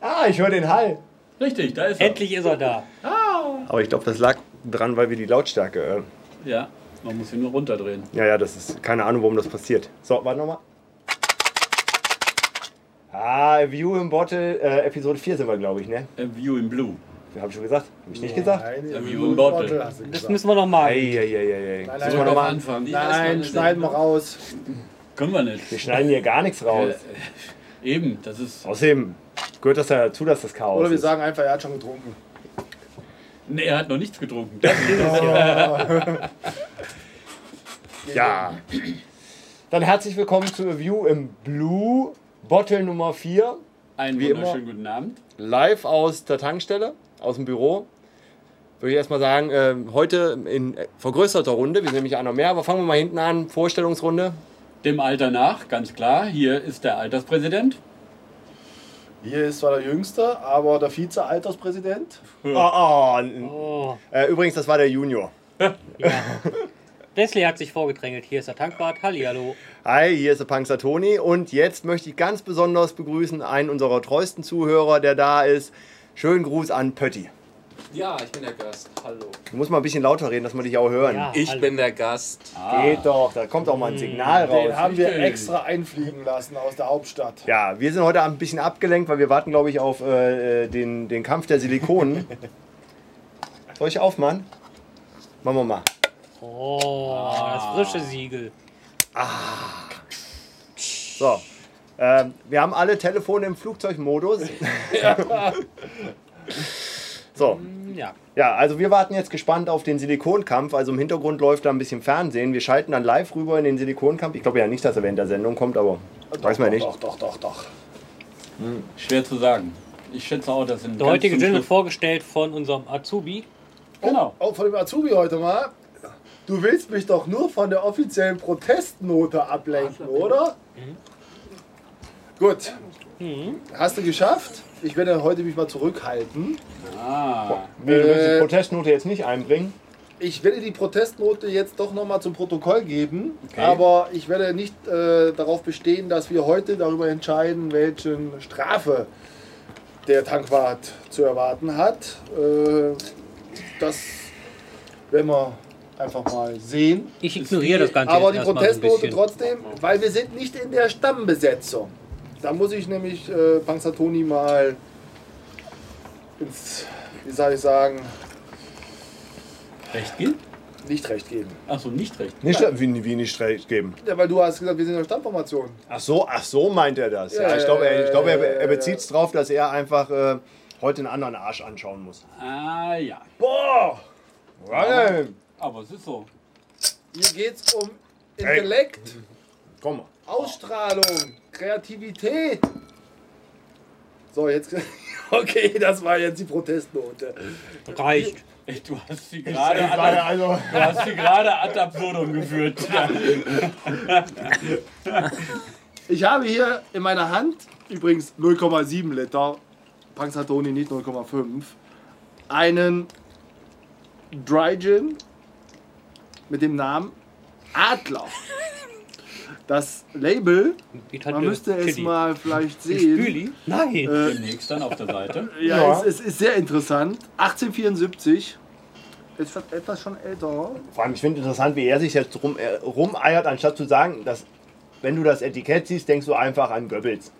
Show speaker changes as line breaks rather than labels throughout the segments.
Ah, ich höre den Hall.
Richtig, da ist er.
Endlich ist er da.
Aber ich glaube, das lag dran, weil wir die Lautstärke. Äh,
Ja, man muss ihn nur runterdrehen.
ja, ja, das ist keine Ahnung, warum das passiert. So, warte nochmal. Ah, View im Bottle, äh, Episode 4 sind wir, glaube ich, ne?
A View in Blue.
Wir haben schon gesagt. Hab ich nicht gesagt?
Nein,
Wie
Blue
im Bottle.
hast du
Das
gesagt.
müssen wir noch mal.
Eieieiei.
Nein,
Müssen
nein,
wir
doch
nochmal.
anfangen. Die erstmal
Nein,
eine
schneiden wir
Sendung.
raus.
Können wir
Wir
nicht. Äh,
schneiden hier gar nichts raus.
Eben, das ist.
Außerdem gehört das ja dazu, dass das Chaos
Oder wir
ist.
sagen einfach, er hat schon getrunken.
Nee, er hat noch nichts getrunken. Das ist
Ja. Dann herzlich willkommen zu A View im Blue, Bottle Nummer 4.
Einen
Wie immer.
wunderschönen guten Abend.
live aus der Tankstelle, aus dem Büro. Würde ich erstmal sagen, ähm, heute in äh, vergrößerter Runde, wir sind nämlich einer mehr, aber fangen wir mal hinten an, Vorstellungsrunde.
Dem Alter nach, ganz klar. Hier ist der Alterspräsident.
Hier ist zwar der Jüngste, aber der Vize-Alterspräsident.
Oh,
Ah,
oh, n-
Oh.
äh, übrigens, das war der Junior.
Leslie hat sich vorgedrängelt. Hier ist der Tankwart. Hallihallo.
Hi, hier ist der Punkster Toni und jetzt möchte ich ganz besonders begrüßen einen unserer treuesten Zuhörer, der da ist. Schönen Gruß an Pötti.
Ja, ich bin der Gast. Hallo.
Du musst mal ein bisschen lauter reden, dass wir dich auch hören.
Ja,
Ich
Ah, hallo.
bin der Gast.
Geht doch, da kommt auch mal ein Signal
Den
raus.
haben wir
richtig.
extra einfliegen lassen aus der Hauptstadt.
Ja, wir sind heute Abend ein bisschen abgelenkt, weil wir warten, glaube ich, auf äh, den, den Kampf der Silikonen. Soll ich aufmachen? Machen wir mal.
Oh, das frische Siegel.
So. Ähm, wir haben alle Telefone im Flugzeugmodus. so,
Ja.
ja, also wir warten jetzt gespannt auf den Silikonkampf. Also im Hintergrund läuft da ein bisschen Fernsehen. Wir schalten dann live rüber in den Silikonkampf. Ich glaube ja nicht, dass er während der Sendung kommt, aber weiß man
doch,
nicht.
Doch, doch, doch, doch.
Schwer zu sagen. Ich schätze auch, dass in
Der heutige Gin wird vorgestellt von unserem Azubi.
Genau.
Auch Oh, von dem Azubi heute mal. Du willst mich doch nur von der offiziellen Protestnote ablenken, oder? Gut. Hast du geschafft? Ich werde heute mich mal zurückhalten.
Ah,
Wir müssen die
Äh.
Protestnote jetzt nicht einbringen.
Ich werde die Protestnote jetzt doch nochmal zum Protokoll geben, aber ich werde nicht äh, darauf bestehen, dass wir heute darüber entscheiden, welche Strafe der Tankwart zu erwarten hat. Äh, das werden wir einfach mal sehen.
Ich ignoriere das Ganze
aber die
jetzt erstmal so ein
Protestnote
bisschen.
trotzdem, weil wir sind nicht in der Stammbesetzung. Da muss ich nämlich äh, Panzatoni mal ins, wie soll ich sagen,
recht gibt?
nicht recht geben.
Achso, nicht recht.
Nicht, wie, wie nicht recht geben.
Ja, weil du hast gesagt, wir sind in der Stammformation.
Ach so, ach so meint er das. Ja,
Ja,
ich glaube, er, ich glaub, er,
ja, ja,
er
ja.
bezieht es darauf, dass er einfach äh, heute einen anderen Arsch anschauen muss.
Ah, ja.
Boah!
Aber es ist so.
Hier geht's um Intellekt,
Komm mal.
Ausstrahlung, Kreativität. So, jetzt. Okay, das war jetzt die Protestnote.
Reicht.
Ey, Du hast sie gerade ad,
Warte, also.
du hast sie gerade ad absurdum geführt. Ja.
Ich habe hier in meiner Hand übrigens 0,7 Liter, Panzatoni nicht 0,5, einen Dry Gin mit dem Namen Adler. Das Label,
Die Tante
man müsste es
Tilly.
mal vielleicht sehen.
Spüli? Nein.
Äh,
Demnächst dann auf der Seite.
Ja,
Ja.
Es, es ist sehr interessant. 1874. Ist schon etwas schon älter.
Vor allem, ich finde interessant, wie er sich jetzt rum, äh, rumeiert, anstatt zu sagen, dass, wenn du das Etikett siehst, denkst du einfach an Goebbels.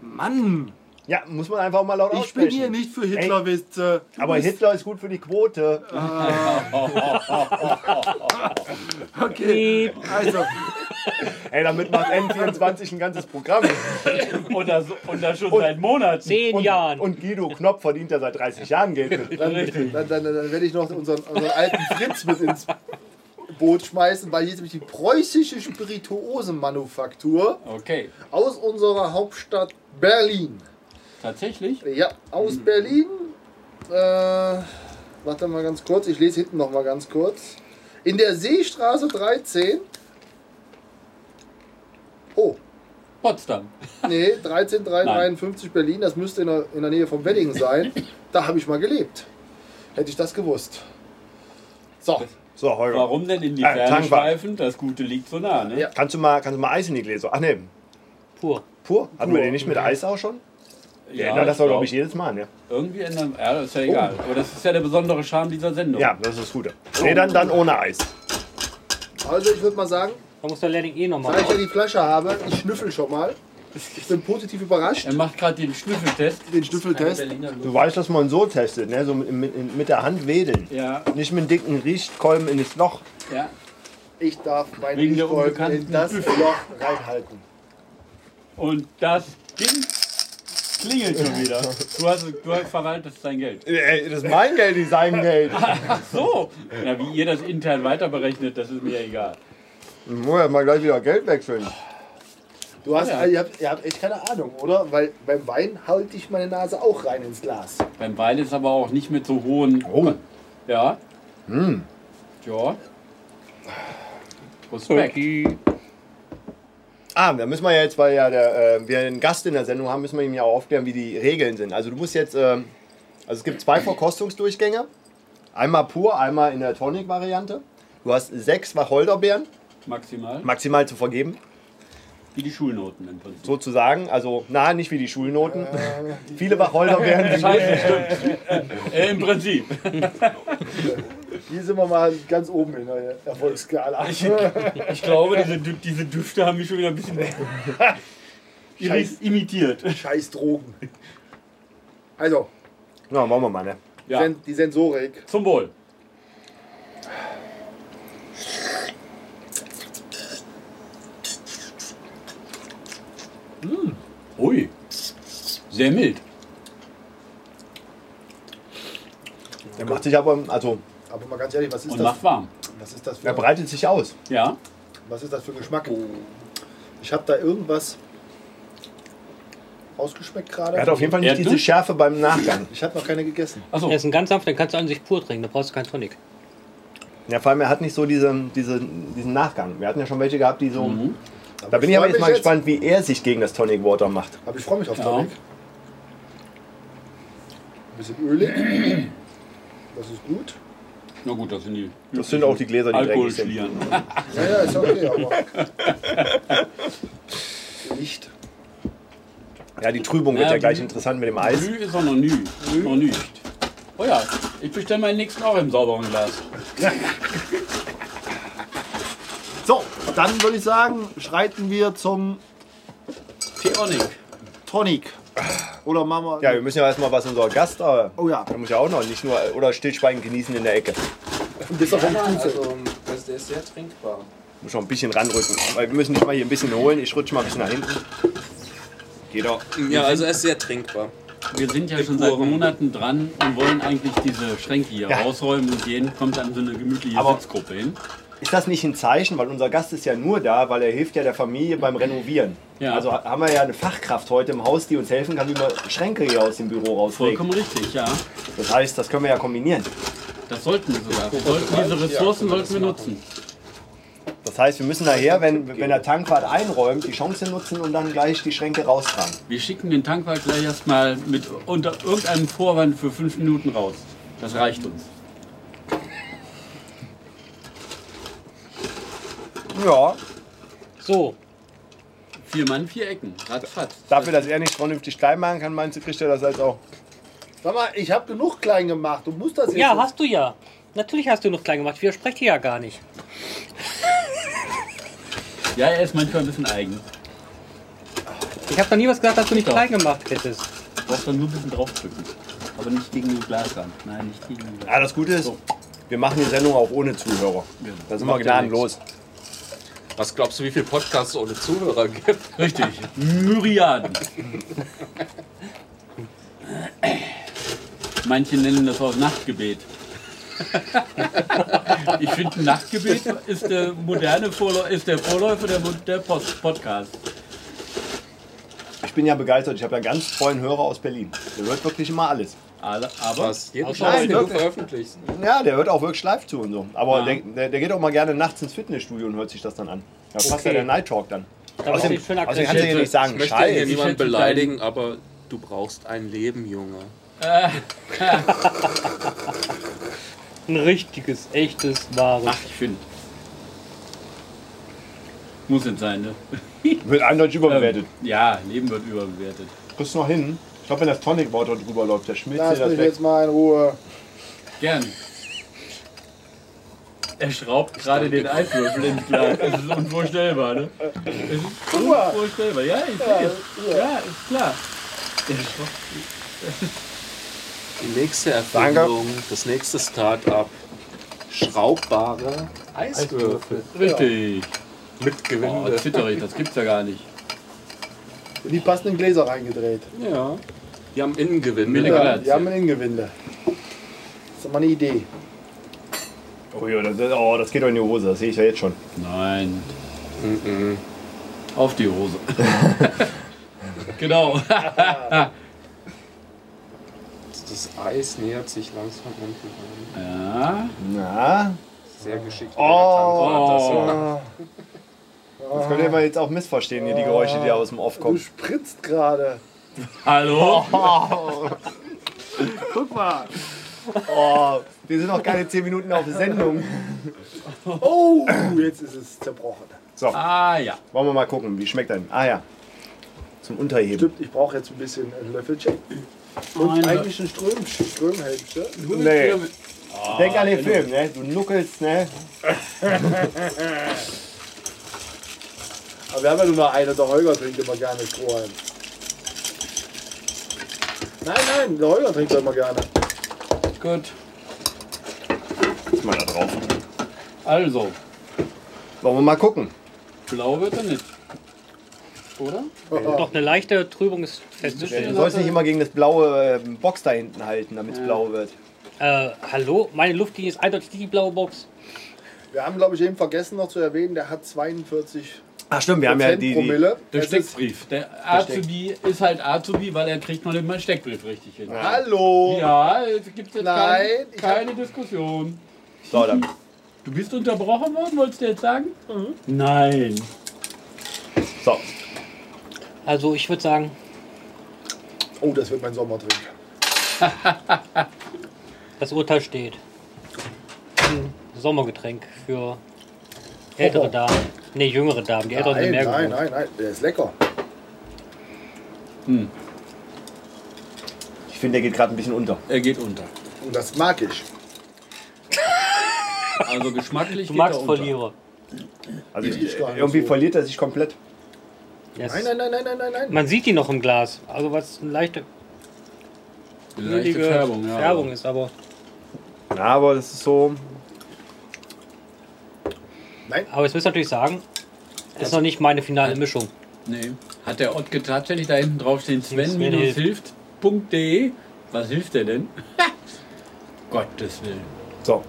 Mann!
Ja, muss man einfach mal laut
Ich
aussprechen.
bin hier nicht für Hitlerwitze.
Aber Hitler ist gut für die Quote.
Okay. Also,
Ey, damit macht N24 ein ganzes Programm.
Und das, und das schon seit Monaten.
Zehn Jahren.
Und Guido Knopf verdient ja seit 30 Jahren Geld mit.
dann, dann, dann, dann werde ich noch unseren, unseren alten Fritz mit ins Boot schmeißen, weil hier ist nämlich die preußische Spirituosenmanufaktur
Okay,
aus unserer Hauptstadt Berlin.
tatsächlich.
Ja, aus Berlin. Äh, warte mal ganz kurz, ich lese hinten noch mal ganz kurz. In der Seestraße 13. Oh,
Potsdam.
nee, 13353 Berlin, das müsste in der, in der Nähe vom Wedding sein. Da habe ich mal gelebt. Hätte ich das gewusst. So,
So, Holger.
Warum denn in die
Äh,
Ferne
Tankwart.
schweifen? Das Gute liegt so nah, ne?
Ja.
Kannst du, mal, kannst du mal Eis in die Gläser? Ach nee,
Pur.
pur. Hatten wir
Pur.
den nicht mit Eis auch schon?
Ja,
ändern das doch,
glaub-
glaube ich, jedes Mal. Ne?
Irgendwie ändern. Ja, ist ja egal. Aber das ist ja der besondere Charme dieser Sendung.
Ja, das ist das Gute. Nee, dann, dann ohne Eis.
Also ich würde mal sagen,
Da muss der Lenning eh nochmal
da ich ja
raus.
die Flasche habe, ich schnüffel schon mal. Ich bin positiv überrascht.
Er macht gerade den Schnüffeltest.
Den Schnüffeltest.
Berliner Luft.
Du weißt, dass man so testet, ne? so mit, mit, mit der Hand wedeln.
Ja,
Nicht mit dicken Riechkolben in das Loch.
ja.
Ich darf meinen
Wegen der
Lichtball in
unbekannten
das
Büffel.
Loch reinhalten.
Und das Ding klingelt schon wieder. Du, hast, du verwaltest dein Geld.
Ey, das ist mein Geld, nicht sein Geld.
So! Ja, wie ihr das intern weiter berechnet, das ist mir egal.
Muss ja mal gleich wieder Geld wechseln.
Du hast,
Ja.
also, ihr, habt, ihr habt echt keine Ahnung, oder? Weil beim Wein halte ich meine Nase auch rein ins Glas.
Beim Wein ist aber auch nicht mit so hohen.
Oh.
Ja.
Hm.
Ja. Respekt.
Ah, da müssen wir ja jetzt, weil ja der, äh, wir einen Gast in der Sendung haben, müssen wir ihm ja auch aufklären, wie die Regeln sind. Also du musst jetzt, ähm, also es gibt zwei Verkostungsdurchgänge. Einmal pur, einmal in der Tonic-Variante. Du hast sechs Wacholderbeeren,
Maximal.
maximal zu vergeben,
Wie die Schulnoten im Prinzip.
sozusagen. Also, na, nicht wie die Schulnoten.
Äh,
Viele Wacholderbeeren sind
Scheiße, stimmt. Äh, Im Prinzip.
Hier sind wir mal ganz oben in der Erfolgsskala.
Ich glaube, diese, Dü- diese Düfte haben mich schon wieder ein bisschen
Scheiß-
imitiert.
Scheiß Drogen. Also,
Na, machen wir mal, ne?
Ja.
Sen die Sensorik.
Zum Wohl.
Hm.
Mmh. Ui. Sehr mild.
Der macht sich aber, also,
Aber mal ganz ehrlich, was ist,
Und
das,
macht warm.
was ist, das,
er
für,
breitet sich aus.
Ja.
was ist das für ein Geschmack?
Oh.
Ich habe da irgendwas ausgeschmeckt gerade.
Er hat auf jeden Fall nicht
Erdnuss?
diese Schärfe beim Nachgang.
Ich habe noch keine gegessen.
Achso.
Der ist ein ganz sanft, den kannst du an sich pur trinken, da brauchst du keinen Tonic.
Ja, vor allem, er hat nicht so diese, diese, diesen Nachgang. Wir hatten ja schon welche gehabt, die so.
Mhm.
Da bin ich
freu
aber jetzt
mich
mal gespannt, wie er sich gegen das Tonic Water macht.
Aber ich freue mich auf
Ja.
Tonic. Ein bisschen ölig. Das ist gut.
Na gut, das sind die.
Das sind auch die Gläser, die
Alkohol
dreckig sind.
schlieren.
Ja, ja, ist okay, aber. Nicht.
Ja, die Trübung wird
Ja,
ja gleich
die-
interessant mit dem Eis.
Nü ist auch noch nü. Noch nicht. Oh ja, ich bestelle meinen nächsten auch im sauberen Glas.
So, dann würde ich sagen, schreiten wir zum
Theonic.
Tonic. Oder machen wir.
Ja, wir müssen ja erstmal was unser Gast. Äh,
Oh ja.
Da muss ja auch noch nicht nur äh, oder stillschweigend genießen in der Ecke.
Bis auf den Fuß.
Also, das, der ist sehr trinkbar.
Muss schon ein bisschen ranrücken. Weil wir müssen dich mal hier ein bisschen holen. Ich rutsche mal ein bisschen nach hinten. Geht doch.
Ja, also er ist sehr trinkbar.
Wir sind ja schon seit Monaten dran und wollen eigentlich diese Schränke hier
Ja.
rausräumen und jeden kommt dann so eine gemütliche
Aber-
Sitzgruppe hin.
Ist das nicht ein Zeichen? Weil unser Gast ist ja nur da, weil er hilft ja der Familie beim Renovieren.
Ja.
Also ha- haben wir ja eine Fachkraft heute im Haus, die uns helfen kann, wie man Schränke hier aus dem Büro rauslegen.
Vollkommen richtig, ja.
Das heißt, das können wir ja kombinieren.
Das sollten wir sogar. Wir sollten diese Ressourcen sollten wir nutzen.
Das heißt, wir müssen nachher, wenn, wenn der Tankwart einräumt, die Chance nutzen und dann gleich die Schränke raustragen.
Wir schicken den Tankwart gleich erstmal mit unter irgendeinem Vorwand für fünf Minuten raus. Das reicht uns.
Ja,
So,
Vier Mann, vier Ecken. Ratzfatz.
dafür, dass er nicht vernünftig klein machen kann, meinst du, kriegt er das als auch.
Sag mal, ich habe genug klein gemacht. Du musst das jetzt.
ja, hast du ja. Natürlich hast du noch klein gemacht, widersprecht ihr ja gar nicht.
Ja, er ist manchmal ein bisschen eigen.
Ich habe noch nie was gesagt, dass du nicht
Doch.
klein gemacht hättest.
Du brauchst dann nur ein bisschen draufdrücken. Aber nicht gegen den Glasrand. Nein, nicht gegen den
Ja,
Glasrand.
das Gute ist, wir machen die Sendung auch ohne Zuhörer. Da sind wir
Macht ja
gnadenlos.
Was glaubst du, wie viele Podcasts ohne Zuhörer gibt?
Richtig. Myriaden. Manche nennen das auch Nachtgebet. Ich finde, Nachtgebet ist der moderne Vorläu ist der Vorläufer der, Mo- der Post Podcast.
Ich bin ja begeistert. Ich habe ja ganz treuen Hörer aus Berlin. Der hört wirklich immer alles.
Alle- Aber
Was? Jeden
Außer
Scheiß, den du
wirklich.
veröffentlichst.
Ja, der hört auch wirklich live zu und so. Aber
Ja.
der, der, der geht auch mal gerne nachts ins Fitnessstudio und hört sich das dann an. Da passt
Okay.
ja der Night Talk dann. Also,
Da
Außerdem,
ich schön
außerdem
aggressiv.
kannst du hier nicht sagen,
Ich möchte ja hier
Scheiße.
niemanden
hätte deinen-
beleidigen, aber du brauchst ein Leben, Junge.
Ein richtiges, echtes, wahres.
ach, ich finde, Muss jetzt sein, ne?
Wird eindeutig überbewertet.
Ja, Leben wird überbewertet.
Kriegst du noch hin? Ich glaube, wenn das Tonic-Water drüber läuft, der schmilzt dir
Lass
das
mich
weg.
jetzt mal in Ruhe.
Gern. Er schraubt gerade den Eiswürfel ins Glas. Das ist unvorstellbar, ne? Es ist
Super.
unvorstellbar. Ja, ich sehe es. Ja, ist klar. Er schraubt-
Die nächste Erfindung, das nächste Start-up. Schraubbare Eiswürfel.
Richtig.
Mit
Oh,
Gewinde.
zitterig, das gibt's ja gar nicht.
In die passenden Gläser reingedreht.
Ja. Die haben Innengewinde.
Mit-
Ja,
Glatze.
die haben ein Ingewinde. Das ist mal eine Idee.
Oh, ja, das, oh, das geht doch in die Hose, das sehe ich ja jetzt schon.
Nein. Mhm. Auf die Hose. genau.
Das Eis nähert sich langsam unten an.
Ja.
Na?
Sehr geschickt.
Oh.
Das könnt ihr aber jetzt auch missverstehen, hier die Geräusche, die aus dem Off
Du
kommen.
spritzt gerade.
Hallo?
Guck mal.
Oh, wir sind noch keine 10 Minuten auf Sendung.
Oh, jetzt ist es zerbrochen.
So,
Ah ja.
wollen wir mal gucken, wie schmeckt denn? Ah ja, zum Unterheben.
Stimmt, ich brauche jetzt ein bisschen ein Löffelchen. Und
Meine-
eigentlich ein Ström Strömhälfte.
Nee. Denk an den
genau.
Film, ne? Du nuckelst, ne?
Aber wir haben ja nur noch eine. Der Holger trinkt immer gerne Strohhalm. Nein, nein, der Holger trinkt immer gerne.
Gut.
Ist mal da drauf.
Also,
Wollen wir mal gucken.
blau wird er nicht. Oder?
Oh,
Doch eine leichte Trübung ist festzustellen.
Du sollst nicht immer gegen das blaue ähm, Box da hinten halten, damit es blau wird.
Äh, hallo? Meine Luftlinie ist eindeutig die blaue Box.
wir haben, glaube ich, eben vergessen noch zu erwähnen, der hat 42
Ach stimmt, wir haben ja
Prozent
die, die
Promille.
Der
Das ist,
Steckbrief. Der Azubi ist halt Azubi, weil er kriegt noch nicht mal einen Steckbrief richtig hin.
hallo.
Ja, es gibt jetzt
Nein,
kein,
ich
keine Diskussion.
So, dann.
Du bist unterbrochen worden, wolltest du jetzt sagen? Nein.
So,
Also ich würde sagen,
Oh, das wird mein Sommertrink.
das Urteil steht. Ein Sommergetränk für ältere
Oh.
Damen. Ne, jüngere Damen. Die Älteren sind mehr
Nein, nein,
gewohnt.
nein, nein, der ist lecker.
ich finde, der geht gerade ein bisschen unter.
Er geht unter.
Und das mag ich.
Also geschmacklich
Du
geht
magst
er unter.
Verlierer.
Also ich,
ist gar nicht
irgendwie
so.
verliert er sich komplett.
Yes.
Nein, nein, nein, nein, nein, nein, nein.
Man sieht die noch im Glas. Also was eine leichte,
Eine leichte
ölige
Färbung, ja.
Färbung ist, aber
Ja, aber das ist so.
Aber jetzt müsst ihr natürlich sagen, ist noch nicht meine finale Mischung.
Nee. Hat der Ottke tatsächlich da hinten drauf stehen,
hilft.
sven-hilft.de? Was hilft der denn? Gottes Willen.
So.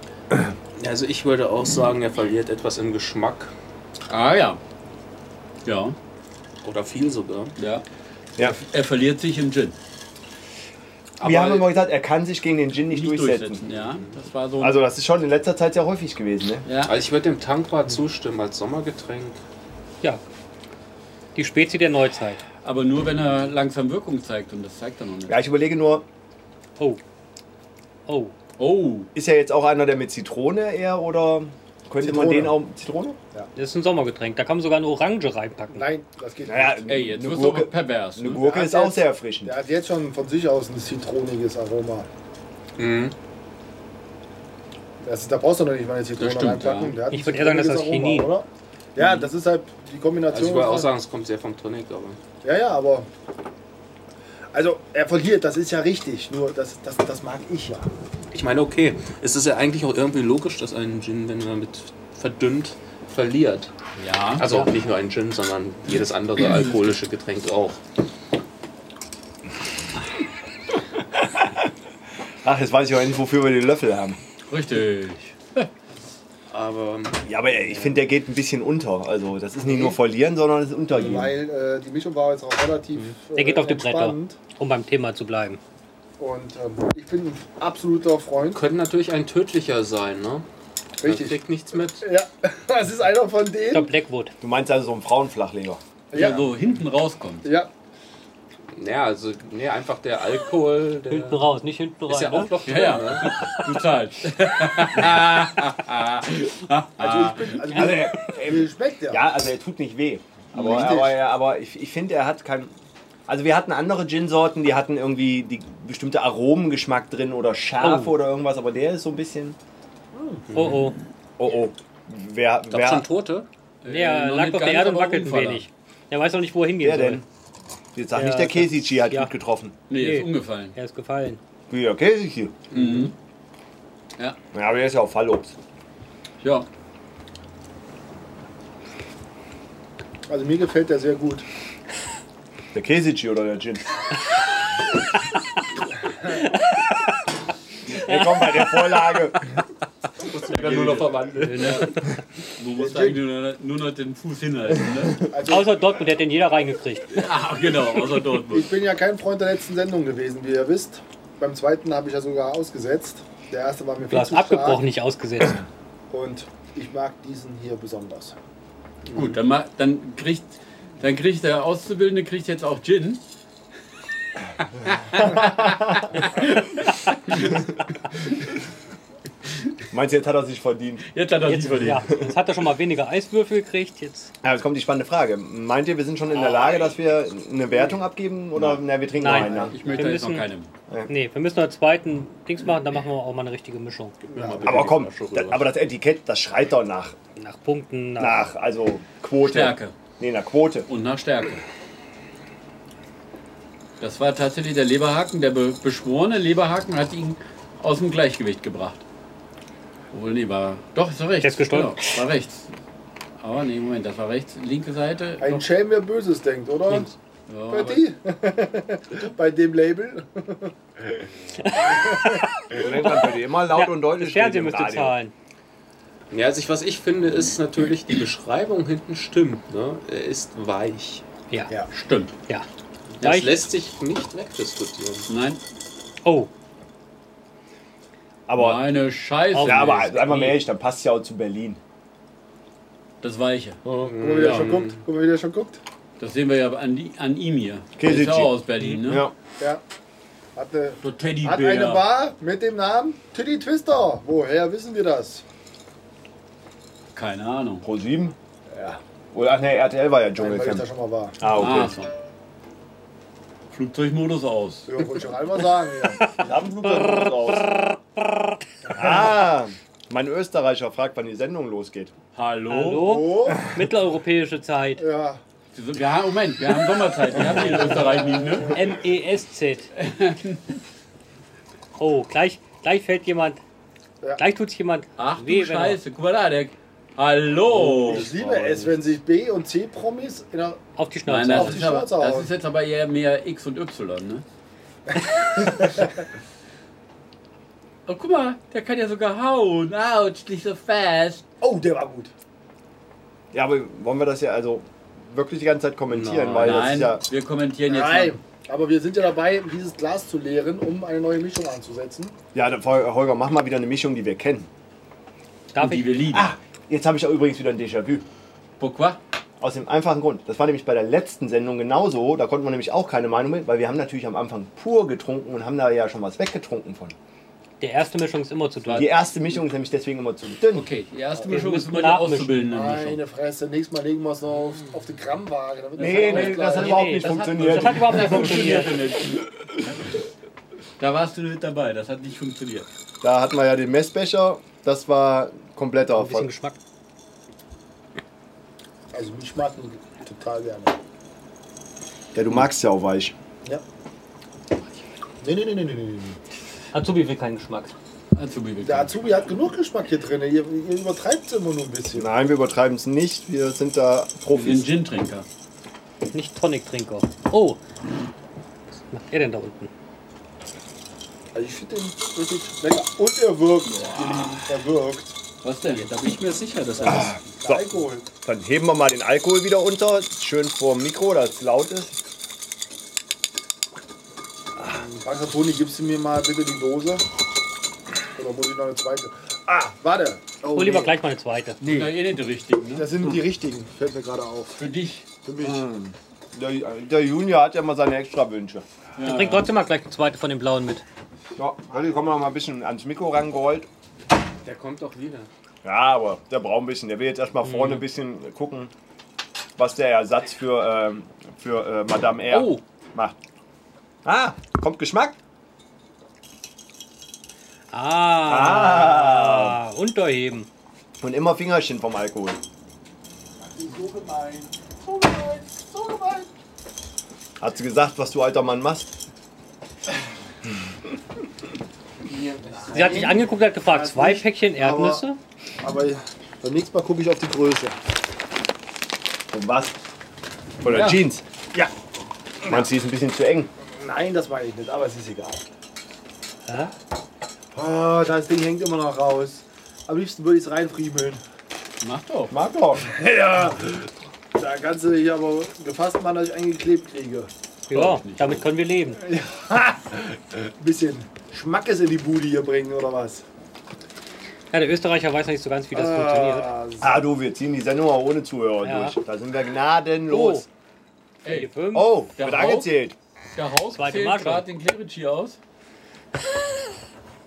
Also ich würde auch sagen, er verliert etwas im Geschmack.
Ah ja. Ja,
Oder viel sogar.
ja.
Ja.
Er verliert sich im Gin.
wir haben immer gesagt, er kann sich gegen den Gin nicht, durchsetzen.
Ja, das war so. ein-
Also das ist schon in letzter Zeit sehr häufig gewesen, ne?
ja.
Also ich würde dem Tankwart zustimmen als Sommergetränk.
Ja. Die Spezie der Neuzeit.
Aber nur wenn er langsam Wirkung zeigt und das zeigt er noch nicht.
Ja, ich überlege nur,
Oh. Oh.
Oh,
ist ja jetzt auch einer der mit Zitrone eher oder könnte man
Zitrone.
den auch Zitrone?
Das ist ein Sommergetränk. Da kann man sogar eine Orange reinpacken.
Nein, das geht
Naja,
nicht.
ey, jetzt
eine
wirst du aber
Gurke,
pervers.
eine
Ne?
Gurke
Ja,
ist auch
jetzt-
sehr erfrischend.
Der hat jetzt schon von sich aus ein zitroniges Aroma.
Mhm.
Das, da brauchst du noch nicht mal eine Zitrone
Das stimmt,
reinpacken.
ja.
Der hat ein
Ich würd eher sagen, das ist
zitroniges
Chinin.
Aroma, Oder? Ja, das ist halt die Kombination.
Also ich würde auch
aus-
sagen, es kommt sehr vom Tonic, aber.
Ja, ja, aber. Also, er verliert, das ist ja richtig. Nur, das, das, das mag ich ja.
Ich meine, okay, es ist ja eigentlich auch irgendwie logisch, dass ein Gin, wenn er mit verdünnt, verliert.
Ja.
Also nicht nur ein Gin, sondern jedes andere alkoholische Getränk auch.
Ach, jetzt weiß ich auch endlich, wofür wir den Löffel haben.
Richtig.
Aber ähm,
Ja, aber ich finde, der geht ein bisschen unter. Also das ist nicht nur verlieren, sondern es ist untergehen.
Weil äh, die Mischung war jetzt auch relativ.
Mhm. Der geht
äh,
auf die Bretter,
entspannt.
um beim Thema zu bleiben.
Und ähm, ich bin ein absoluter Freund.
könnte natürlich ein tödlicher sein, ne? Man
Richtig.
kriegt nichts mit.
Ja, das ist einer von
Ich glaub,
denen.
Blackwood.
Du meinst also so einen Frauenflachleger.
Ja.
Ja,
so hinten rauskommt.
ja.
Naja, also nee, einfach der Alkohol,
Hinten
der
raus, nicht hinten rein.
ist ja auch
ne?
noch drin,
Ja,
ne?
Du zahlst.
Also, ich bin, also,
Also er,
Wie schmeckt der?
Ja, also er tut nicht weh. Aber,
Richtig.
aber, er- aber ich, ich finde, er hat kein. Also wir hatten andere Gin-Sorten, die hatten irgendwie die bestimmte Aromengeschmack drin oder
Oh.
Schärfe oder irgendwas, aber der ist so ein bisschen.
Oh oh.
Oh oh. Wer,
Gab's
wer,
schon Tote?
Der
Äh, noch
lag
nicht
auf der
ganz,
Erde und
aber
wackelt ein
Unfaller.
wenig. Der weiß noch nicht, wo er hingehen
wer
soll.
denn? Jetzt sag
Ja,
nicht, der
das-
Kesici hat
ja.
gut getroffen.
Nee,
Nee.
ist umgefallen.
Er ist gefallen.
Wie der Kesici?
Mhm. Ja.
Ja, aber der ist ja auch Fallobst.
Ja.
Also mir gefällt der sehr gut.
Der Kesici oder der Gin. Wir kommen bei der Vorlage.
Dann nur noch verwandelt. Du musst eigentlich nur noch, nur noch den Fuß hinhalten, ne?
Also
Außer Dortmund, der hat den jeder reingekriegt.
Ah, genau, außer Dortmund.
ich bin ja kein Freund der letzten Sendung gewesen, wie ihr wisst. Beim zweiten habe ich ja sogar ausgesetzt. Der erste war mir
Du
viel
hast
zu stark.
abgebrochen, nicht ausgesetzt.
Und ich mag diesen hier besonders.
Gut, dann, ma- dann, kriegt, dann kriegt der Auszubildende kriegt jetzt auch Gin.
Meinst du, jetzt hat er sich verdient?
Jetzt hat er
Jetzt,
es verdient.
ja, jetzt hat er schon mal weniger Eiswürfel gekriegt. Jetzt.
Ja, jetzt kommt die spannende Frage. Meint ihr, wir sind schon in der Lage, dass wir eine Wertung abgeben? Oder na, wir trinken
Nein.
noch einen.
Oh. Ich möchte
Wir
jetzt noch
müssen-
keinem.
Nee, wir müssen noch einen zweiten Dings machen, dann machen wir auch mal eine richtige Mischung.
Aber komm, da, aber das Etikett, das schreit doch nach,
Nach Punkten, nach.
nach also Quote.
Stärke.
Nee, nach Quote.
Und nach Stärke. Das war tatsächlich der Leberhaken. Der be beschworene Leberhaken hat ihn aus dem Gleichgewicht gebracht. Obwohl, nee, war. Doch, ist doch rechts.
Der ist gestolpert.
Genau, war rechts. Aber nee, Moment, das war rechts. Linke Seite.
Ein
noch-
Schelm, wer Böses denkt, oder?
ja,
Bei
aber-
die? Bei dem Label?
Immer laut und
Das
deutlich.
Fernsehen müsste zahlen.
Ja, also ich, was ich finde, ist natürlich, die Beschreibung hinten stimmt. Ne? Er ist weich.
Ja, ja.
Ja.
Stimmt.
Das
Weich.
lässt sich nicht wegdiskutieren.
Nein.
Oh,
Aber,
Meine Scheiße.
ja, aber also einmal mehr ehrlich, dann passt ja auch zu Berlin.
Das Weiche.
Guck mal, wie der schon guckt. Guck mal, wie der schon guckt.
Das sehen wir ja an, die, an ihm hier. Der
Kesici.
ist ja auch aus Berlin, ne?
Ja.
Ja. Hat eine,
So
hat eine
Teddybär.
Bar mit dem Namen Tilly Twister. Woher wissen wir das?
Keine Ahnung.
Pro 7?
Ja.
Oder, ach nee, RTL war ja
Nein, weil ich da
Dschungelcamp.
schon mal war.
Ah,
Ah,
okay.
so. Flugzeugmodus aus.
Ja, wollte ich auch einmal sagen. Ja.
Rabenflugzeug raus. Ah, mein Österreicher fragt, wann die Sendung losgeht.
Hallo?
hallo?
Oh,
Mitteleuropäische Zeit.
ja.
Wir haben, Moment, wir haben Sommerzeit. Wir haben die in Österreich nicht, ne?
M-E-S-Z. E Oh, gleich, gleich fällt jemand.
Ja.
Gleich tut sich jemand.
Ach du
weh, wenn er
Scheiße, guck mal da, der... Hallo!
Ich liebe es, wenn sich B- und C-Promis in der.
Auf die Schnauze.
Nein, das
auf die
ist, aber,
Schnauze
das
hauen.
ist jetzt aber eher mehr X und Y, ne? oh, guck mal, der kann ja sogar hauen. Autsch, nicht so fest.
Oh, der war gut.
Ja, aber wollen wir das ja also wirklich die ganze Zeit kommentieren? weil das
Oh, Nein,
ist ja.
wir kommentieren jetzt
Nein. Aber wir sind ja dabei, dieses Glas zu leeren, um eine neue Mischung anzusetzen.
Ja, dann, Holger, mach mal wieder eine Mischung, die wir kennen.
Darf
die
ich?
wir lieben.
Ah, jetzt habe ich auch übrigens wieder ein Déjà-vu.
Pourquoi?
Aus dem einfachen Grund. Das war nämlich bei der letzten Sendung genauso. Da konnten wir nämlich auch keine Meinung mit, weil wir haben natürlich am Anfang pur getrunken und haben da ja schon was weggetrunken von.
Der erste Mischung ist immer zu dünn.
Die erste Mischung ist nämlich deswegen immer zu dünn.
Okay, die erste Mischung ist
müssen
immer die
nachmischen.
auszubildende Mischung.
Meine Fresse, nächstes Mal legen wir es noch auf, auf die Grammwaage. damit wir
Nee,
es
nee, das hat
ausgleichen.
überhaupt nicht
das hat-
funktioniert.
Das hat überhaupt nicht funktioniert.
Da warst du nicht dabei, das hat nicht funktioniert.
da hatten wir ja den Messbecher. Das war kompletter
Ein bisschen
Erfolg.
Geschmack.
Also, mich mag ihn total gerne.
Ja, du magst ja auch weich.
Ja. Nee, nee, nee, nee, nee, nee.
Azubi will keinen Geschmack.
Azubi willkommen.
Der Azubi hat genug Geschmack hier drin. Ihr, ihr übertreibt es immer nur ein bisschen.
Nein, wir übertreiben es nicht. Wir sind da
Wir sind
Profis.
Gin-Trinker.
Nicht Tonic-Trinker. Oh! Was macht er denn da unten?
Also ich finde den wirklich lecker. Und er wirkt. ihr Lieben. Er wirkt.
Was denn? Ah.
Da bin ich mir sicher, dass er das
Der Alkohol.
Dann heben wir mal den Alkohol wieder unter. Schön vor dem Mikro, dass es laut ist.
Franka Toni, gibst du mir mal bitte die Dose? Oder muss ich noch eine zweite? Ah, warte. Oh,
Hol lieber gleich mal eine zweite.
Nee. Ja, eh nicht die richtigen, ne?
Das sind die richtigen, fällt mir gerade auf.
Für dich.
Für Ah. mich.
Der, der Junior hat ja mal seine Extrawünsche.
Dann bring trotzdem mal gleich eine zweite von dem blauen mit.
Ja, Olli, komm mal ein bisschen ans Mikro rangeholt.
Der kommt auch wieder.
Ja, aber der braucht ein bisschen. Der will jetzt erstmal vorne ein bisschen gucken, was der Ersatz für, ähm, für äh, Madame R
Oh.
macht. Ah, kommt Geschmack?
Ah, Unterheben.
Und immer Fingerchen vom Alkohol.
So gemein. So gemein. So gemein.
Hat sie gesagt, was du alter Mann machst?
Sie hat sich angeguckt, hat gefragt, zwei Päckchen Erdnüsse?
Aber beim nächsten Mal gucke ich auf die Größe.
Und was? Oder Jeans?
Ja.
Meinst du, die ist ein bisschen zu eng?
Nein, das meine ich nicht, aber es ist egal.
Hä?
Oh, das Ding hängt immer noch raus. Am liebsten würde ich es reinfriemeln.
Mach doch.
Mag doch.
Da kannst du dich aber gefasst machen, dass ich eingeklebt kriege.
Ja, damit können wir leben.
Ein bisschen Schmackes in die Bude hier bringen oder was?
Ja, der Österreicher weiß nicht so ganz, wie das
Äh.
funktioniert.
Ah, so.
Ah du, wir ziehen die Sendung auch ohne Zuhörer
Ja.
durch. Da sind wir gnadenlos.
Ey,
fünf.
Oh,
Der
wird
Haupt-
angezählt.
der Haus
Zweite
zählt
Marke.
gerade den Cleveridge hier aus.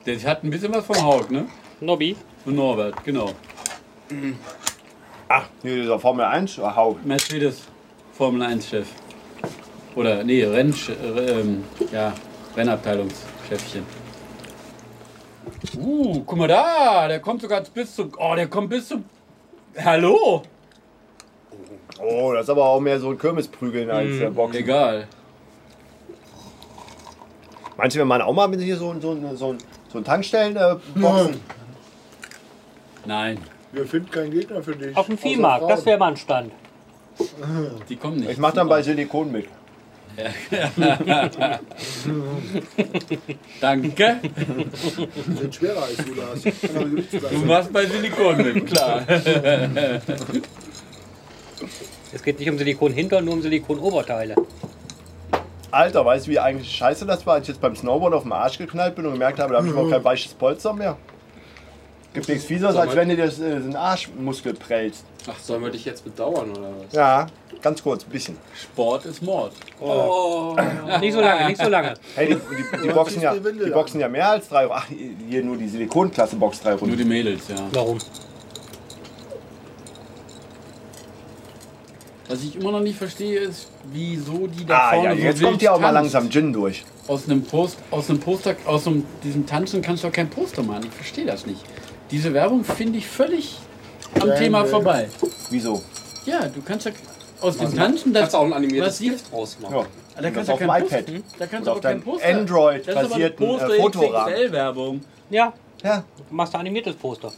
Der hat ein bisschen was vom Haug, ne?
Nobby.
Von Norbert, genau.
Ach, hier dieser Formel 1 äh, Haupt.
Mercedes Formel 1-Chef. Oder, nee, Renn, äh, ähm, ja, Rennabteilungschefchen. Uh, guck mal da, der kommt sogar bis zum. Oh, der kommt bis zum. Hallo?
Oh, das ist aber auch mehr so ein Kirmesprügeln als der Boxen.
Egal.
Manche machen auch mal mit hier so, ein- so, ein- so, ein- so ein Tankstellen-Boxen.
Nein,
Wir finden keinen Gegner für dich.
Auf dem Viehmarkt, das wäre mal ein Stand.
die kommen nicht.
ich mach dann bei Silikon mit.
Danke.
Das sind schwerer als du das. Kann aber Gewichtsklasse.
Du machst bei Silikon mit, klar.
Es geht nicht um Silikon hinter, nur um Silikon Oberteile.
Alter, weißt du, wie eigentlich scheiße das war, als ich jetzt beim Snowboard auf den Arsch geknallt bin und gemerkt habe, da habe ich überhaupt kein weiches Polster mehr? Gibt nichts Fieseres, als wenn du dir das, äh, den Arschmuskel prellst.
Ach, sollen wir dich jetzt bedauern oder was?
Ja, ganz kurz, ein bisschen.
Sport ist Mord.
Nicht so lange, nicht so lange.
Hey, die, die, die, boxen, ja, die boxen ja mehr als drei. Ach, hier nur die Silikonklasse boxt drei
Nur
Runden.
die Mädels, ja.
Warum?
Was ich immer noch nicht verstehe, ist, wieso die da
Ah
vorne
ja,
so
jetzt
wild
kommt ja auch mal
tanzt.
langsam Gin durch.
Aus einem Post, aus einem Poster, aus einem, diesem Tanzen kannst du doch kein Poster machen. Ich verstehe das nicht. Diese Werbung finde ich völlig am Thema vorbei.
Wieso?
Ja, du kannst ja aus dem Tanzen, das,
Kannst auch ein animiertes
was sieht,
Gift draus machen.
Ja.
da kannst
Das
du
auf
kein
dem
Poster,
iPad.
da kannst
Oder
du
auf
auch kein
deinem
Poster.
Android-basierten äh, Fotorahmen.
XXL-Werbung.
Ja,
Ja,
machst du animiertes Poster.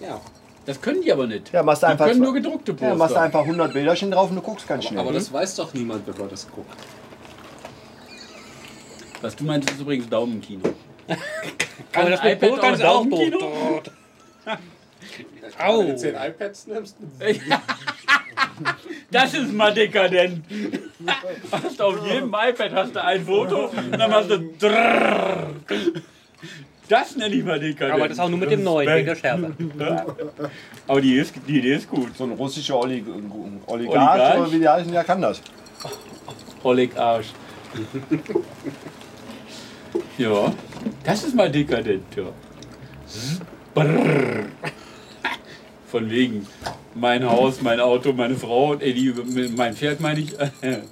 Ja.
Das können die aber nicht.
Ja, machst
die
einfach
können
zwei-
nur gedruckte Poster.
ja machst du einfach 100 Bilderchen drauf und du guckst ganz schnell.
Aber das weiß doch niemand, bevor das guckt.
Was du meinst, ist übrigens Daumenkino.
Aber das mit
iPad
Poker ist
auch
auch doof.
Daumenkino?
Au.
Wenn du 10 iPads nimmst,
Das ist mal dekadent. Hast auf jedem iPad hast du ein Foto und dann machst du drrrr. Das nenne ich mal dekadent.
Aber das auch nur mit dem neuen, wegen der Schärfe.
Aber die, ist, die Idee ist gut.
so ein russischer Oli Oligarch,
Oligarch?
oder wie die heißen, der kann das.
Oleg Arsch. ja, das ist mal dekadent, ja. Brrr. Von wegen. Mein Haus, mein Auto, meine Frau, äh, die, mein Pferd meine ich.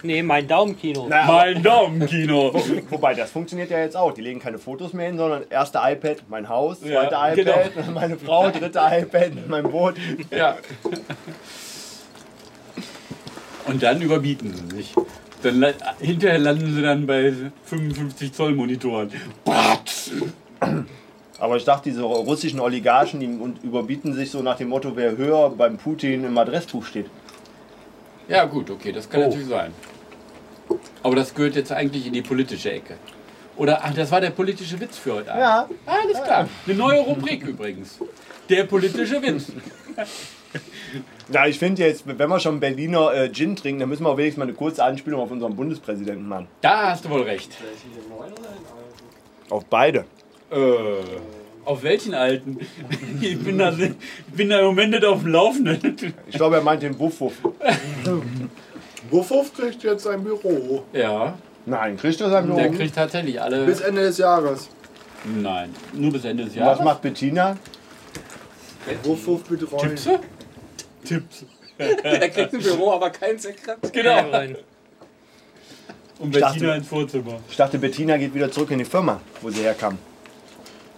Nee, mein Daumenkino.
mein Daumenkino.
Wobei, das funktioniert ja jetzt auch. Die legen keine Fotos mehr hin, sondern erste iPad, mein Haus,
Ja, genau.
zweite iPad, meine Frau, dritte iPad, mein Boot.
Ja. Und dann überbieten sie sich. Dann la- hinterher landen sie dann bei 55 Zoll Monitoren. Batz!
Aber ich dachte, diese russischen Oligarchen, die un- überbieten sich so nach dem Motto, wer höher beim Putin im Adressbuch steht.
Ja gut, okay, das kann natürlich sein. Aber das gehört jetzt eigentlich in die politische Ecke. Oder, ach, das war der politische Witz für heute Abend.
Ja.
Alles klar. Eine neue Rubrik übrigens. Der politische Witz.
Na, ich finde jetzt, wenn wir schon Berliner äh, Gin trinken, dann müssen wir auch wenigstens mal eine kurze Anspielung auf unseren Bundespräsidenten machen.
Da hast du wohl recht.
Auf beide.
Äh, auf welchen alten? Ich bin da, ich bin da im Moment nicht auf dem Laufenden.
Ich glaube, er meint den Wuff-Wuff.
Wuffwuff kriegt jetzt ein Büro.
Ja,
Nein, kriegt er sein
Der
Lohn?
kriegt tatsächlich alle.
Bis Ende des Jahres.
Nein, nur bis Ende des
Was
Jahres.
macht Bettina?
Wurf, wurf, bitte rollen.
Tipps? Tipps.
Er kriegt ein Büro, aber kein Sekretär.
Genau.
Rein.
Und
dachte-
Bettina ins Vorzimmer.
Ich dachte, Bettina geht wieder zurück in die Firma, wo sie herkam.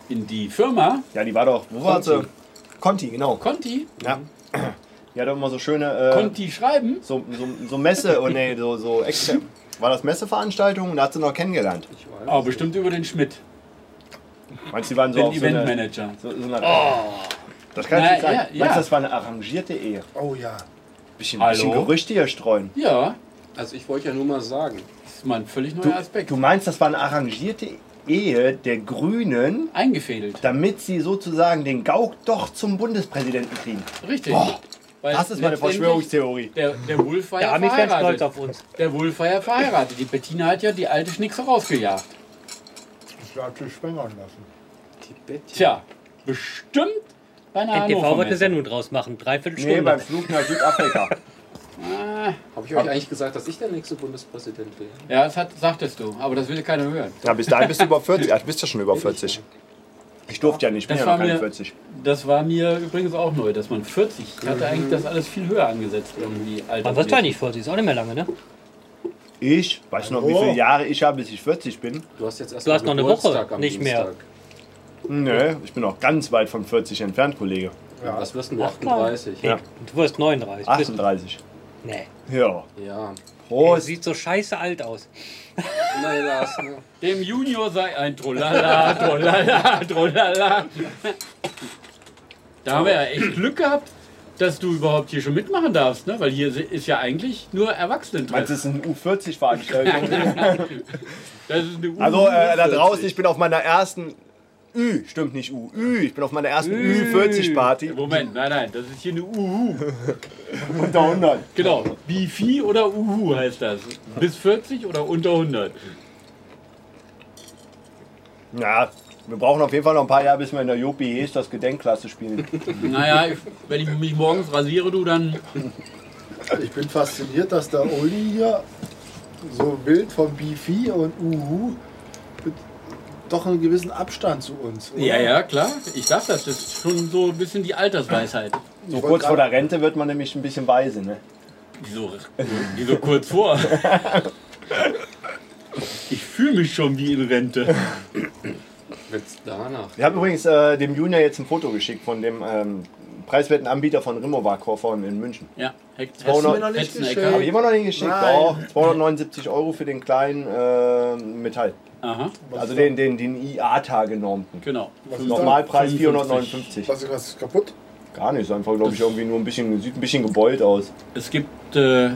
In die Firma
Ja, die war doch. Wo war sie? Conti, genau.
Conti.
Ja. Die hat doch immer so schöne. Äh,
Conti schreiben.
so, so, so Messe, oh nee, so, so extra. War das Messeveranstaltung und da hat sie noch kennengelernt.
Aber bestimmt über den Schmidt.
Meinst du, die waren so
Den
auf so eine,
Eventmanager.
so, so eine oh. Das kann ich nicht sagen.
Na, ja, ja.
Meinst du, das war eine arrangierte Ehe?
Oh ja.
Bisschen,
Hallo?
bisschen Gerüchte hier streuen.
Ja,
Also ich wollte ja nur mal sagen.
das ist mal ein völlig neuer
Du,
Aspekt.
du meinst, das war eine arrangierte Ehe der Grünen,
Eingefädelt.
damit sie sozusagen den Gauk doch zum Bundespräsidenten kriegen?
Richtig. Weil
Das ist meine
letztendlich
Verschwörungstheorie.
Der, der Wolf war
Der
ja
Ami ist ganz stolz
verheiratet.
auf uns.
Der Wolf war ja verheiratet. Die Bettina hat ja die alte Schnickse rausgejagt.
Ich habe sich schwängern lassen.
Tja, bestimmt bei einer
NTV
Hannover
wird eine
Messe.
Sendung draus machen. Dreiviertel
Nee, beim
Stunde.
Flug nach Südafrika.
Habe ich euch eigentlich gesagt, dass ich der nächste Bundespräsident wäre?
Ja, das hat, sagtest du, aber das will keiner hören.
Ja, bis dahin bist du über 40. Ja, du bist ja schon über 40. Ich durfte ja nicht, ich bin
Das
ja noch
war
keine
mir-
40.
Das war mir übrigens auch neu, dass man 40, ich hatte eigentlich das alles viel höher angesetzt irgendwie.
Man wird gar nicht 40, ist auch nicht mehr lange, ne?
Ich weiß noch, wie
Hallo?
viele Jahre ich habe, bis ich 40 bin.
Du hast jetzt erst
Du
mal
hast noch eine
Geburtstag
Woche,
am
nicht mehr.
Dienstag.
Nö, ich bin noch ganz weit von 40 entfernt, Kollege.
Ja.
Was wirst du? 38.
Ja.
Du wirst 39. Bist,
38.
nee.
Ja.
Ja.
Oh,
Prost.
sieht so scheiße alt aus.
Nein, Lars. Ne?
Dem Junior sei ein Trollala, Trollala, Trollala. Da haben wir ja echt Glück gehabt, dass du überhaupt hier schon mitmachen darfst, ne? Weil hier ist ja eigentlich nur Erwachsenen
Meinst du,
drin.
das ist eine U40-Veranstaltung?
Das ist eine U-
also, äh, da draußen, ich bin auf meiner ersten Ü, stimmt nicht U, Ü, ich bin auf meiner ersten Ü40-Party.
Moment, nein, nein, das ist hier eine Uhu.
Unter 100.
Genau, Bifi oder Uhu heißt das. Bis 40 oder unter 100.
Ja, wir brauchen auf jeden Fall noch ein paar Jahre, bis wir in der JPEs das Gedenkklasse spielen.
Naja, ich, wenn ich mich morgens rasiere, du, dann
Ich bin fasziniert, dass der Uli hier so ein Bild von Bifi und Uhu mit doch einem gewissen Abstand zu uns. oder?
Ja, ja, klar. Ich sag das. Das ist schon so ein bisschen die Altersweisheit.
So kurz vor der Rente wird man nämlich ein bisschen weise, ne?
Wieso, wieso kurz vor? Ich fühle mich schon wie in Rente.
Wenn's danach.
Ich habe übrigens äh, dem Junior jetzt ein Foto geschickt von dem ähm, preiswerten Anbieter von Rimowa-Koffern in München.
Ja, Hex-
Hast du mir
noch nicht
Hetzenecker.
geschickt?
Habe ich immer noch nicht geschickt.
Nein.
Doch, 279 Euro für den kleinen äh, Metall.
Aha,
Also den, den, den IA-Tag-genormten.
genau.
Was ist da?
Normalpreis 459.
Was ist was ist kaputt?
Gar nicht, ist einfach, glaube ich, irgendwie nur ein bisschen, sieht ein bisschen gebeult aus.
Es gibt, äh,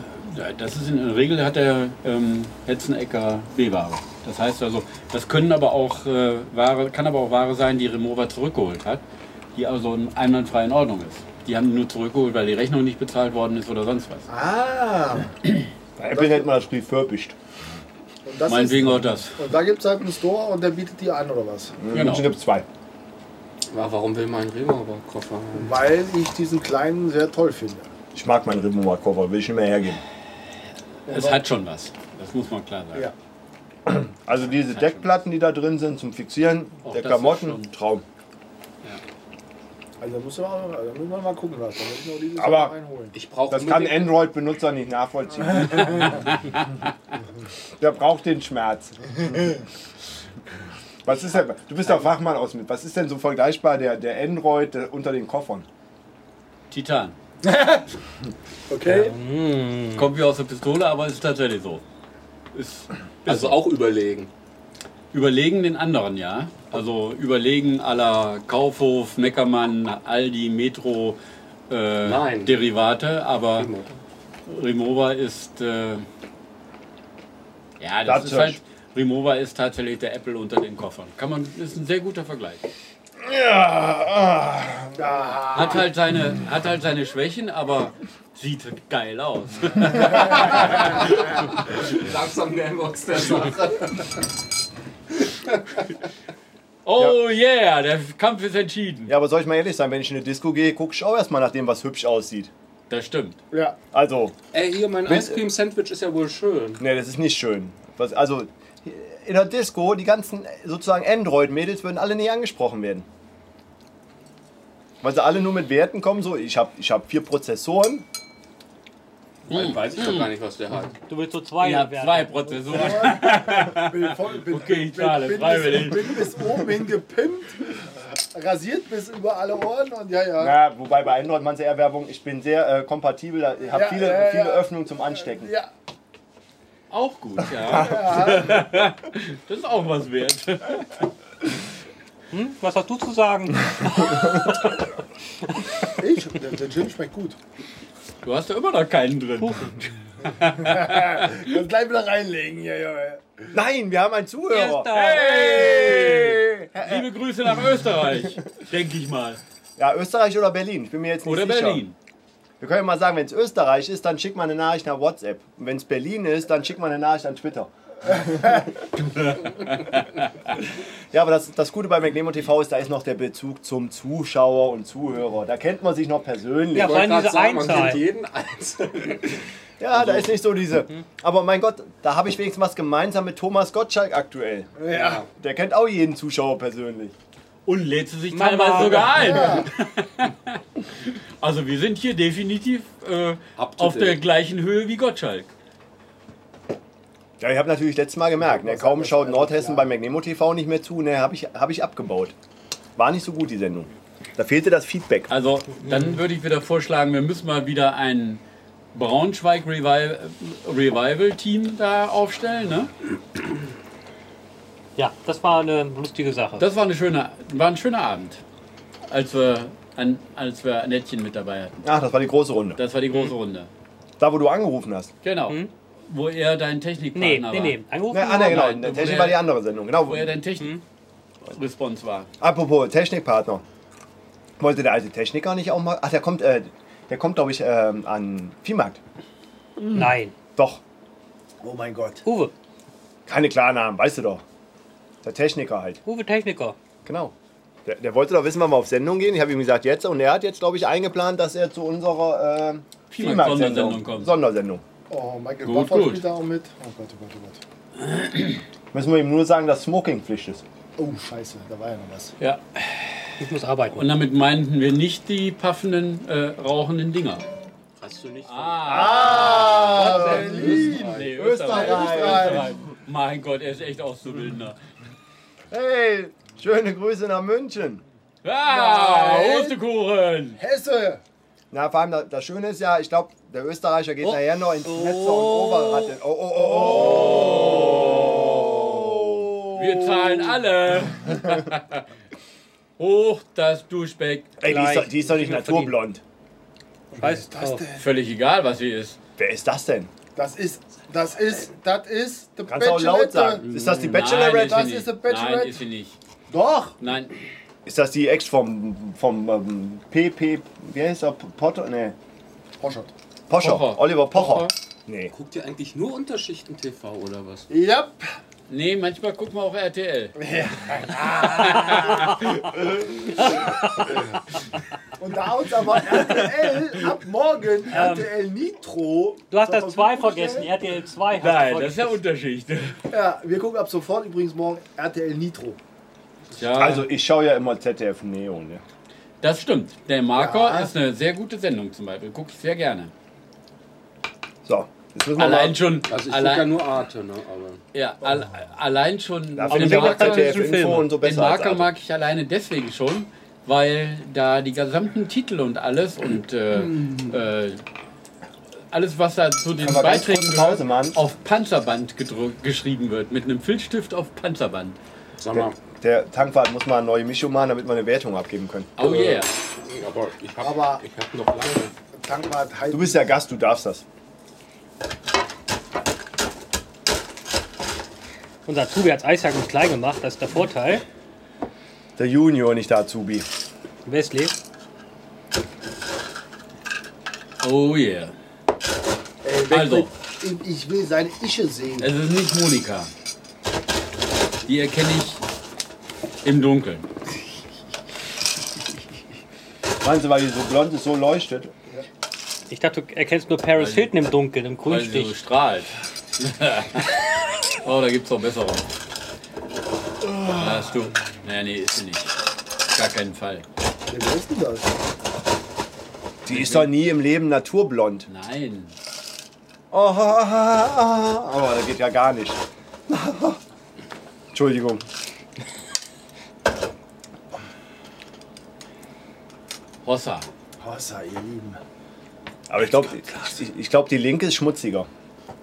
das ist in der Regel, hat der ähm, Hetzenecker B-Ware. Das heißt also, das können aber auch äh, Ware, kann aber auch Ware sein, die Remova zurückgeholt hat, die also in einwandfrei in Ordnung ist. Die haben die nur zurückgeholt, weil die Rechnung nicht bezahlt worden ist oder sonst was.
Ah!
Bei Apple nennt man das refurbished.
Und, das ist, Äh,
Meinetwegen auch das.
und da gibt es halt einen Store und der bietet die an oder was?
Mhm.
In
Genau.
München gibt es zwei.
Ah, warum will man einen Remover-Koffer haben?
Weil ich diesen kleinen sehr toll finde.
Ich mag meinen Rimowa-Koffer, will ich nicht mehr hergeben.
Es hat schon was. Das muss man klar sagen.
Ja.
Also diese Deckplatten, die da drin sind zum Fixieren,
Auch
der
das ist
Klamotten,
schon-
Traum.
Also da muss man, also da muss man mal gucken lassen. Da muss man auch dieses
Aber-
Jahr reinholen.
Ich brauche
Das kann Android-Benutzer nicht nachvollziehen. Der braucht den Schmerz. Was ist denn, du bist doch Fachmann aus mit. Was ist denn so vergleichbar der, der Android äh, unter den Koffern?
Titan.
Okay?
Kommt wie aus der Pistole, aber es ist tatsächlich so. Ist
also auch überlegen.
überlegen den anderen, ja. Also überlegen aller Kaufhof, Neckermann, Aldi, Metro, äh,
Nein.
Derivate, aber
Remover.
Remova ist. Äh, ja, das
Das
ist
ist-
halt. Remova ist tatsächlich der Apple unter den Koffern. Kann man, ist ein sehr guter Vergleich. Hat halt seine, hat halt seine Schwächen, aber sieht geil aus.
Langsam Gamebox der Sache.
Oh yeah, der Kampf ist entschieden.
Ja, aber soll ich mal ehrlich sein, wenn ich in eine Disco gehe, gucke ich auch erstmal nach dem, was hübsch aussieht.
Das stimmt.
Ja.
Also,
Ey, hier, mein
Willst-
Ice Cream Sandwich ist ja wohl schön.
Hm.
ne, das ist nicht schön. Was, also, in der Disco, die ganzen äh, sozusagen Android-Mädels würden alle nie angesprochen werden. Weil sie alle nur mit Werten kommen, so ich habe ich hab vier Prozessoren.
Weil weiß ich doch
Hm.
gar nicht, was der hat.
Du willst so zwei
Ja,
werden.
zwei Prozessoren.
Bin voll, bin,
Okay, ich
bin,
zahle,
bin,
freiwillig.
bis, bin bis oben hin gepimpt, rasiert bis über alle Ohren und ja, ja.
Ja, wobei bei Android manche Erwerbung, ich bin sehr äh, kompatibel, ich habe
Ja,
viele,
ja, ja.
viele Öffnungen zum Anstecken.
Ja,
Auch gut, ja. Das ist auch was wert.
Hm? Was hast du zu sagen?
ich, der, der Gin schmeckt gut.
Du hast ja immer noch keinen drin.
Kannst gleich wieder reinlegen. Ja, ja, ja.
Nein, wir haben einen Zuhörer.
Hey! Liebe Grüße nach Österreich, denke ich mal.
Ja, Österreich oder Berlin, ich bin mir jetzt nicht
Oder
sicher.
Berlin.
Wir können ja mal sagen, wenn es Österreich ist, dann schickt man eine Nachricht nach WhatsApp. Und wenn es Berlin ist, dann schickt man eine Nachricht an Twitter. ja, aber das, das Gute bei McNemo TV ist, da ist noch der Bezug zum Zuschauer und Zuhörer. Da kennt man sich noch persönlich.
Ja,
Ja,
vor allem diese
man kennt
Einzahl.
jeden einzelnen.
da ist nicht so diese. Aber mein Gott, da habe ich wenigstens was gemeinsam mit Thomas Gottschalk aktuell.
Ja.
Der kennt auch jeden Zuschauer persönlich.
Und lädt sie sich
Mama.
teilweise sogar ein. Also wir sind hier definitiv äh,
Up to
auf
date.
der gleichen Höhe wie Gottschalk.
Ja, ich habe natürlich letztes Mal gemerkt, ne, kaum schaut
also
Nordhessen bei McNemo TV nicht mehr zu, ne, habe ich, hab ich abgebaut. War nicht so gut, die Sendung. Da fehlte das Feedback.
Also dann würde ich wieder vorschlagen, wir müssen mal wieder ein Braunschweig Revival, Revival Team da aufstellen. Ne?
Ja, das war eine lustige Sache.
Das war, eine schöne, war ein schöner Abend, als wir, an, als wir Annettchen mit dabei hatten.
Ach, das war die große Runde.
Das war die große Runde.
Da, wo du angerufen hast.
Genau. Wo er dein Technikpartner
Hm? nee,
war.
nee, nee. Hm? Angerufen
Ne, ah, ne, genau.
nein,
Technik
wo
war
der-
die andere Sendung. Genau.
Wo er dein Technik-Response war.
Apropos Technikpartner. Wollte der alte Techniker nicht auch mal. Ach, der kommt, äh, der kommt, glaube ich, ähm, an Viehmarkt.
Nein.
Doch.
Oh mein Gott.
Uwe.
Keine Klarnamen, weißt du doch. Der Techniker halt.
Uwe Techniker.
Genau. Der, der wollte doch wissen, wann wir auf Sendung gehen. Ich habe ihm gesagt, jetzt. Und er hat jetzt, glaube ich, eingeplant, dass er zu unserer äh,
Sondersendung kommt.
Sondersendung.
Oh, Michael
Gut,
Buffer
gut.
spielt da auch mit. Oh Gott, oh Gott, oh Gott.
Müssen wir ihm nur sagen, dass Smoking Pflicht ist.
Oh, scheiße, da war ja noch was.
Ja.
Ich muss arbeiten.
Und damit meinten wir nicht die paffenden, äh, rauchenden Dinger.
Hast du nicht?
Nee,
Österreich.
Österreich. Mein Gott, er ist echt Auszubildender.
Hey, schöne Grüße nach München.
Ah, Ostekuchen!
Hesse!
Na, vor allem, das- das Schöne ist ja, ich glaube, der Österreicher geht nachher noch ins Netzer und Oberratte. Oh, oh, oh, oh.
Wir zahlen alle! Hoch das Duschbeck.
Ey, die ist, doch, die ist doch nicht
Gleich.
naturblond.
Scheiß drauf.
Völlig egal, was sie ist.
Wer ist das denn?
Das ist, das ist, das ist the
Kannst du auch laut sagen. Ist das die
Mhm. Nein, ist
Bachelorette?
sie
das
nicht.
ist eine Bachelorette.
Nein, ist sie nicht.
Doch!
Nein,
Ist das die Ex vom, vom ähm, PP, wie heißt er? Potter? Nee,
Horschert.
Poscher.
Pocher.
Oliver Pocher.
Pocher.
Nee.
Guckt ihr eigentlich nur Unterschichten TV oder was?
Ja,
nee, manchmal gucken wir auf RTL.
und da uns aber RTL ab morgen RTL Nitro. ne?
Du hast das 2
vergessen.
vergessen. RTL 2 hast
Nein,
du
das ist Also ja Unterschicht.
Ja, wir gucken ab sofort übrigens morgen RTL Nitro.
Ja,
Also, ich schaue ja immer ZDF Neo. Ne?
das stimmt. Der Marker ist
also-
eine sehr gute Sendung zum Beispiel. Gucke ich sehr gerne.
So, jetzt müssen wir
Allein
mal.
schon.
Also ich gucke ja
allein,
nur Arte, ne? Aber
ja, alle- allein schon.
Da
den
finde ich aber
Marker-
ZDF Info
Filme.
und so
Den
besser. als
Marker
Arte.
mag ich alleine deswegen schon, weil da die gesamten Titel und alles und äh,
Hm.
äh, alles, was da zu den
Können wir ganz
Beiträgen
kurz eine
gehört,
Pause machen?
auf Panzerband gedruckt- geschrieben wird. Mit einem Filzstift auf Panzerband.
sag mal,
Der Tankwart muss mal eine neue Mischung machen, damit wir eine Wertung abgeben können.
Oh yeah.
aber ich hab,
Aber-
ich hab noch lange.
Tankwart halt.
Du bist ja Gast, du darfst das.
Unser Zubi hat Eisjacken klein gemacht. Das ist der Vorteil.
Der Junior, nicht der Azubi.
Wesley.
Oh yeah.
Ey, weg
also.
mit ihm. Äh, ich will seine Ische sehen.
Äh.
Es ist nicht Monika. Die erkenne ich im Dunkeln.
Meinst du, weil die so blond ist, so leuchtet?
Ich dachte, du erkennst nur Paris Hilton im Dunkeln, im
Weil sie so
Grünstich.
strahlt. oh, da gibt's doch bessere. Da hast du. Naja, nee, ist sie nicht. Gar keinen Fall.
Dem ist denn das?
Die ist doch nie im Leben naturblond.
Nein.
Oh, oh, oh, oh, das geht ja gar nicht. Entschuldigung.
Hossa.
Hossa, ihr Lieben.
Aber ich glaube, ich, ich glaub, die linke ist schmutziger.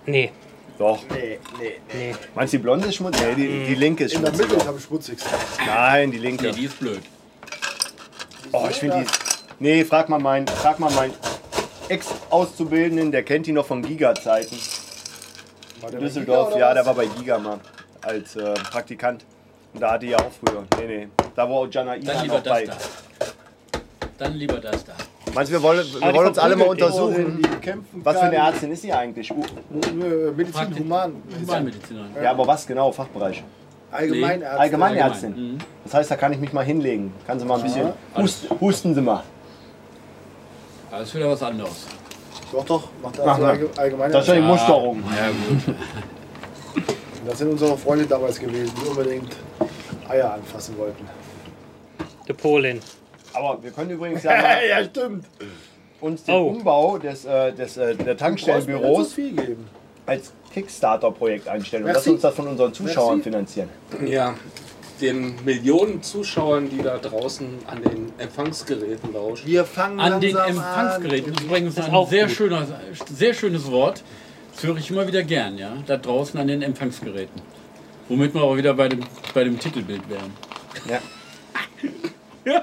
Nee,
Doch.
Nee, nee.
nee.
Meinst du, die blonde ist schmutziger? Nee, die, die linke ist
In der Mitte
schmutziger.
ist am schmutzigsten.
Nein, die
Nee,
linke.
die ist blöd.
Oh, ich finde die. Nee, frag mal meinen, frag mal meinen Ex-Auszubildenden, der kennt die noch von Giga-Zeiten.
War der
In
bei
Düsseldorf,
Giga
ja,
oder was?
der war bei Giga mal als äh, Praktikant. Und da hatte ich ja auch früher. Nee, nee. Da war auch Jana
Dann
Ina
lieber
noch
das
bei.
da. Dann lieber das da.
Meinst du, wir wollen, wir
die
wollen uns alle mal
verprügelt
Oh,
untersuchen?
Ah, die kämpfen
Was für eine
kann.
Ärztin ist sie eigentlich? U
Nö, Medizin,
Praktik-
Human.
Humanmedizinerin.
ja, aber was genau? Fachbereich.
Allgemeinärzte.
Allgemeinärztin.
Allgemein,
Das heißt, da kann ich mich mal hinlegen. Kann sie mal ein bisschen.
Alles.
Husten, husten Sie mal.
Aber das ist wieder was anderes.
Doch, doch, macht
Mach
also
mal.
Allge-
Das ist ja die
Allgemeinärzte.
Musterung.
Ah, Ja, gut.
Das sind unsere Freunde damals gewesen, die unbedingt Eier anfassen wollten.
Die Polin.
Aber wir können übrigens ja mal
ja, stimmt.
uns den
Oh.
Umbau des, äh, des, äh, der
Brauchst mir nicht so
Tankstellenbüros
viel geben.
als Kickstarter-Projekt einstellen und
Merci.
lass uns das von unseren Zuschauern
Merci.
finanzieren.
Ja, den Millionen Zuschauern, die da draußen an den Empfangsgeräten lauschen.
Wir fangen
An den
langsam
Empfangsgeräten ist übrigens
Ist
ein
auch
sehr,
gut.
schöner, sehr schönes Wort. Das höre ich immer wieder gern, ja. Da draußen an den Empfangsgeräten. Womit wir aber wieder bei dem, bei dem Titelbild wären.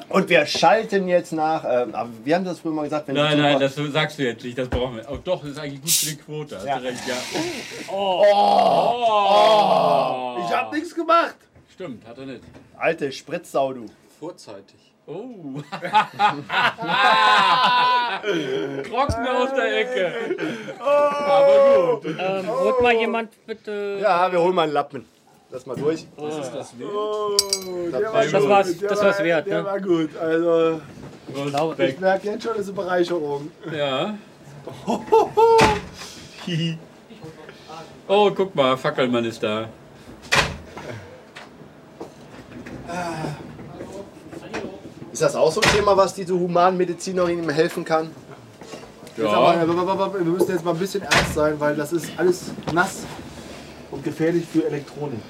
Und wir schalten jetzt nach. Äh, aber wir haben das früher mal gesagt, wenn
Nein,
die
nein,
Zuschauer-
das sagst du jetzt nicht, das brauchen wir. Oh, doch, das ist eigentlich gut für die Quote. Hast
Ja.
du recht, ja.
an. Ich hab nichts gemacht.
Stimmt, hat er nicht.
Alte Spritzsau, du.
Vorzeitig.
Oh. Trockner aus der Ecke.
Ähm, holt mal jemand bitte.
Ja, wir holen mal einen Lappen. Lass mal durch.
Oh, der
war-
das
gut,
war's-
der
das
war-
war's wert,
Der
ne?
war gut. Also,
Ich glaube,
ich merke jetzt schon, das ist eine Bereicherung.
Ja. Hihi. Oh, guck mal, Fackelmann ist da.
Ist das auch so ein Thema, was diese Humanmedizinerin ihm helfen kann?
Jetzt aber, w- w- w- wir müssen jetzt mal ein bisschen ernst sein, weil das ist alles nass und gefährlich für Elektronik.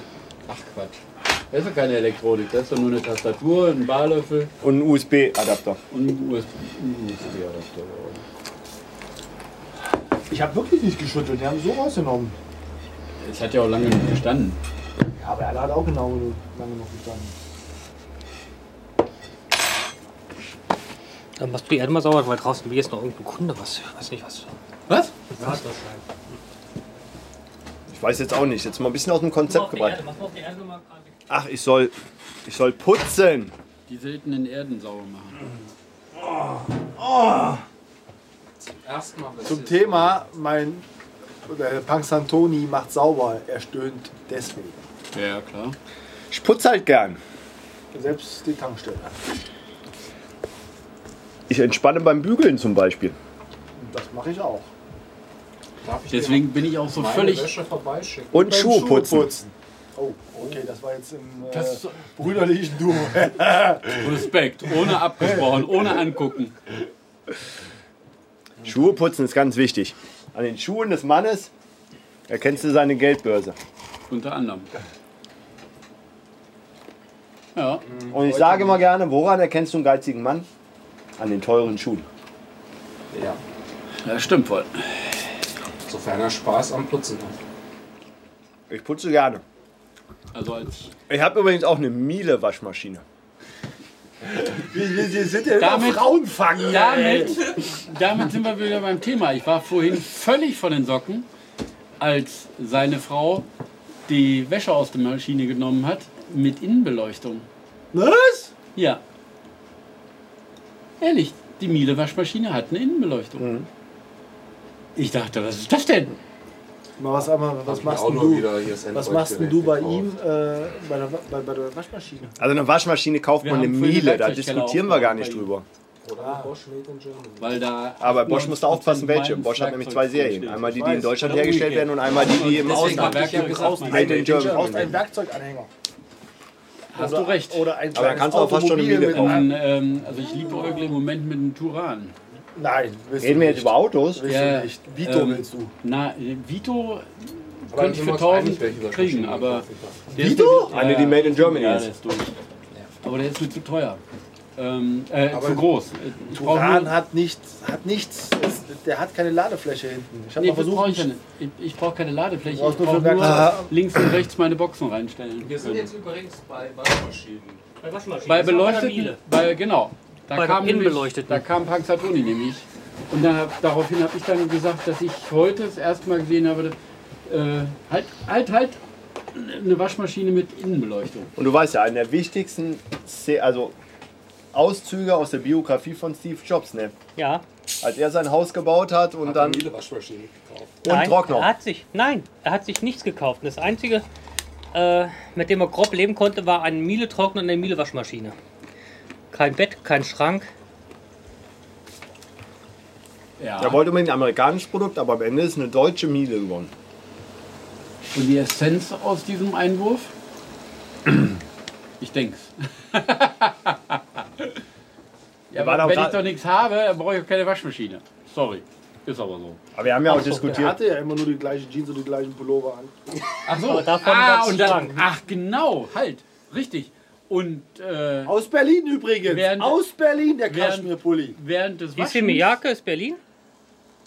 Ach Quatsch. Das ist doch keine Elektronik, das ist doch nur eine Tastatur, ein Barlöffel
Und einen USB-Adapter.
und ein USB-Adapter.
Ich habe wirklich nicht geschüttelt, die haben so rausgenommen.
Es hat ja auch lange nicht gestanden.
Ja, aber er hat auch genau lange noch gestanden.
dann machst du die Erde mal sauer, weil draußen will jetzt noch irgendein Kunde was. Ich weiß nicht, was.
Was?
Was?
Ich weiß jetzt auch nicht. Jetzt mal ein bisschen aus dem Konzept gebracht.
mach mal auf die Erde mal gerade.
Ach, ich soll, ich soll putzen.
Die seltenen Erden sauber machen.
Erstmal was
Zum
ist-
Thema, mein oder Punk Santoni macht sauber, er stöhnt deswegen.
Ja, klar.
Ich putze halt gern.
Selbst die Tankstelle.
Ich entspanne beim Bügeln zum Beispiel.
Und das mache ich auch.
Darf ich
Deswegen bin ich auch so
meine
völlig.
Wäsche vorbeischicken?
Und
Beim
Schuhe putzen.
Oh, okay, das war jetzt im äh,
Das-
brüderlichen Duo.
Respekt, ohne abgesprochen, ohne angucken.
Schuhe putzen ist ganz wichtig. An den Schuhen des Mannes erkennst du seine Geldbörse.
Unter anderem. Ja,
Und ich sage immer gerne, woran erkennst du einen geizigen Mann? An den teuren Schuhen.
Ja,
das stimmt voll.
sofern er Spaß am Putzen hat.
Ich putze gerne.
Also als
Ich habe übrigens auch eine Miele-Waschmaschine.
Wir, wir, wir sind ja
Damit-
immer Frauen fangen.
damit, damit sind wir wieder beim Thema. Ich war vorhin völlig von den Socken, als seine Frau die Wäsche aus der Maschine genommen hat mit Innenbeleuchtung.
Was?
Ja. Ehrlich, die Miele-Waschmaschine hat eine Innenbeleuchtung. Ich dachte, was ist das denn?
Mal was, einmal, was
Hab ich mir
machst
auch
denn
nur
du?
wieder hier das
Was
Android-Gerät
machst denn du bei
gekauft.
ihm äh, bei, der, bei, bei der Waschmaschine?
Also eine Waschmaschine kauft
Wir
man eine
haben vorhin
Miele,
die
da
Werkzeugkeller
diskutieren wir gar
aufgebaut
nicht
bei ihm.
drüber.
Oder Bosch made in Germany.
Weil da
Aber Bosch musste aufpassen, welche.
98%
Bosch hat nämlich zwei Serien. Einmal die, die in
weiß.
Deutschland
Oder
hergestellt
umgekehrt.
werden und einmal die, die im
Deswegen
Ausland.
hab ich ja gesagt,
Made in
Du brauchst
Germany.
einen Werkzeuganhänger.
Hast
oder,
du recht.
Oder ein
Aber da
kleines
kannst du auch fast schon eine
Automobil
Miete
mit
kaufen.
einem-
Ein, ähm, also ich liebäugle im Moment mit einem Turan.
Nein, willst
Reden
du
wir jetzt
nicht.
über Autos?
Willst
Ja,
du nicht. Vito
ähm,
willst du.
Na, äh, Vito
Aber
könnte ich
sind
für
wir uns einig,
1000
welche solche
kriegen,
Maschinen
aber...
also
gekauft werden.
der ist
Vito?
mir zu-
Eine, die made in Germany
ja,
ist.
der ist durch. Aber der ist mir zu teuer. Ähm, äh,
Aber
zu groß. Ich brauch
Turan
nur-
hat nichts, hat nichts. Es- Der hat keine Ladefläche hinten. Ich habe
Nee,
mal
das brauch ich, ja
versucht.
nicht. ich, ich brauche keine Ladefläche.
Brauchst
ich
nur für
brauche nur
Werkstatt.
links und rechts meine Boxen reinstellen.
Wir sind
können.
jetzt übrigens bei Waschmaschinen.
Bei Waschmaschinen.
Bei
ist auch der
beleuchteten,
Miele.
bei, genau. Da
Bei
kam nämlich,
innenbeleuchteten.
Da kam Punk Saturni nämlich. Und dann hab, daraufhin habe ich dann gesagt, dass ich heute das erste Mal gesehen habe, dass, äh, halt, halt, halt, eine Waschmaschine mit Innenbeleuchtung.
Und du weißt ja, einer der wichtigsten Szene, also Auszüge aus der Biografie von Steve Jobs, ne?
Ja.
Als er sein Haus gebaut hat und dann
Viele Waschmaschinen gekauft.
und
nein, Er
Trockner.
hat sich, nein, er hat sich nichts gekauft. Das Einzige, äh, mit dem er grob leben konnte, war ein Miele-Trockner und eine Miele-Waschmaschine. Kein Bett, kein Schrank.
Ja.
Er wollte unbedingt ein amerikanisches Produkt, aber am Ende ist eine deutsche Miele geworden.
Und die Essenz aus diesem Einwurf? Ich denk's. ja,
war doch
aber wenn ich
grad-
doch nichts habe, dann brauche ich auch keine Waschmaschine. Sorry. Ist aber so.
Aber wir haben ja auch
Er
diskutiert.
hatte ja immer nur die gleichen Jeans und die gleichen Pullover an.
Ach so,
Aber davon
ah,
gab's
und dann,
Schrank. ne?
ach genau, halt, richtig. Und äh,
Aus Berlin übrigens.
Während-
Aus Berlin, der
während-
Kaschmirpulli.
während des
Issey Miyake ist Berlin.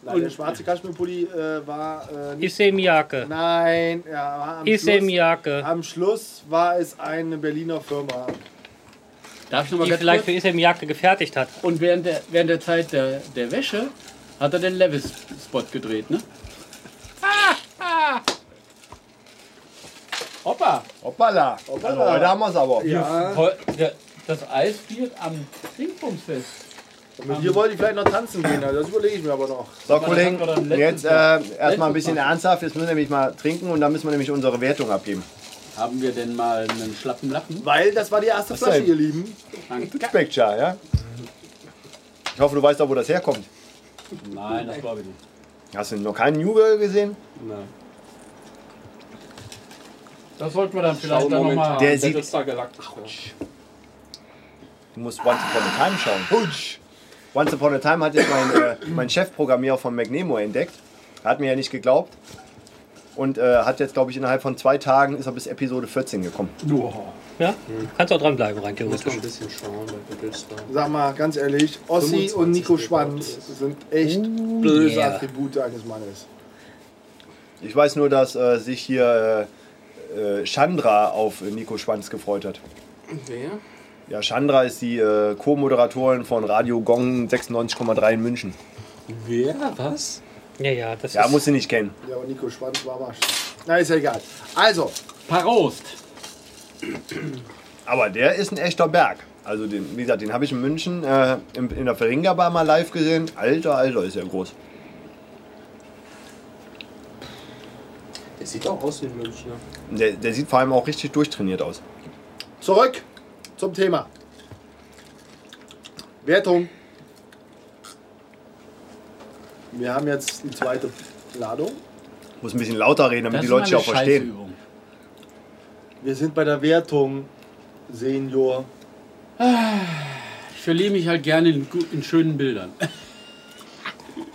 Nein, der schwarze Kaschmirpulli äh, war äh, nicht.
Issey Miyake.
Nein, er war am
Issey
Schluss,
Miyake.
am Schluss war es eine Berliner Firma.
darf ich noch mal
Die
ganz
vielleicht für
kurz?
Issey Miyake gefertigt hat.
Und während der, während der Zeit der, der Wäsche hat er den Levis-Spot gedreht, ne? Ah, ah. Hoppa!
Hoppala. Also heute haben wir es aber.
Heu- der- Das Eis spielt am Dingsbumsfest.
Und hier wollte ich vielleicht noch tanzen gehen, also das überlege ich mir aber noch.
So,
das
Kollegen,
hatten wir dann letztes
jetzt
Mal.
äh, erstmal ein bisschen ernsthaft. Jetzt müssen wir nämlich mal trinken und dann müssen wir nämlich unsere Wertung abgeben.
Haben wir denn mal einen schlappen Lappen?
Weil das war die erste Flasche,
denn?
ihr Lieben.
Good Picture, ja? Ich hoffe, du weißt auch, wo das herkommt.
Nein, das glaube ich nicht.
Hast du noch keinen New Girl gesehen?
Nein.
Das sollten wir dann vielleicht
Schau
dann
momentan
nochmal.
Der sieht-
Battlestar Galactica.
Du musst Once Upon a Time schauen. Once Upon a Time hat jetzt mein, äh, mein Chefprogrammierer von McNemo entdeckt. Er hat mir ja nicht geglaubt. Und äh, hat jetzt, glaube ich, innerhalb von zwei Tagen ist er bis Episode 14 gekommen.
Ja? Kannst auch dranbleiben, rein
Muss man
theoretisch.
ein bisschen schauen bei Battlestar.
Sag mal, ganz ehrlich, Ossi
25
und Nico
Sekunden.
Schwanz sind echt böse
yeah.
Attribute eines Mannes.
Ich weiß nur, dass äh, sich hier äh, äh, Chandra auf Nico Schwanz gefreut hat.
Wer?
Ja, Chandra ist die äh, Co-Moderatorin von Radio Gong 96,3 in München.
Wer? Was?
Ja, ja, das
Ja,
ist.
muss sie nicht kennen.
Ja, aber Nico Schwanz war wasch. Na, ist ja egal. Also,
Parost!
Aber der ist ein echter Berg. Also, den, wie gesagt, den habe ich in München äh, in, in der Verringerbar mal live gesehen. Alter, alter, ist er groß.
Der sieht auch aus wie ein Münchner.
Der, der sieht vor allem auch richtig durchtrainiert aus.
zurück zum Thema. Wertung. Wir haben jetzt die zweite Ladung.
Muss ein bisschen lauter reden, damit
Das
die
ist
Leute
mal
dich
eine
auch verstehen.
Scheißübung.
Wir sind bei der Wertung, Senior.
Ich verliere mich halt gerne in, gu- in schönen Bildern.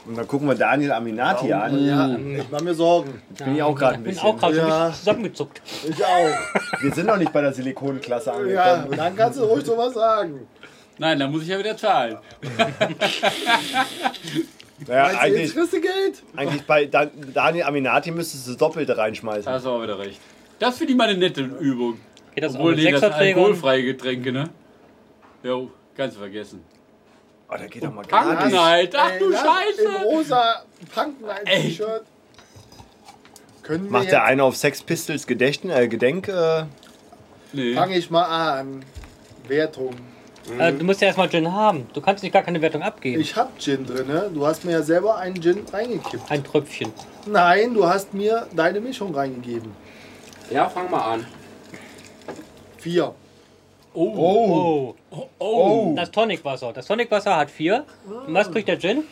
Und dann gucken wir Daniel Aminati an.
Ja, ich mache mir Sorgen.
Ich bin ja auch gerade ein
bin
bisschen.
auch gerade
Ja.
so mich zusammengezuckt.
Ich auch.
Wir sind noch nicht bei der Silikonklasse
Ja,
angekommen.
dann kannst du ruhig sowas sagen.
Nein, da muss ich ja wieder zahlen.
Ja,
Meinst du, jetzt
eigentlich,
kriegst du Geld?
eigentlich bei Dan Daniel Aminati müsstest du das Doppelte
Da
reinschmeißen.
hast du auch wieder recht. Das finde ich mal eine nette Übung.
Geht das
Obwohl,
auch
nee,
mit
das sind
Sechserträgern?
alkoholfreie Getränke, ne? Jo, kannst du vergessen.
Oh, da geht doch mal gar nichts.
Pankenheit, ach
Ey,
du
lass Im
Scheiße!
rosa Punken-T-Shirt. Können wir
Macht
jetzt,
der eine auf Sex Pistols Gedächten, äh, Gedenk? Äh,
Nee.
Fange ich mal an. Wertung.
Äh, du musst ja erstmal Gin haben. Du kannst nicht gar keine Wertung abgeben.
Ich hab Gin drin, ne? Du hast mir ja selber einen Gin reingekippt.
Ein Tröpfchen.
Nein, du hast mir deine Mischung reingegeben.
Ja, fang mal an.
Vier.
Oh,
Oh.
oh, oh.
Das Tonicwasser. Das Tonicwasser hat vier. Und was kriegt der Gin?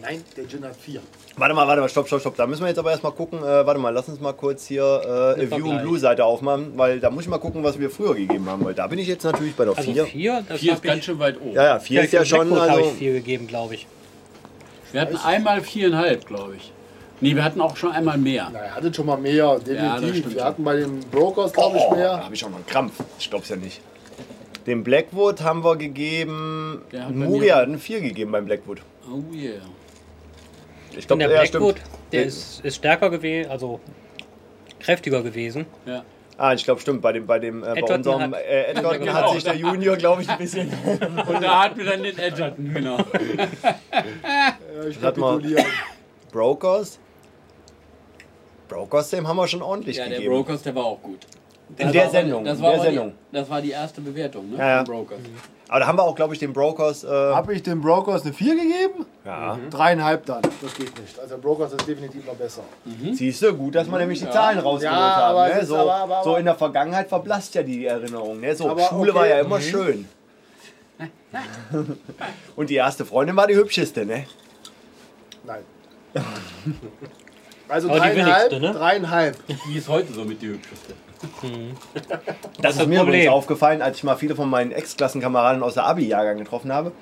Nein, der Gin hat vier.
Warte mal, warte mal, stopp, stopp, stopp. Da müssen wir jetzt aber erstmal gucken. Äh, warte mal, lass uns mal kurz hier äh, A View
Vergleich.
und Blue Seite aufmachen, weil da muss ich mal gucken, was wir früher gegeben haben. Weil da bin ich jetzt natürlich bei der
Also
4.
vier, das
Vier
hab
ist ganz schön weit oben.
ja, ja, 4
ich,
ist ja schon.
habe ich
Also,
vier gegeben, glaube ich.
Wir hatten einmal viereinhalb, glaube ich. Nee, wir hatten auch schon einmal mehr.
Na, er hatte schon mal mehr, definitiv.
stimmt
wir
schon.
hatten bei den Brokers, glaube ich,
oh, da
mehr.
habe ich schon mal einen Krampf. Ich glaub's ja nicht. Dem Blackwood haben wir gegeben.
Der hat bei mir-
Muria hat einen 4 gegeben beim Blackwood.
Oh yeah.
Ich
Und
glaube,
der
ja, stimmt.
Blackwood, der ist, ist stärker gewesen, also kräftiger gewesen.
Ja.
Ah, ich glaube, stimmt. Bei dem, bei dem, äh, bei
Edgerton
unserem
hat-
äh, Edgerton
Genau.
hat sich der Junior, glaube ich, ein bisschen.
Und da hatten wir dann den Edgerton, genau.
Ja, Äh, ich
hat mal-
kapituliere.
Brokers. Brokers, dem haben wir schon ordentlich
Ja, der
gegeben.
Brokers, der war auch gut.
In der Sendung.
Das
In
war,
der
aber die-
Sendung.
das war die erste Bewertung, ne?
Ja, ja.
von Brokers.
Aber da haben wir auch, glaube ich, den Brokers. Äh,
Habe ich den Brokers eine 4 gegeben?
ja.
Mhm. Dreieinhalb dann. Das geht nicht. Also der Brokers ist definitiv noch besser.
Hm? Siehst du, gut, dass man nämlich die Zahlen rausgeholt
Hm, Ja,
haben.
aber es
ne?
ist
so,
aber- aber-
so in der Vergangenheit verblasst ja die Erinnerung. Ne? So,
Aber
Schule
okay, Mhm.
war ja immer schön. Und die erste Freundin war die hübscheste, ne?
Nein. Also
Aber die
dreieinhalb,
billigste, ne?
dreieinhalb.
Die ist heute so mit die hübscheste.
Das, ist
das
mir
Also Problem.
übrigens aufgefallen, als ich mal viele von meinen Ex-Klassenkameraden aus der Abi-Jahrgang getroffen habe,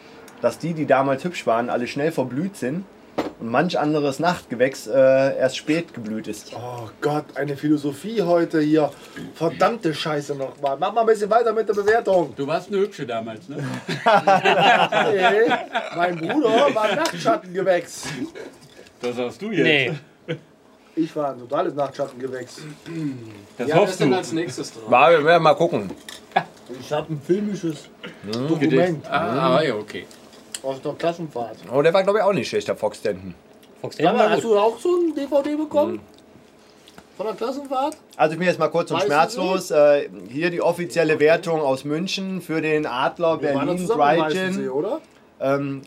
dass die, die damals hübsch waren, alle schnell verblüht sind und manch anderes Nachtgewächs äh, erst spät geblüht ist.
Oh Gott, eine Philosophie heute hier. Verdammte Scheiße nochmal. Mach mal ein bisschen weiter mit der Bewertung.
Du warst eine hübsche damals, ne?
Hey, mein Bruder war ein Nachtschattengewächs.
Das hast du jetzt.
Nee,
Ich war ein totales Nachtschattengewächs.
Das
Ja, wer
hoffst
ist denn
du.
als nächstes dran?
Mal, wir werden mal gucken.
Ich habe ein filmisches Dokument
Ah, ah, ja, okay.
aus der Klassenfahrt.
Oh, der war, glaube ich, auch nicht schlecht, der Fox Denton.
Fox
Sag mal,
war
hast
gut.
du auch so ein DVD bekommen? Von der Klassenfahrt?
Also ich bin jetzt mal kurz und
Weißen
schmerzlos. Äh, hier die offizielle Wertung aus München für den Adler
Wir waren da
Berlin
zusammen
Dry
im Weißensee,
Gin.
oder?
Ähm,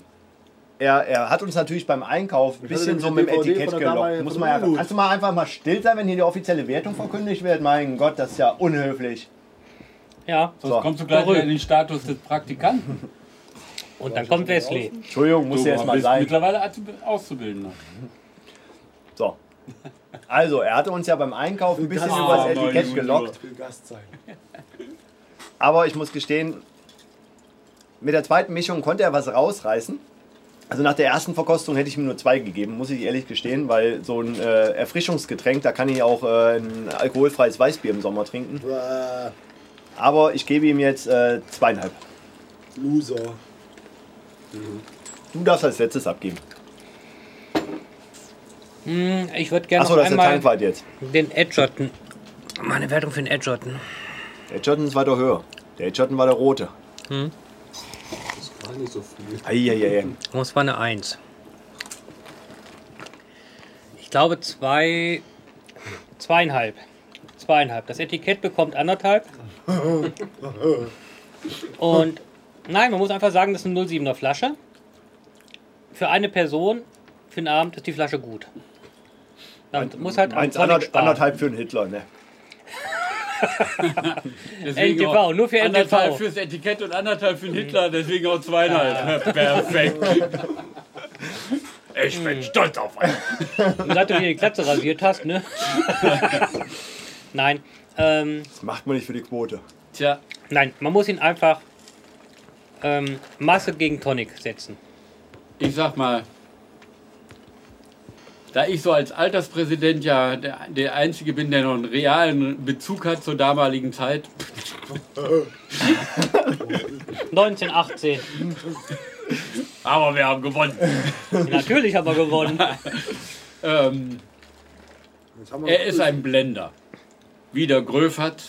er, er hat uns natürlich beim Einkauf ein
hatte
bisschen
nämlich
so
eine
mit dem
DVD
Etikett
von der Dame
gelockt.
von
Muss
der
man ja,
Unmut.
kannst du mal einfach mal still sein, wenn hier die offizielle Wertung verkündigt wird? Mein Gott, das ist ja unhöflich.
Ja,
Sonst
So.
kommst du gleich wieder
Verrückt.
in den Status des Praktikanten.
und dann kommt Wesley.
Entschuldigung, muss ja
du
jetzt mal
bist
sein.
mittlerweile Azubi- Auszubildender.
So. Also, er hatte uns ja beim Einkauf ein bisschen
Gast-
über das
Ah, mein
Etikett
Junior.
gelockt.
Ich will Gast sein.
Aber ich muss gestehen, mit der zweiten Mischung konnte er was rausreißen. Also nach der ersten Verkostung hätte ich ihm nur zwei gegeben, muss ich ehrlich gestehen, weil so ein äh, Erfrischungsgetränk, da kann ich auch äh, ein alkoholfreies Weißbier im Sommer trinken.
Bäh,
Aber ich gebe ihm jetzt äh, zweieinhalb.
Loser.
Du darfst als letztes abgeben.
Hm, Ich würde gerne
Achso,
noch
das ist der
einmal
Tankwart jetzt.
den Edgerton. Meine Wertung für den Edgerton.
Der Edgerton ist weiter höher. Der Edgerton war der rote.
Das war nicht so viel.
Eieiei.
Oh, es war eine 1. Ich glaube zwei, zweieinhalb. Zweieinhalb. Das Etikett bekommt anderthalb. Und nein, man muss einfach sagen, das ist eine 07er Flasche. Für eine Person, für den Abend ist die Flasche gut. Man muss halt am
Eins
Tonic
ander,
sparen.
anderthalb für einen Hitler, ne?
Deswegen
NTV,
auch
nur für NTV.
Anderthalb fürs Etikett und anderthalb für den Hitler, deswegen auch zweieinhalb. Perfekt. Ich bin stolz auf euch.
Und seit du dir die Glatze rasiert hast, ne? nein. Ähm,
Das macht man nicht für die Quote.
Tja,
Nein, man muss ihn einfach ähm, Masse gegen Tonic setzen.
ich sag mal, da ich so als Alterspräsident ja der, der Einzige bin, der noch einen realen Bezug hat zur damaligen Zeit,
1918.
aber wir haben gewonnen.
Natürlich haben wir gewonnen.
Ähm,
Jetzt haben wir
er ist ein Blender. Wie der Gröf hat,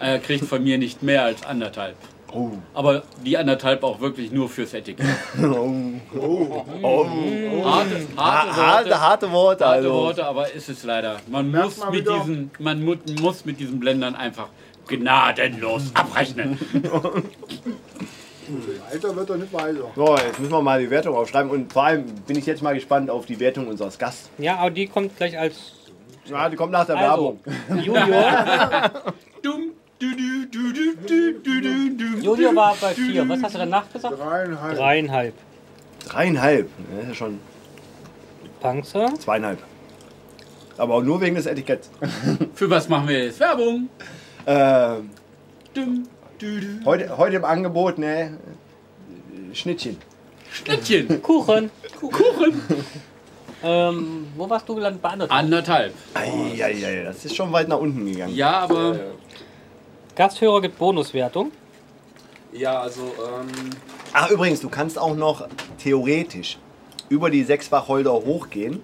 er kriegt von mir nicht mehr als anderthalb.
Oh.
Aber die anderthalb auch wirklich nur fürs Etikett.
Oh.
Harte, harte,
Harte, harte Worte.
Worte, harte
Also.
Worte, aber ist es leider. Man
Merkt
muss,
mal
mit
wieder.
diesen, man mu muss mit diesen Blendern einfach gnadenlos abrechnen.
Alter wird doch nicht weiser.
So, jetzt müssen wir mal die Wertung aufschreiben und vor allem bin ich jetzt mal gespannt auf die Wertung unseres Gasts.
Ja, aber die kommt gleich als
Ja, die kommt nach der
also,
Werbung.
Junior.
Dum, du, du, du, du, du, du, du, du.
Junior war bei 4. Was hast du danach gesagt?
Dreieinhalb.
Dreieinhalb.
Dreieinhalb. Das ist ja schon
Panzer.
Zweieinhalb. Aber auch nur wegen des Etiketts.
Für was machen wir jetzt? Werbung.
Ähm,
Düm, dü, dü.
heute, heute im Angebot, ne? äh, Schnittchen.
Schnittchen.
Kuchen.
Kuchen.
ähm, wo warst du gelandet? Bei anderen.
Anderthalb.
Eieiei, das ist schon weit nach unten gegangen.
Ja,
Äh,
aber
Gasthörer gibt Bonuswertung.
Ja, also, ähm,
Ach, übrigens, du kannst auch noch theoretisch über die sechs Wacholder hochgehen.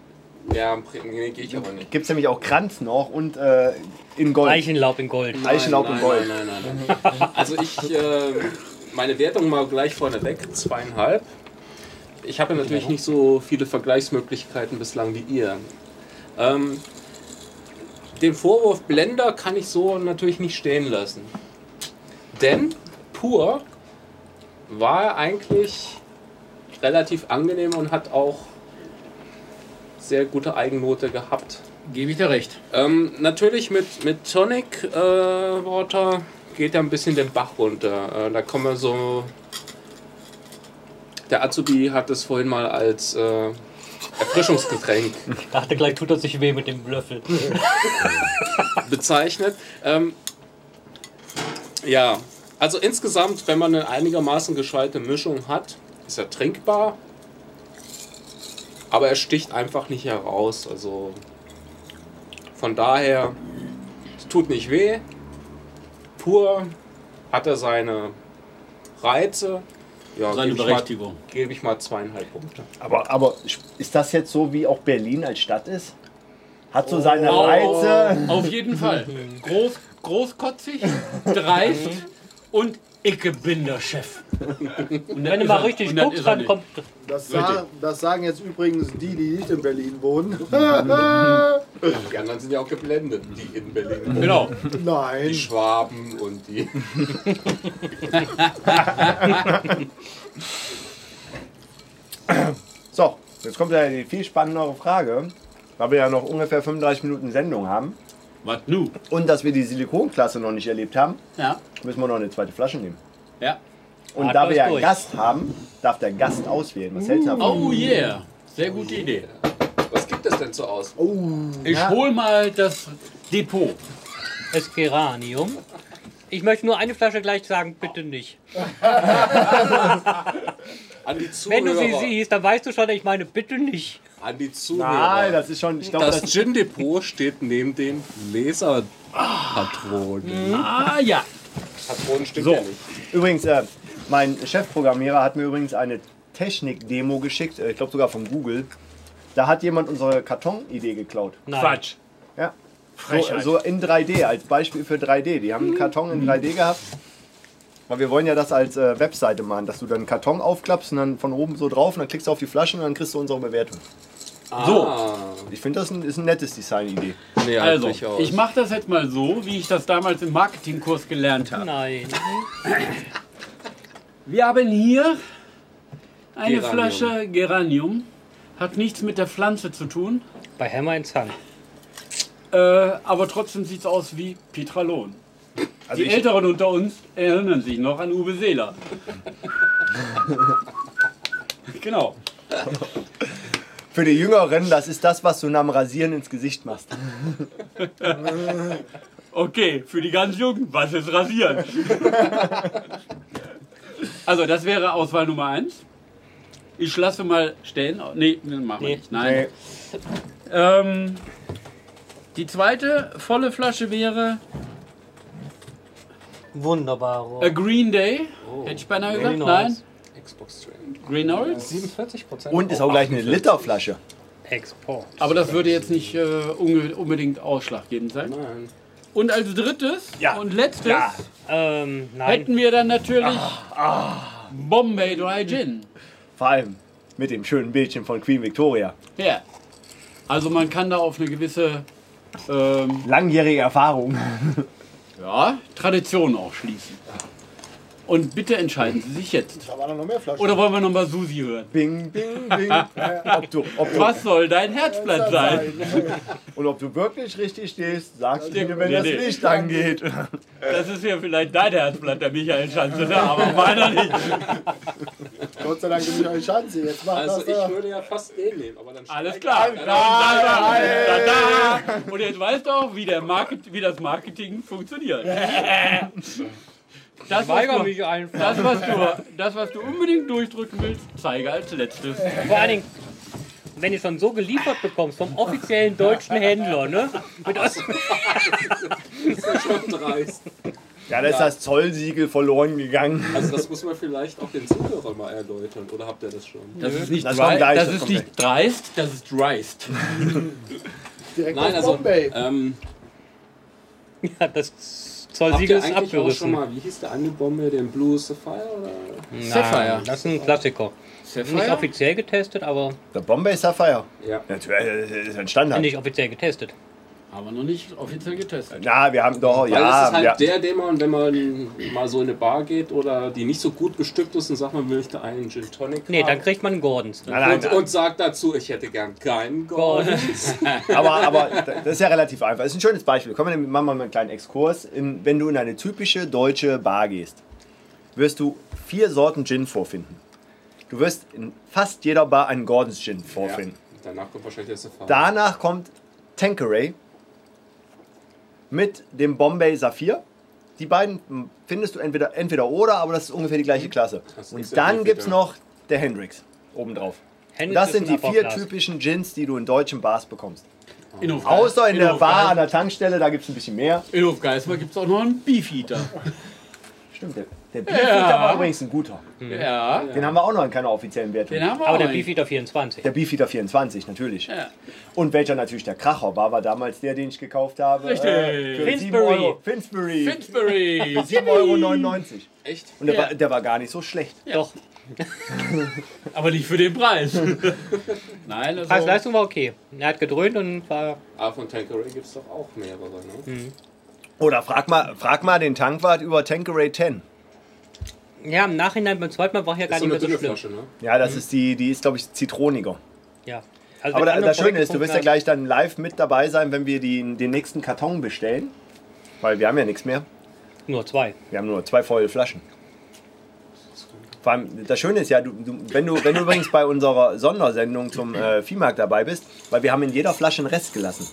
ja, nee, gehe ich aber nicht.
Gibt es nämlich auch Kranz noch und äh, in Gold.
Eichenlaub in Gold.
Eichenlaub
nein,
und Gold.
Nein, nein, nein, nein. Also ich, äh, meine Wertung mal gleich vorneweg, zweieinhalb. Ich habe natürlich nicht so viele Vergleichsmöglichkeiten bislang wie ihr. Ähm, den Vorwurf Blender kann ich so natürlich nicht stehen lassen. Denn pur war er eigentlich relativ angenehm und hat auch sehr gute Eigennote gehabt.
gebe ich dir recht.
Ähm, natürlich mit, mit Tonic äh, Water geht da ein bisschen den Bach runter. Äh, da kommen wir so. Der Azubi hat es vorhin mal als äh, Erfrischungsgetränk
Ich dachte gleich, tut er sich weh mit dem Löffel.
bezeichnet. Ähm, ja, also insgesamt, wenn man eine einigermaßen gescheite Mischung hat, ist er trinkbar. Aber er sticht einfach nicht heraus. Also von daher, es tut nicht weh. Pur hat er seine Reize. Ja,
Seine
gebe ich mal-
Berechtigung.
Gebe ich mal zweieinhalb Punkte.
Aber, aber ist das jetzt so, wie auch Berlin als Stadt ist? Hat so seine Reize.
Auf jeden Fall. Mhm. Groß, großkotzig, dreist und Icke bin der Chef.
Wenn du mal richtig guckst, dann kommt.
Das, sa das sagen jetzt übrigens die, die nicht in Berlin wohnen.
Die anderen sind ja auch geblendet, die in Berlin.
Genau.
Die
Nein.
Schwaben und die.
So, jetzt kommt ja die viel spannendere Frage, weil wir ja noch ungefähr 35 Minuten Sendung haben
Was nu?
und dass wir die Silikonklasse noch nicht erlebt haben,
Ja.
müssen wir noch eine zweite Flasche nehmen.
Ja.
Und
Atmen
da wir
ist
ja einen
durch.
Gast haben, darf der Gast auswählen. Was hältst du davon?
Oh yeah. Sehr gute Idee.
Was gibt es denn so aus?
Ich hol mal das Depot.
Es Geranium. Ich möchte nur eine Flasche gleich sagen, bitte nicht.
An die Zuhörer.
Wenn du sie siehst, dann weißt du schon, ich meine, bitte nicht.
An die Zuhörer.
Nein, das ist schon, ich glaube,
das
das,
Gin Depot steht neben den Laserpatronen.
Ah ja.
Patronen stimmt
So.
ja nicht.
Übrigens, äh, mein Chefprogrammierer hat mir übrigens eine Technik-Demo geschickt, äh, ich glaube sogar von Google. Da hat jemand unsere Karton-Idee geklaut.
Nein.
Quatsch.
Ja. So,
Frechheit.
so in 3D, als Beispiel für 3D. Die haben einen Karton in 3D gehabt. Weil wir wollen ja das als äh, Webseite machen, dass du dann einen Karton aufklappst und dann von oben so drauf und dann klickst du auf die Flaschen und dann kriegst du unsere Bewertung.
So,
Ich finde, das ein, ist ein nettes Design-Idee.
Nee, halt
also,
nicht aus.
ich mache das jetzt mal so, wie ich das damals im Marketingkurs gelernt habe.
Nein.
Wir haben hier eine
Geranium.
Flasche Geranium. Hat nichts mit der Pflanze zu tun,
Bei Hammer ins Hand.
äh, aber trotzdem sieht es aus wie Petralon.
Also
Die
ich,
Älteren unter uns erinnern sich noch an Uwe Seeler. genau.
für die Jüngeren, das ist das, was du nach dem Rasieren ins Gesicht machst.
Okay, für die ganz Jungen, was ist rasieren? also, das wäre Auswahl Nummer 1. Ich lasse mal stehen. Nee, machen wir
Nee.
nicht. Nein. Ähm, die zweite volle Flasche wäre
Wunderbar.
A Green Day. Hätte ich beinahe gesagt.
Oh. Green
Äh, Nein.
Xbox Stream.
Green Orange.
47 Prozent.
Und ist auch gleich eine Literflasche.
Export.
Aber das würde jetzt nicht äh, unge- unbedingt ausschlaggebend sein.
Nein.
Und als drittes
Ja. Ah,
und letztes
Ähm, nein.
hätten wir dann natürlich Bombay Dry Gin.
Vor allem mit dem schönen Bildchen von Queen Victoria.
Ja. Also man kann da auf eine gewisse ähm,
Langjährige Erfahrung.
ja, Tradition auch schließen. Und bitte entscheiden Sie sich jetzt.
Da waren doch noch mehr Flaschen.
Oder wollen wir nochmal Susi hören?
Bing, bing, bing. ob du, ob du,
Was soll dein Herzblatt sein?
und ob du wirklich richtig stehst, sagst du mir, wenn
Nee,
das
nee.
Licht angeht.
Das ist ja vielleicht dein Herzblatt, der Michael Schanze, ne? aber meiner nicht.
Gott sei Dank bin ich euch Chance. Jetzt macht
Also
das.
ich
da.
würde ja fast den nehmen, aber dann
Alles klar. Dann, dann, dann, dann, dann. Und jetzt weißt du auch, wie, der Market, wie das Marketing funktioniert. Das, was
Weiger
du,
mich einfach.
das, was du, das, was du unbedingt durchdrücken willst, zeige als letztes.
Vor allen Dingen, wenn du schon so geliefert bekommst vom offiziellen deutschen Händler, ne? Mit Ost
schon dreist.
Ja, da ist das Zollsiegel verloren gegangen.
Also das muss man vielleicht auch den Zuhörern mal erläutern, oder habt ihr das schon?
Das ist nicht,
Das kommt
drei-
gleich,
das
das
ist
kommt
nicht dreist, das ist dreist.
Direkt
Nein,
aus
also
Bombay.
ähm,
ja, das
habt
Zollsiegel
ihr
ist
eigentlich auch schon
abgerissen. Hm.
mal, wie hieß der eine Bombe, den Blue Sapphire? Oder?
Sapphire.
Nein, das ist ein Klassiker. Nicht
Sapphire?
offiziell getestet, aber
Der Bombay Sapphire.
Ja.
Natürlich, äh, das ist ein Standard.
nicht offiziell getestet.
Haben wir noch nicht offiziell getestet.
Ja, wir haben doch,
Weil das
ja,
ist halt
ja.
der, den man, wenn man mal so in eine Bar geht oder die nicht so gut bestückt ist und sagt, man möchte einen Gin Tonic
Nee, dann
haben
kriegt man einen Gordons.
Nein, nein,
und, und sagt dazu, ich hätte gern keinen Gold.
Aber, aber das ist ja relativ einfach. Das ist ein schönes Beispiel. Kommen wir machen wir mal einen kleinen Exkurs. In, wenn du in eine typische deutsche Bar gehst, wirst du vier Sorten Gin vorfinden. Du wirst in fast jeder Bar einen Gordons Gin
Ja.
vorfinden.
Danach kommt wahrscheinlich der Sapphire.
Danach kommt Tanqueray mit dem Bombay Saphir. Die beiden m, findest du entweder, entweder oder, aber das ist ungefähr die gleiche Klasse.
Mhm. Das ist
Und
ja
dann
gut
gibt es
wieder.
noch der Hendrix obendrauf. Und
Hendrix
das
ist
sind
ein
die vier
Upperclass.
typischen Gins, die du in deutschen Bars bekommst.
In Hof-
Außer in der
Hof-
Bar an der Tankstelle, da gibt es ein bisschen mehr.
In Hofgeismar gibt es auch noch einen Beefeater.
Stimmt, der, der Beefeater war übrigens ein guter.
Ja,
Den haben wir auch noch in keiner offiziellen Wertung.
den haben wir
Aber
auch
der
nicht.
Beefeater 24.
Der Beefeater 24, natürlich.
Ja.
Und welcher natürlich der Kracher war, war damals der, den ich gekauft habe. äh,
Richtig.
für sieben
Finsbury.
Euro. Finsbury.
Finsbury.
7,99 Euro.
Echt?
Und der,
Ja.
war, der war gar nicht so schlecht.
Doch,
Aber nicht für den Preis. Nein, also,
Preis-Leistung war okay. Er hat gedröhnt und war.
Ah, von Tanqueray gibt es doch auch mehrere, ne?
Hm.
Oder frag mal, frag mal den Tankwart über Tanqueray 10.
Ja, im Nachhinein beim zweiten Mal war ich ja gar
Ist so
nicht
eine
mehr so
dünne
schlimm.
Flasche, ne?
Ja, das ist die, die ist, glaube ich, zitroniger.
Ja. Also
Aber
wenn
da,
alle
das Schöne
korrekte
ist, du wirst ja
Punkte-
gleich dann live mit dabei sein, wenn wir die, den nächsten Karton bestellen. Weil wir haben ja nichts mehr.
Nur zwei.
Wir haben nur zwei volle Flaschen. Vor allem, das Schöne ist ja, du, du, wenn, du, wenn du übrigens bei unserer Sondersendung zum äh, Viehmarkt dabei bist, weil wir haben in jeder Flasche einen Rest gelassen.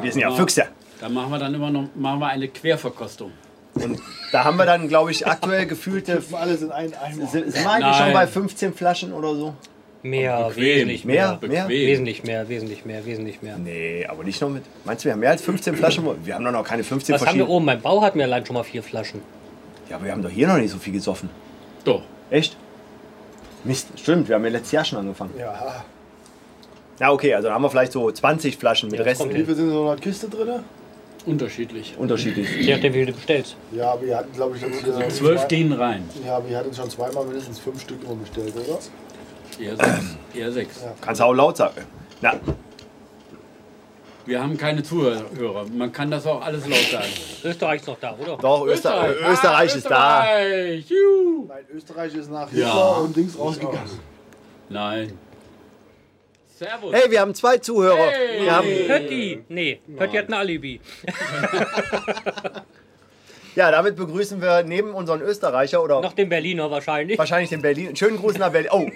wir sind ja Füchse.
da machen wir dann immer noch machen wir eine Querverkostung.
Und da haben wir dann, glaube ich, aktuell gefühlte.
Wir Alle sind ein Eimer.
Sind sind wir eigentlich
Nein.
schon bei 15 Flaschen oder so?
Mehr,
Bequem.
wesentlich mehr.
Mehr? Mehr?
Wesentlich mehr, wesentlich mehr, wesentlich mehr.
Nee, aber nicht noch mit. Meinst du, wir haben mehr als 15 Flaschen? Wir haben doch noch keine 15
Was haben wir
verschiedene.
oben? Beim Bau hatten wir allein schon mal vier Flaschen.
Ja, aber wir haben doch hier noch nicht so viel gesoffen.
Doch.
Echt? Mist, stimmt, wir haben ja letztes Jahr schon angefangen.
Ja.
Na okay, also dann haben wir vielleicht so 20 Flaschen mit
Ja, das
Resten.
kommt
Wie viel sind in so einer Kiste drin?
Unterschiedlich.
Unterschiedlich.
Je nachdem, wie viel du bestellst.
Ja, wir hatten, glaube ich, letztes Jahr.
Zwölf
zwei-
gehen rein.
Ja, wir hatten schon zweimal mindestens fünf Stück immer bestellt, oder?
Eher sechs. Eher sechs.
Kannst du auch laut sagen. Na,
Wir haben keine Zuhörer. Man kann das auch alles laut sagen.
Österreich ist noch da, oder?
doch, Österreich, Österreich,
Ah,
ist da.
Österreich. Juhu.
Nein, Österreich ist nach Hitler
Ja.
und Dings rausgegangen.
Nein. Servus.
Hey, wir haben zwei Zuhörer. Wir haben,
Pötti! Nee, Pötti hat ein Alibi.
ja, damit begrüßen wir neben unseren Österreicher oder
Noch den Berliner wahrscheinlich.
wahrscheinlich den Berlin. Schönen Gruß nach Berlin. Oh,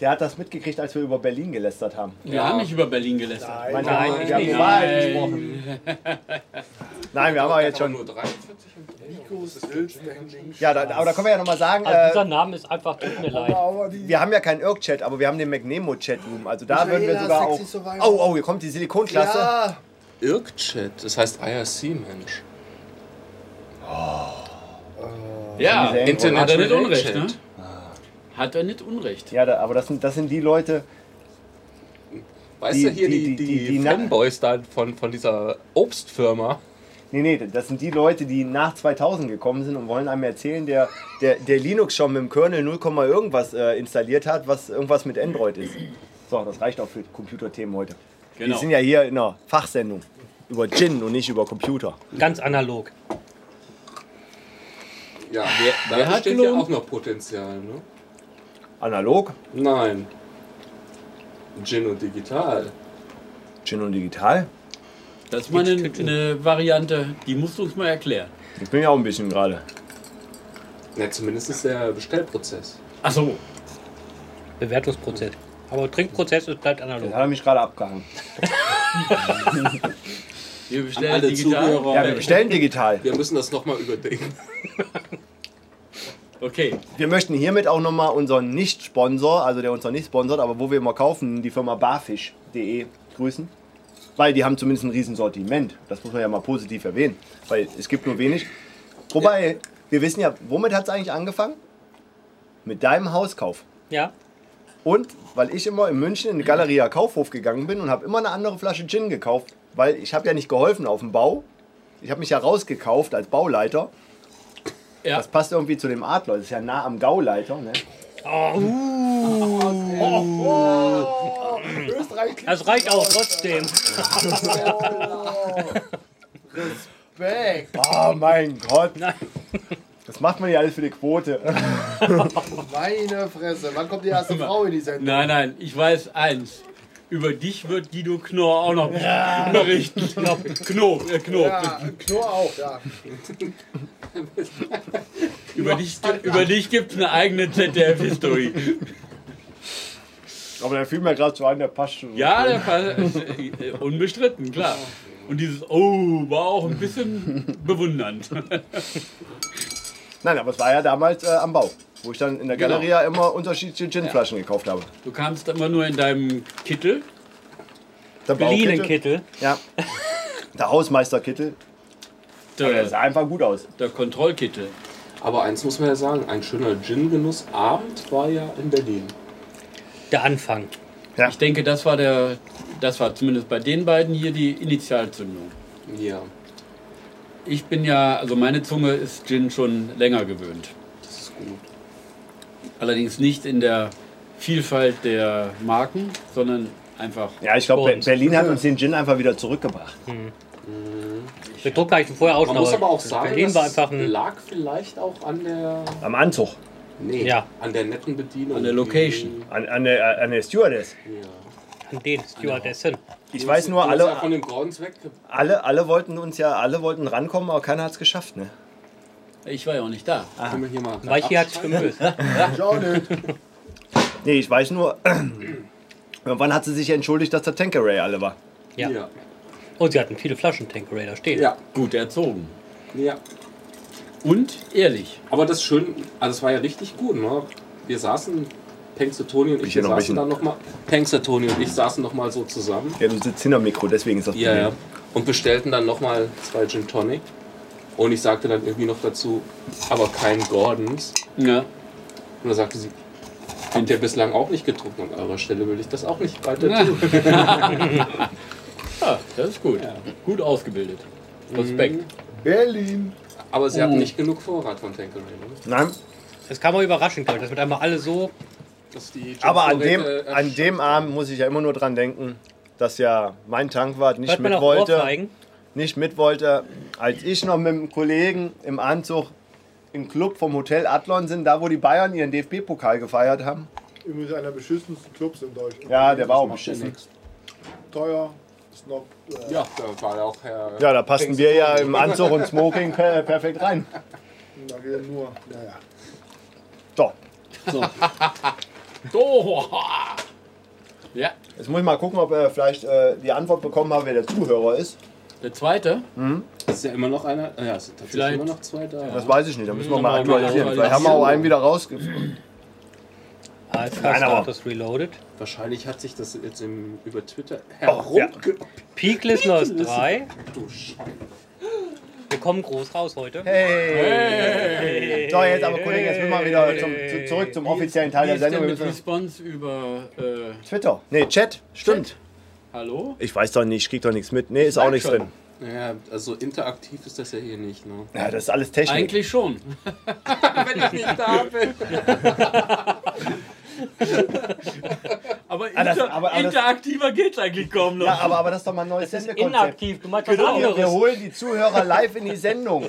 der hat das mitgekriegt, als wir über Berlin gelästert haben.
Wir haben nicht über Berlin gelästert.
Nein,
Nein,
wir haben
nicht.
die Wahrheit gesprochen. Nein, wir haben aber jetzt schon.
Nur 43 und
Ja, da, aber da können wir ja nochmal sagen,
Also dieser
äh,
Name ist einfach, tut mir leid.
Aber die
wir haben ja keinen Irk-Chat, aber wir haben den McNemo-Chat-Room. Also da würden wir
Michaela,
sogar auch.
sexy Survivor.
Oh, oh, hier kommt die Silikonklasse.
Ja,
Irk-Chat, das heißt IRC-Mensch.
Ja,
Diese Info-
hat er nicht
International
Unrecht, ne?
Chat.
Hat er nicht Unrecht.
Ja, da, aber das sind, das sind die Leute,
Weißt
Die-
du hier
die-
die, die,
die- die- die-
Fanboys da von, von dieser Obstfirma?
Nee, nee, das sind die Leute, die nach 2000 gekommen sind und wollen einem erzählen, der, der, der Linux schon mit dem Kernel 0, irgendwas äh, installiert hat, was irgendwas mit Android ist. So, das reicht auch für Computerthemen heute. Wir
Genau.
sind ja hier in einer Fachsendung über Gin und nicht über Computer.
Ganz analog.
Ja, wer, da
wer hat
besteht ja
gelogen?
auch noch Potenzial, ne?
Analog,
Nein. Gin und digital.
Gin und digital.
Das ist mal eine, eine Variante, die musst du uns mal erklären.
Ich bin ja auch ein bisschen gerade.
Na, zumindest ist der Bestellprozess.
Ach so.
Bewertungsprozess. Aber Trinkprozess ist bleibt
Jetzt
analog.
hat er mich gerade abgehangen.
wir bestellen
alle
digital.
Zuhörer.
Ja, wir bestellen digital.
Wir müssen das nochmal überdenken.
Okay,
Wir möchten hiermit auch nochmal unseren Nicht-Sponsor, also der uns noch nicht sponsert, aber wo wir immer kaufen, die Firma barfisch.de grüßen. Weil die haben zumindest ein Riesensortiment. Das muss man ja mal positiv erwähnen. Weil es gibt nur wenig. Wobei, wir wissen ja, womit hat es eigentlich angefangen? Mit deinem Hauskauf.
Ja,
Und weil ich immer in München in die Galeria Kaufhof gegangen bin und habe immer eine andere Flasche Gin gekauft, weil ich habe ja nicht geholfen auf dem Bau. Ich habe mich ja rausgekauft als Bauleiter.
Ja.
Das passt irgendwie zu dem Adler. Das ist ja nah am Gauleiter. Ne?
Österreich
das reicht auch trotzdem.
weg.
Oh mein Gott. Das macht man ja alles für die Quote.
Meine Fresse. Wann kommt die erste Frau in die Sendung?
nein, nein, ich weiß eins. Über dich wird Guido Knorr auch noch berichten. Knob, Knob, äh, Knob.
Ja, Knurr auch, ja.
Über dich, über dich gibt es eine eigene ZDF-History.
Aber der fiel mir gerade so an, der passt schon.
Ja, der Fall ist äh, unbestritten, klar. Und dieses Oh war auch ein bisschen bewundernd.
Nein, aber es war ja damals äh, am Bau, wo ich dann in der
Genau.
Galeria immer unterschiedliche Ginflaschen gekauft habe.
Du kamst immer nur in deinem Kittel.
Der
Berlinenkittel.
Ja. Der Hausmeisterkittel. Der
Der,
sah einfach gut aus.
der Kontrollkittel.
Aber eins muss man ja sagen, ein schöner Gin-Genuss-Abend war ja in Berlin.
Der Anfang.
Ich denke, das war der, das war zumindest bei den beiden hier die Initialzündung.
Ja,
Ich bin ja, also meine Zunge ist Gin schon länger gewöhnt.
das ist gut.
Allerdings nicht in der Vielfalt der Marken, sondern einfach.
Ja, ich glaube,
Und-
Berlin hat uns den Gin einfach wieder zurückgebracht.
Den Druck kann ich von vorher auch
Man
schon,
muss aber auch sagen,
Berlin
das
war einfach ein.
lag vielleicht auch an der,
Am Anzug,
nee,
Ja.
an der netten Bedienung.
An der Location.
an, an, der, an der Stewardess.
Die, ja.
An den Stewardessen.
Ich weiß nur,
Du hast Ja von
alle,
den Gordons weg.
alle, alle wollten uns ja, alle wollten rankommen, aber keiner hat es geschafft, ne?
Ich war ja auch nicht da.
Ah.
Können wir hier mal
Weil hier hat sich bemüht.
Ich auch nicht.
Nee, ich weiß nur, irgendwann hat sie sich entschuldigt, dass der Tankeray alle war.
Ja.
Ja.
Und sie hatten viele Flaschen Tankeray da stehen.
ja,
Gut erzogen.
ja.
Und ehrlich.
Aber das ist schön, also es war ja richtig gut, ne? Wir saßen, Pengstoni und ich,
Bisschen
wir
noch ein
saßen
bisschen.
dann nochmal, Pengstoni und ich saßen nochmal so zusammen.
Ja, du sitzt hinterm Mikro, deswegen ist das
Ja, ja.
Problem.
Und bestellten dann nochmal zwei Gin Tonic. Und ich sagte dann irgendwie noch dazu, aber kein Gordons.
Ja.
Und da sagte sie, habt ihr bislang auch nicht getrunken. An eurer Stelle würde ich das auch nicht weiter
Ja.
tun.
Ja, ah, das ist gut. Gut ausgebildet.
Mhm.
Respekt.
Berlin.
Aber sie
Oh.
hatten nicht genug Vorrat von Tanqueray. Ne?
Nein,
Das kam auch überraschend, glaube ich, dass mit einmal alle so.
Dass die Gin
aber an dem,
Vorräte, äh,
an dem Abend muss ich ja immer nur dran denken, dass ja mein Tankwart nicht
Hört man
mit
auch
wollte.
Ohrfeigen.
nicht mit wollte, als ich noch mit einem Kollegen im Anzug im Club vom Hotel Adlon sind, da wo die Bayern ihren DFB-Pokal gefeiert haben.
Übrigens einer der beschissensten Clubs in Deutschland.
Ja, der war auch
macht
beschissen.
nichts.
Teuer. Ist noch. Äh,
Ja, da war ja auch Herr.
Ja, da passten wir ja im Anzug und Smoking per perfekt rein.
Da geht nur. Naja.
So,
Oha. Ja,
jetzt muss ich mal gucken, ob er vielleicht äh, die Antwort bekommen hat, wer der Zuhörer ist.
der zweite.
Ist ja immer noch einer. Ja, es sind tatsächlich
Vielleicht-
immer noch zwei da.
Das weiß ich nicht, da müssen wir
Müssen
mal
wir mal
aktualisieren.
aktualisieren.
Vielleicht haben wir auch einen wieder rausgefunden.
Als
Nein, aber-
das Reloaded.
Wahrscheinlich hat sich das jetzt im, über Twitter
Oh,
herumge...
Peak Listeners 3.
Du Scheiße.
Wir kommen groß raus heute.
Hey. So, jetzt aber Kollegen, jetzt müssen wir wieder zum, zu, zurück zum offiziellen Teil
Wie
der
ist denn
Sendung. Wir
mit
müssen-
Response über äh,
Twitter. Nee, Chat. Stimmt.
Hallo?
Ich weiß doch nicht, ich krieg doch nichts mit. Nee, ist auch
Sag
nichts
schon.
drin.
Naja, also interaktiv ist das ja hier nicht, ne?
Ja, das ist alles Technik.
Eigentlich schon.
Wenn ich nicht da bin.
Aber,
Ah, das-
inter,
aber- aber das-
interaktiver geht's eigentlich kaum noch.
Ja, aber, aber das ist doch mal ein neues
Das ist
Sendekonzept.
inaktiv, du meinst was
Genau. Wir, wir
anderes.
holen die Zuhörer live in die Sendung.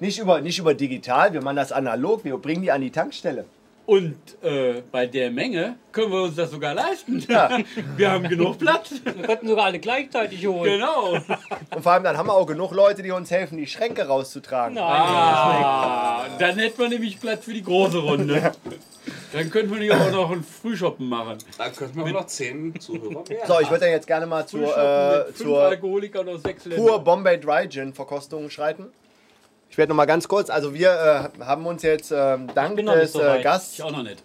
Nicht über, nicht über digital, wir machen das analog, wir bringen die an die Tankstelle.
Und äh, bei der Menge können wir uns das sogar leisten.
Ja.
Wir haben genug Platz.
Wir könnten sogar alle gleichzeitig holen.
genau.
Und vor allem dann haben wir auch genug Leute, die uns helfen, die Schränke rauszutragen.
Nein,
Ah, dann hätten wir nämlich Platz für die große Runde. Dann könnten wir die auch noch einen Frühshoppen machen.
Da könnten wir noch 10 Zuhörer mehr.
So, ich würde dann jetzt gerne mal zur,
Frühshoppen
äh,
mit fünf
zur
Alkoholikern aus sechs
pur
Ländern.
Bombay Dry Gin Verkostung schreiten. Ich werde nochmal ganz kurz, also wir äh, haben uns jetzt ähm, dank
bin noch nicht
des
so
äh,
weit.
Gasts,
Ich auch noch nicht.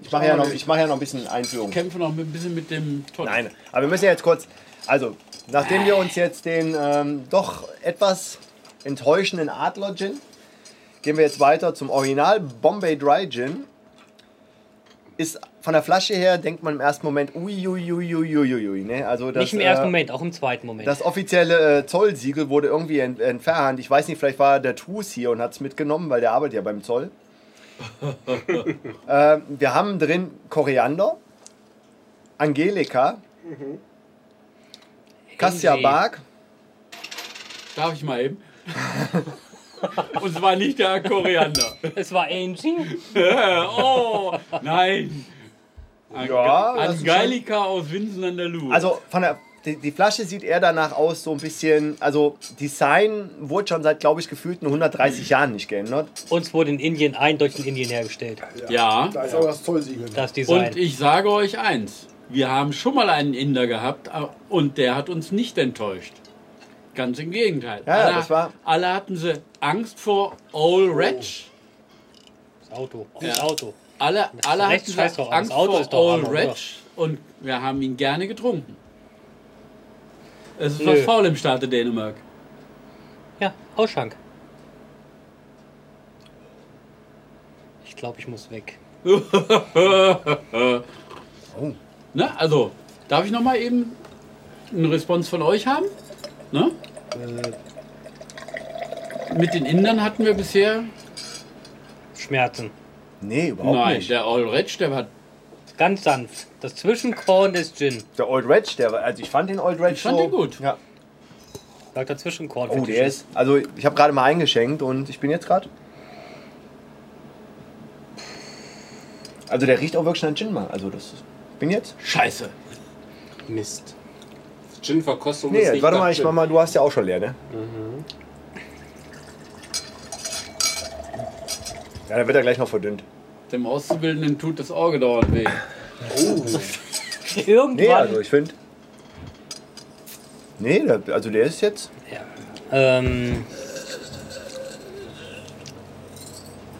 ich mache ja, noch- ich mach ja noch ein bisschen Einführung.
Kämpfe noch ein bisschen mit dem Tod.
Nein, aber wir müssen jetzt kurz. Also, nachdem wir uns jetzt den ähm, doch etwas enttäuschenden Adler Gin, gehen wir jetzt weiter zum Original Bombay Dry Gin. Ist von der Flasche her, denkt man im ersten Moment, uiuiuiuiuiui. Ne? Also das,
nicht im ersten
äh,
Moment, auch im zweiten Moment.
Das offizielle äh, Zollsiegel wurde irgendwie ent entfernt. Ich weiß nicht, vielleicht war der Trues hier und hat es mitgenommen, weil der arbeitet ja beim Zoll. äh, wir haben drin Koriander, Angelika, Cassia
Hinsee.
Bark.
Darf ich mal eben? Und zwar nicht der Koriander.
es war Angie.
Oh, nein.
Ja, das ist schon-
Angelika aus Winsen an der Luhe.
Also von der, die, die Flasche sieht eher danach aus, so ein bisschen. Also Design wurde schon seit, glaube ich, gefühlten 130 Jahren nicht geändert.
Uns wurde in Indien, eindeutig in Indien hergestellt.
ja.
Da ist auch das Zollsiegel.
Das Design.
Und ich sage euch eins: Wir haben schon mal einen Inder gehabt äh, und der hat uns nicht enttäuscht. Ganz im Gegenteil.
Ja, ja, das war-
alle hatten sie Angst vor
Oh.
Old Reg.
das Auto. Das Auto.
Alle, alle
recht,
hatten
scheiß
sie
drauf, das
Angst
Auto
vor
ist doch
Old
Hammer,
Reg und wir haben ihn gerne getrunken. Es ist
Nö.
was faul im Staate Dänemark.
Ja, Ausschank. Ich glaube, ich muss weg.
Ne? Also, darf ich noch mal eben eine Response von euch haben? Ne?
Äh.
Mit den Indern hatten wir bisher.
Schmerzen.
Nee, überhaupt
Nein,
nicht.
der Old Reg, der hat
Ganz sanft. Das Zwischenkorn des Gin.
Der Old Reg, der, war- also ich fand den Old Reg
Ich fand
so,
den gut.
Ja,
Sagt der Zwischenkorn.
Oh,
find ich.
der ist. Also ich habe gerade mal eingeschenkt und ich bin jetzt gerade. Also der riecht auch wirklich nach Gin mal. Also das ist, bin jetzt.
Scheiße.
Mist. Gin-Verkostung ist
Nee,
nicht
warte
nach
mal, ich
Gin.
mach mal, du hast ja auch schon leer, ne? Ja, dann wird er gleich noch verdünnt.
Dem Auszubildenden tut das Auge dauernd weh.
Irgendwann.
Nee, also ich finde. Nee, der, also der ist jetzt.
ähm,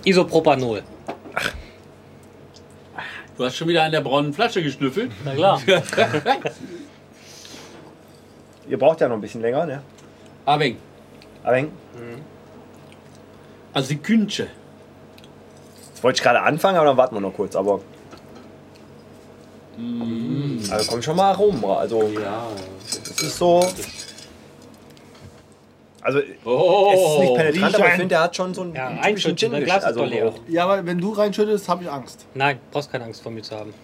Isopropanol.
Du hast schon wieder an der braunen Flasche geschnüffelt.
Na klar.
Ihr braucht ja noch ein bisschen länger, ne?
Abing,
Aber häng-
also die Künche.
jetzt wollte ich gerade anfangen, aber dann warten wir noch kurz. Aber. Also komm schon mal rum, also.
Ja,
Es ist so. Also, es ist nicht
Oh,
penetrant, aber ich finde, der hat schon so einen
Ja,
typischen
einschütten, dein
Gin-Geschmack.
Glas ist
Also,
doch leer.
Ja, aber wenn du reinschüttest, habe ich Angst.
Nein, brauchst keine Angst vor mir zu haben.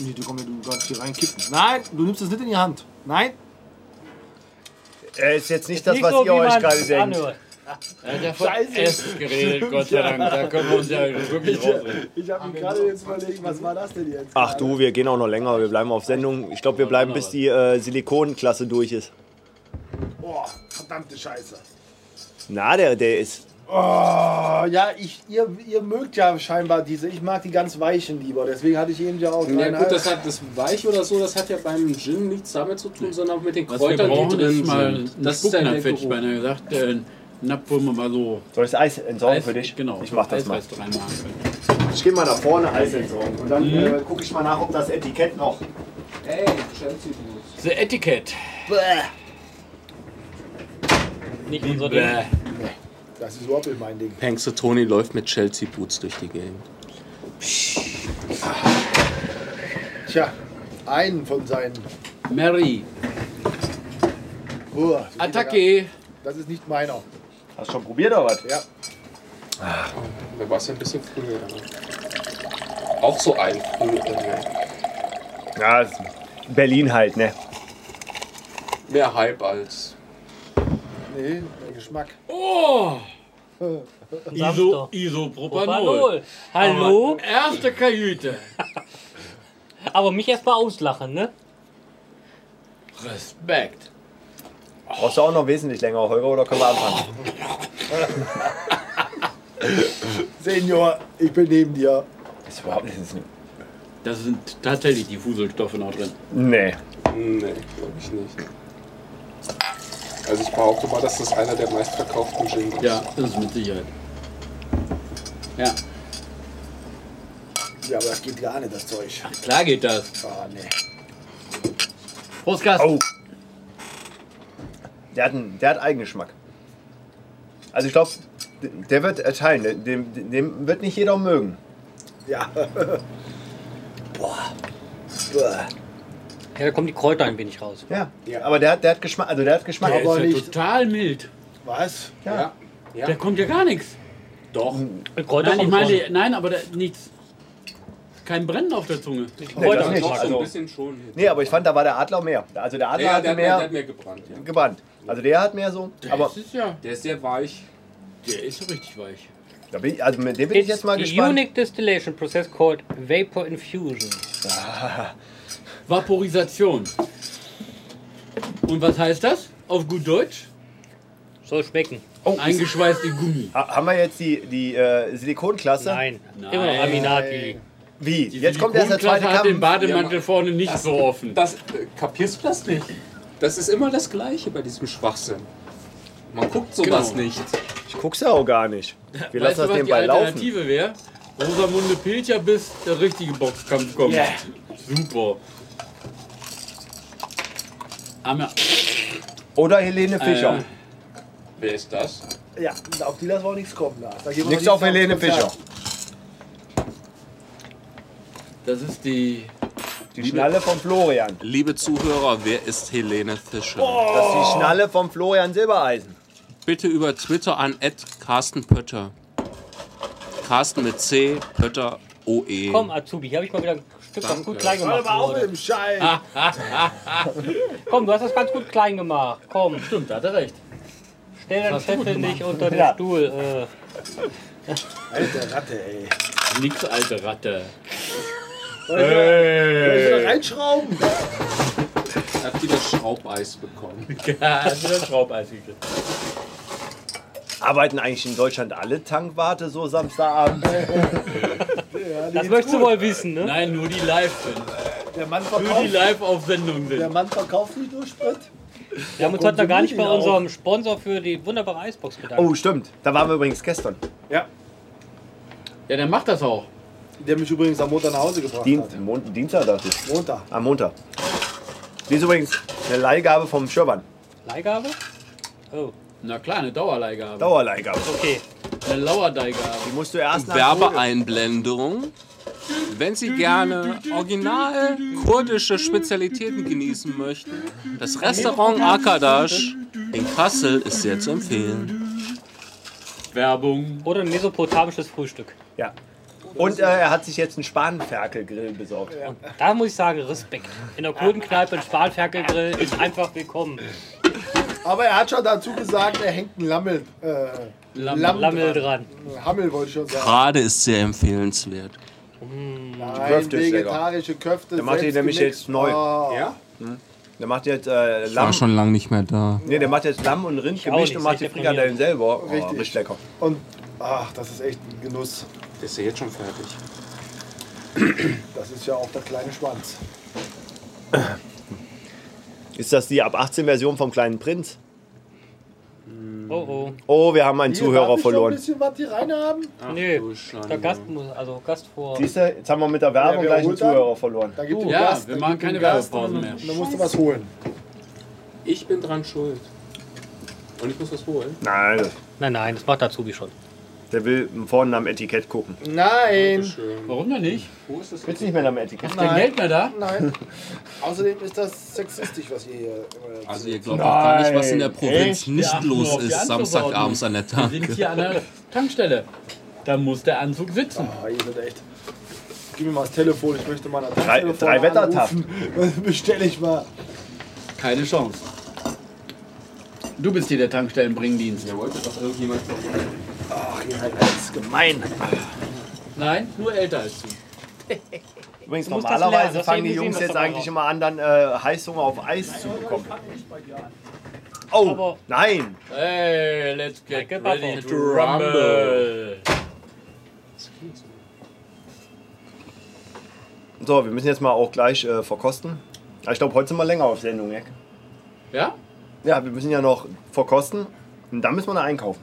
Nee, du kommst du kannst hier reinkippen. Nein, du nimmst es nicht in die Hand. Nein.
Er ist jetzt nicht das,
Nicht
was
so,
ihr
wie
euch
man
gerade
es
denkt.
anhört.
er hat ja von S geredet, Gott sei Dank. Da können wir uns ja wirklich rausreden.
Ich habe mir gerade jetzt überlegt, was war das denn jetzt?
Ach du, wir gehen auch noch länger, wir bleiben auf Sendung. Ich glaube, wir bleiben, bis die äh, Silikonklasse durch ist.
Boah, verdammte Scheiße.
Na, der, der ist.
Oh, ja, ich, ihr, ihr mögt ja scheinbar diese. Ich mag die ganz weichen lieber. Deswegen hatte ich eben ja auch
Ja
dreieinhalb.
gut, das hat das Weich oder so, das hat ja beim Gin nichts damit zu tun, sondern auch mit den
Was wir
Kräutern, die
brauchen,
drin
ist mal
sind.
einen
Das ist dann
Spucknapf,
der
hätte ich
Geruch.
beinahe gesagt. Äh, einen Napf, wo wir mal so
Soll ich das Eis entsorgen
Eis-
für dich?
Genau,
Ich mach das mal.
Eisreis reinmachen können.
Ich gehe mal nach vorne Eis entsorgen und dann
Mhm.
äh, gucke ich mal nach, ob das Etikett noch.
Ey, Chelsea Blues.
The Etikett.
Nicht unser Ding.
Bäh.
das ist überhaupt nicht mein Ding.
Hengste Tony läuft mit Chelsea Boots durch die Gegend.
Tja, einen von seinen.
Mary,
Uah, das ist nicht
Attacke.
meiner. Das ist nicht meiner.
Hast du schon probiert oder was?
Ja.
Da war es ja ein bisschen früher. Auch so ein früher.
Ja, ist Berlin halt, ne?
Mehr Hype als.
Nee, der Geschmack.
Iso,
Samstag.
Isopropanol.
Propanol. Hallo?
Erste Kajüte.
Aber mich erstmal auslachen, ne?
Respekt.
Brauchst du auch noch wesentlich länger, Holger, oder können wir anfangen?
Senior, ich bin neben dir.
Das ist überhaupt nicht.
Da sind tatsächlich die Fuselstoffe noch drin.
Nee.
Nee, glaube ich nicht. Also ich behaupte mal, dass das einer der meistverkauften Gin ist.
Ja, das ist mit Sicherheit. Ja,
Ja, aber das geht gar nicht, das Zeug.
klar geht das.
Ah, nee.
Prost, Gast.
Oh. Der hat, einen, der hat Eigengeschmack. Also ich glaube, der wird erteilen. Dem, dem wird nicht jeder mögen.
Ja. Boah. Boah.
Ja, da kommen die Kräuter ein wenig raus.
Ja.
Ja.
Aber der, hat- der hat Geschmack. Also der hat Geschmack.
Der
Aber
ist ja
nicht-
total mild.
Was?
ja.
Da kommt ja gar nichts.
Doch.
Die Kräuter
Nein, ich
kommen vorne.
meine, nein, aber da, nichts. Kein Brennen auf der Zunge.
Die
Nee, das
Kräuter
nicht.
Doch, so
Also-
ein bisschen schon.
Nee, aber ich fand, da war der Adler mehr. Also der Adler
Ja,
hatte
der, hat mehr,
mehr,
der hat mehr gebrannt. Ja.
gebannt. Also der hat mehr so. Aber
das ist ja.
Der ist sehr weich.
Der ist so richtig weich.
da bin ich, also mit dem bin
It's
ich jetzt mal
the
gespannt.
unique distillation process called vapor infusion.
Vaporisation. Und was heißt das? Auf gut Deutsch?
Soll schmecken.
Ah.
Eingeschweißte Gummi.
Ha, haben wir jetzt die, die äh, Silikonklasse?
Nein. Immer noch Aminati.
Wie?
Die
jetzt kommt erst der
Silikonklasse
zweite
hat
Kampf.
den Bademantel vorne nicht so offen.
Das äh, kapierst du das nicht? Das ist immer das Gleiche bei diesem Schwachsinn. Man guckt sowas
Genau.
nicht.
Ich guck's ja auch gar nicht. Wir lassen
weißt du,
das
was die
nebenbei laufen.
Alternative wäre? Rosamunde Pilcher, bis der richtige Boxkampf kommt.
Yeah.
Super. Arme,
Oder Helene Fischer.
Äh,
Wer ist das?
Ja, auf die lassen wir auch nichts kommen. Lars. Da gehen wir
Nichts
noch
auf Helene
aufs Konzert.
Fischer.
das ist die.
Die Schnalle von Florian.
Liebe Zuhörer, wer ist Helene Fischer?
Das ist die Schnalle von Florian Silbereisen.
Bitte über Twitter an Carsten Pötter. Carsten mit C, Pötter E. OE.
Komm, Azubi, hier habe ich mal wieder ein Stück was gut klein
Hör
gemacht.
mal auf mit
wurde.
dem Scheiß.
Ah.
Komm, du hast das ganz gut klein gemacht. Komm,
Stimmt, da hat er recht.
stell deinen Scheffel nicht unter den
Ja.
Stuhl. Äh.
Alte Ratte, ey.
Nix, alte Ratte.
Soll ich da reinschrauben?
Habt ihr das Schraubeis bekommen?
Ja, hat wieder ein Schraubeis gekriegt.
Arbeiten eigentlich in Deutschland alle Tankwarte so Samstagabend?
Das möchtest du wohl wissen, ne?
Nein, nur die live sind.
Der Mann
Nur die
verkauft,
live auf Sendung
der
sind.
Mann verkauft nicht nur Sprit.
Wir haben uns heute noch gar nicht bei
konsumiert ihn auch.
unserem Sponsor für die wunderbare Eisbox bedankt.
Oh, stimmt. Da waren wir übrigens gestern.
Ja, der macht das auch.
Der mich übrigens am Montag nach Hause gebracht
Dien
hat.
Mon Dienstag, dachte ich.
Montag.
Am Montag. Die ist übrigens eine Leihgabe vom Schirban.
Leihgabe? Oh,
Na klar, eine Dauerleihgabe.
Dauerleihgabe.
okay.
eine Lauerleihgabe.
Die musst du erst nach
Werbeeinblendung. Wenn Sie gerne original kurdische Spezialitäten genießen möchten, das Restaurant Akadash in Kassel ist sehr zu empfehlen.
Werbung.
Oder ein mesopotamisches Frühstück.
Ja. Und äh, er hat sich jetzt einen Spanferkelgrill besorgt.
Da muss ich sagen, Respekt. In der Kurdenkneipe ein Spanferkelgrill ist einfach willkommen.
Aber er hat schon dazu gesagt, er hängt einen Lammel. Äh,
Lamm-
Lamm
Lammel dran.
dran. Hammel wollte ich schon sagen.
Gerade ist sehr empfehlenswert.
Nein,
Köfte ist lecker.
vegetarische Köfte.
Der macht die
selbst
nämlich
gemixt.
jetzt neu.
Oh.
Der macht jetzt äh, Lamm.
War schon lange nicht mehr da.
Nee, der macht jetzt Lamm und Rind
auch
gemischt
nicht,
und
ist
macht die
echt
Frikadellen selber. Oh,
Richtig.
richtig lecker.
Und ach, das ist echt ein Genuss.
Ist ja jetzt schon fertig.
Das ist ja auch der kleine Schwanz.
Ist das die ab 18 Version vom kleinen Prinz?
Oh
Oh, wir haben einen
Hier, darf
Zuhörer
ich noch
verloren.
Ein bisschen was hier reinhaben.
oh. Nee,
du Schande.
der Gast muss, also Gast vor.
Siehst du, jetzt haben wir mit der Werbung
Ja, wer
gleich einen
holt dann?
Zuhörer verloren.
Da gibt
Du,
den
ja,
Gast,
wir
da
machen
gibt den
keine
Gast
Werbepausen
und
mehr.
Dann musst du was holen.
Ich bin dran schuld. Und ich muss was holen.
Nein, das-
Nein, nein, das macht Azubi schon.
der will vorne am Etikett gucken.
Nein,
Schön.
Warum denn nicht?
Wo ist das?
Willst du nicht mehr am Etikett?
Kein Geld mehr da?
nein. Außerdem ist das sexistisch, was ihr hier äh, immer erzählt.
Also ihr glaubt doch gar nicht, was in der
Nein,
Provinz
echt?
nicht
Wir achten
los
drauf, wir
ist,
achten drauf.
samstagabends an der
Wir
Tag.
sind hier an der Tankstelle. Da muss der Anzug sitzen.
Ah, ihr seid echt. gib mir mal das Telefon, ich möchte mal eine
Drei- drei Wettertaffen.
Bestelle ich mal.
Keine Chance. Du bist hier der Tankstellenbringdienst.
Ihr wolltet doch irgendjemand von
Nein, nur älter als du.
Übrigens,
musst das lernen,
normalerweise
das
fangen die
sehen wir
Jungs
sehen,
jetzt
was da
eigentlich immer an, dann äh, Heißhunger auf Eis zu bekommen. Oh,
Aber-
nein!
Hey, let's get
Get
ready
up.
to rumble.
So, wir müssen jetzt mal auch gleich äh, verkosten. Aber Ich glaube, heute sind wir länger auf Sendung, Jack.
Ja?
Ja, wir müssen ja noch verkosten und dann müssen wir noch einkaufen.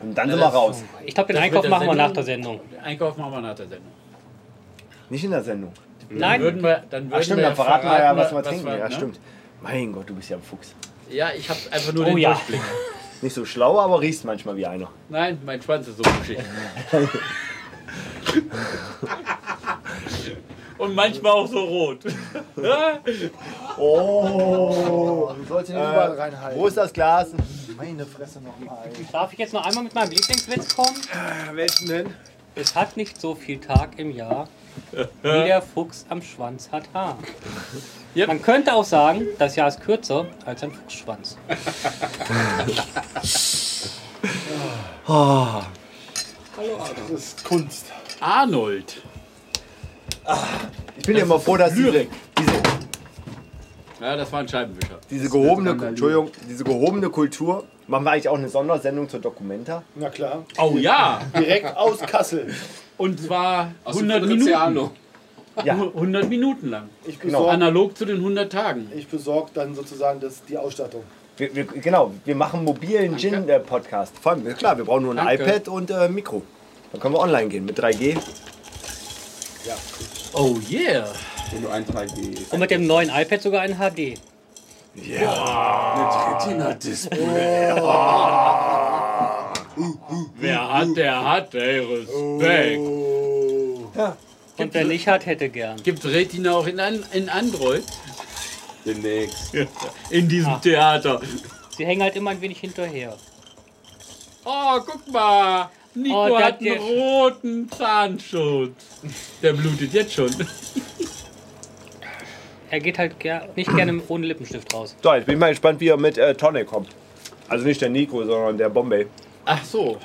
Und dann sind wir
das-
raus.
Ich glaube, den
Das
Einkauf
mit der
machen wir
Sendung?
nach der Sendung.
Einkauf machen wir nach der Sendung.
Mhm. Nicht in der Sendung.
Dann
Nein,
würden wir, dann würden
Ach stimmt,
wir
dann verraten wir ja, was wir
was
trinken.
wir-
ja,
ne?
stimmt. Mein Gott, du bist ja ein Fuchs.
Ja, ich habe einfach nur
Oh
den
ja.
Durchblick.
Nicht so schlau, aber riechst manchmal wie einer.
Nein, mein Schwanz ist so geschickt. Und manchmal auch so rot.
Oh!
Du sollst ihn
Äh,
nicht überall reinhalten.
wo ist das Glas?
Meine Fresse nochmal.
darf ich jetzt noch einmal mit meinem Lieblingswitz kommen?
Welchen denn?
Es hat nicht so viel Tag im Jahr, wie der Fuchs am Schwanz hat Haar. Man könnte auch sagen, das Jahr ist kürzer als ein Fuchsschwanz.
Das ist Kunst.
Arnold.
Ich bin ja immer froh, dass diese,
Lyrik.
diese,
Ja, das war ein Scheibenwischer.
diese, gehobene, Entschuldigung, diese gehobene Kultur. Machen wir eigentlich auch eine Sondersendung zur Documenta?
Na klar.
Oh ja!
Direkt aus Kassel.
Und zwar
aus
100
dem
Minuten.
Veneziano.
Ja.
100 Minuten lang.
Ich
Genau.
besorge
Analog zu den 100 Tagen.
ich besorg dann sozusagen das, die Ausstattung.
Wir, wir, genau, wir machen mobilen Gin-Podcast. Vor allem, klar, wir brauchen nur ein
Danke.
iPad und äh, Mikro. Dann können wir online gehen mit 3G.
Oh yeah!
Wenn du ein 3G.
Und mit dem neuen iPad sogar ein HD. Ah.
Wer hat, der hat, ey,
Oh.
Respekt.
Und wer nicht hat, hätte gern.
Gibt Retina auch in, an, in Android?
Demnächst.
In diesem
Ah.
Theater.
Sie hängen halt immer ein wenig hinterher.
Oh, guck mal. Nico
Oh, der
hat einen
hat ge-
roten Zahnschutz. Der blutet jetzt schon.
Er geht halt ger nicht gerne ohne Lippenstift raus.
So, jetzt bin ich mal gespannt, wie er mit äh, Tonic kommt. Also nicht der Nico, sondern der Bombay.
Ach so.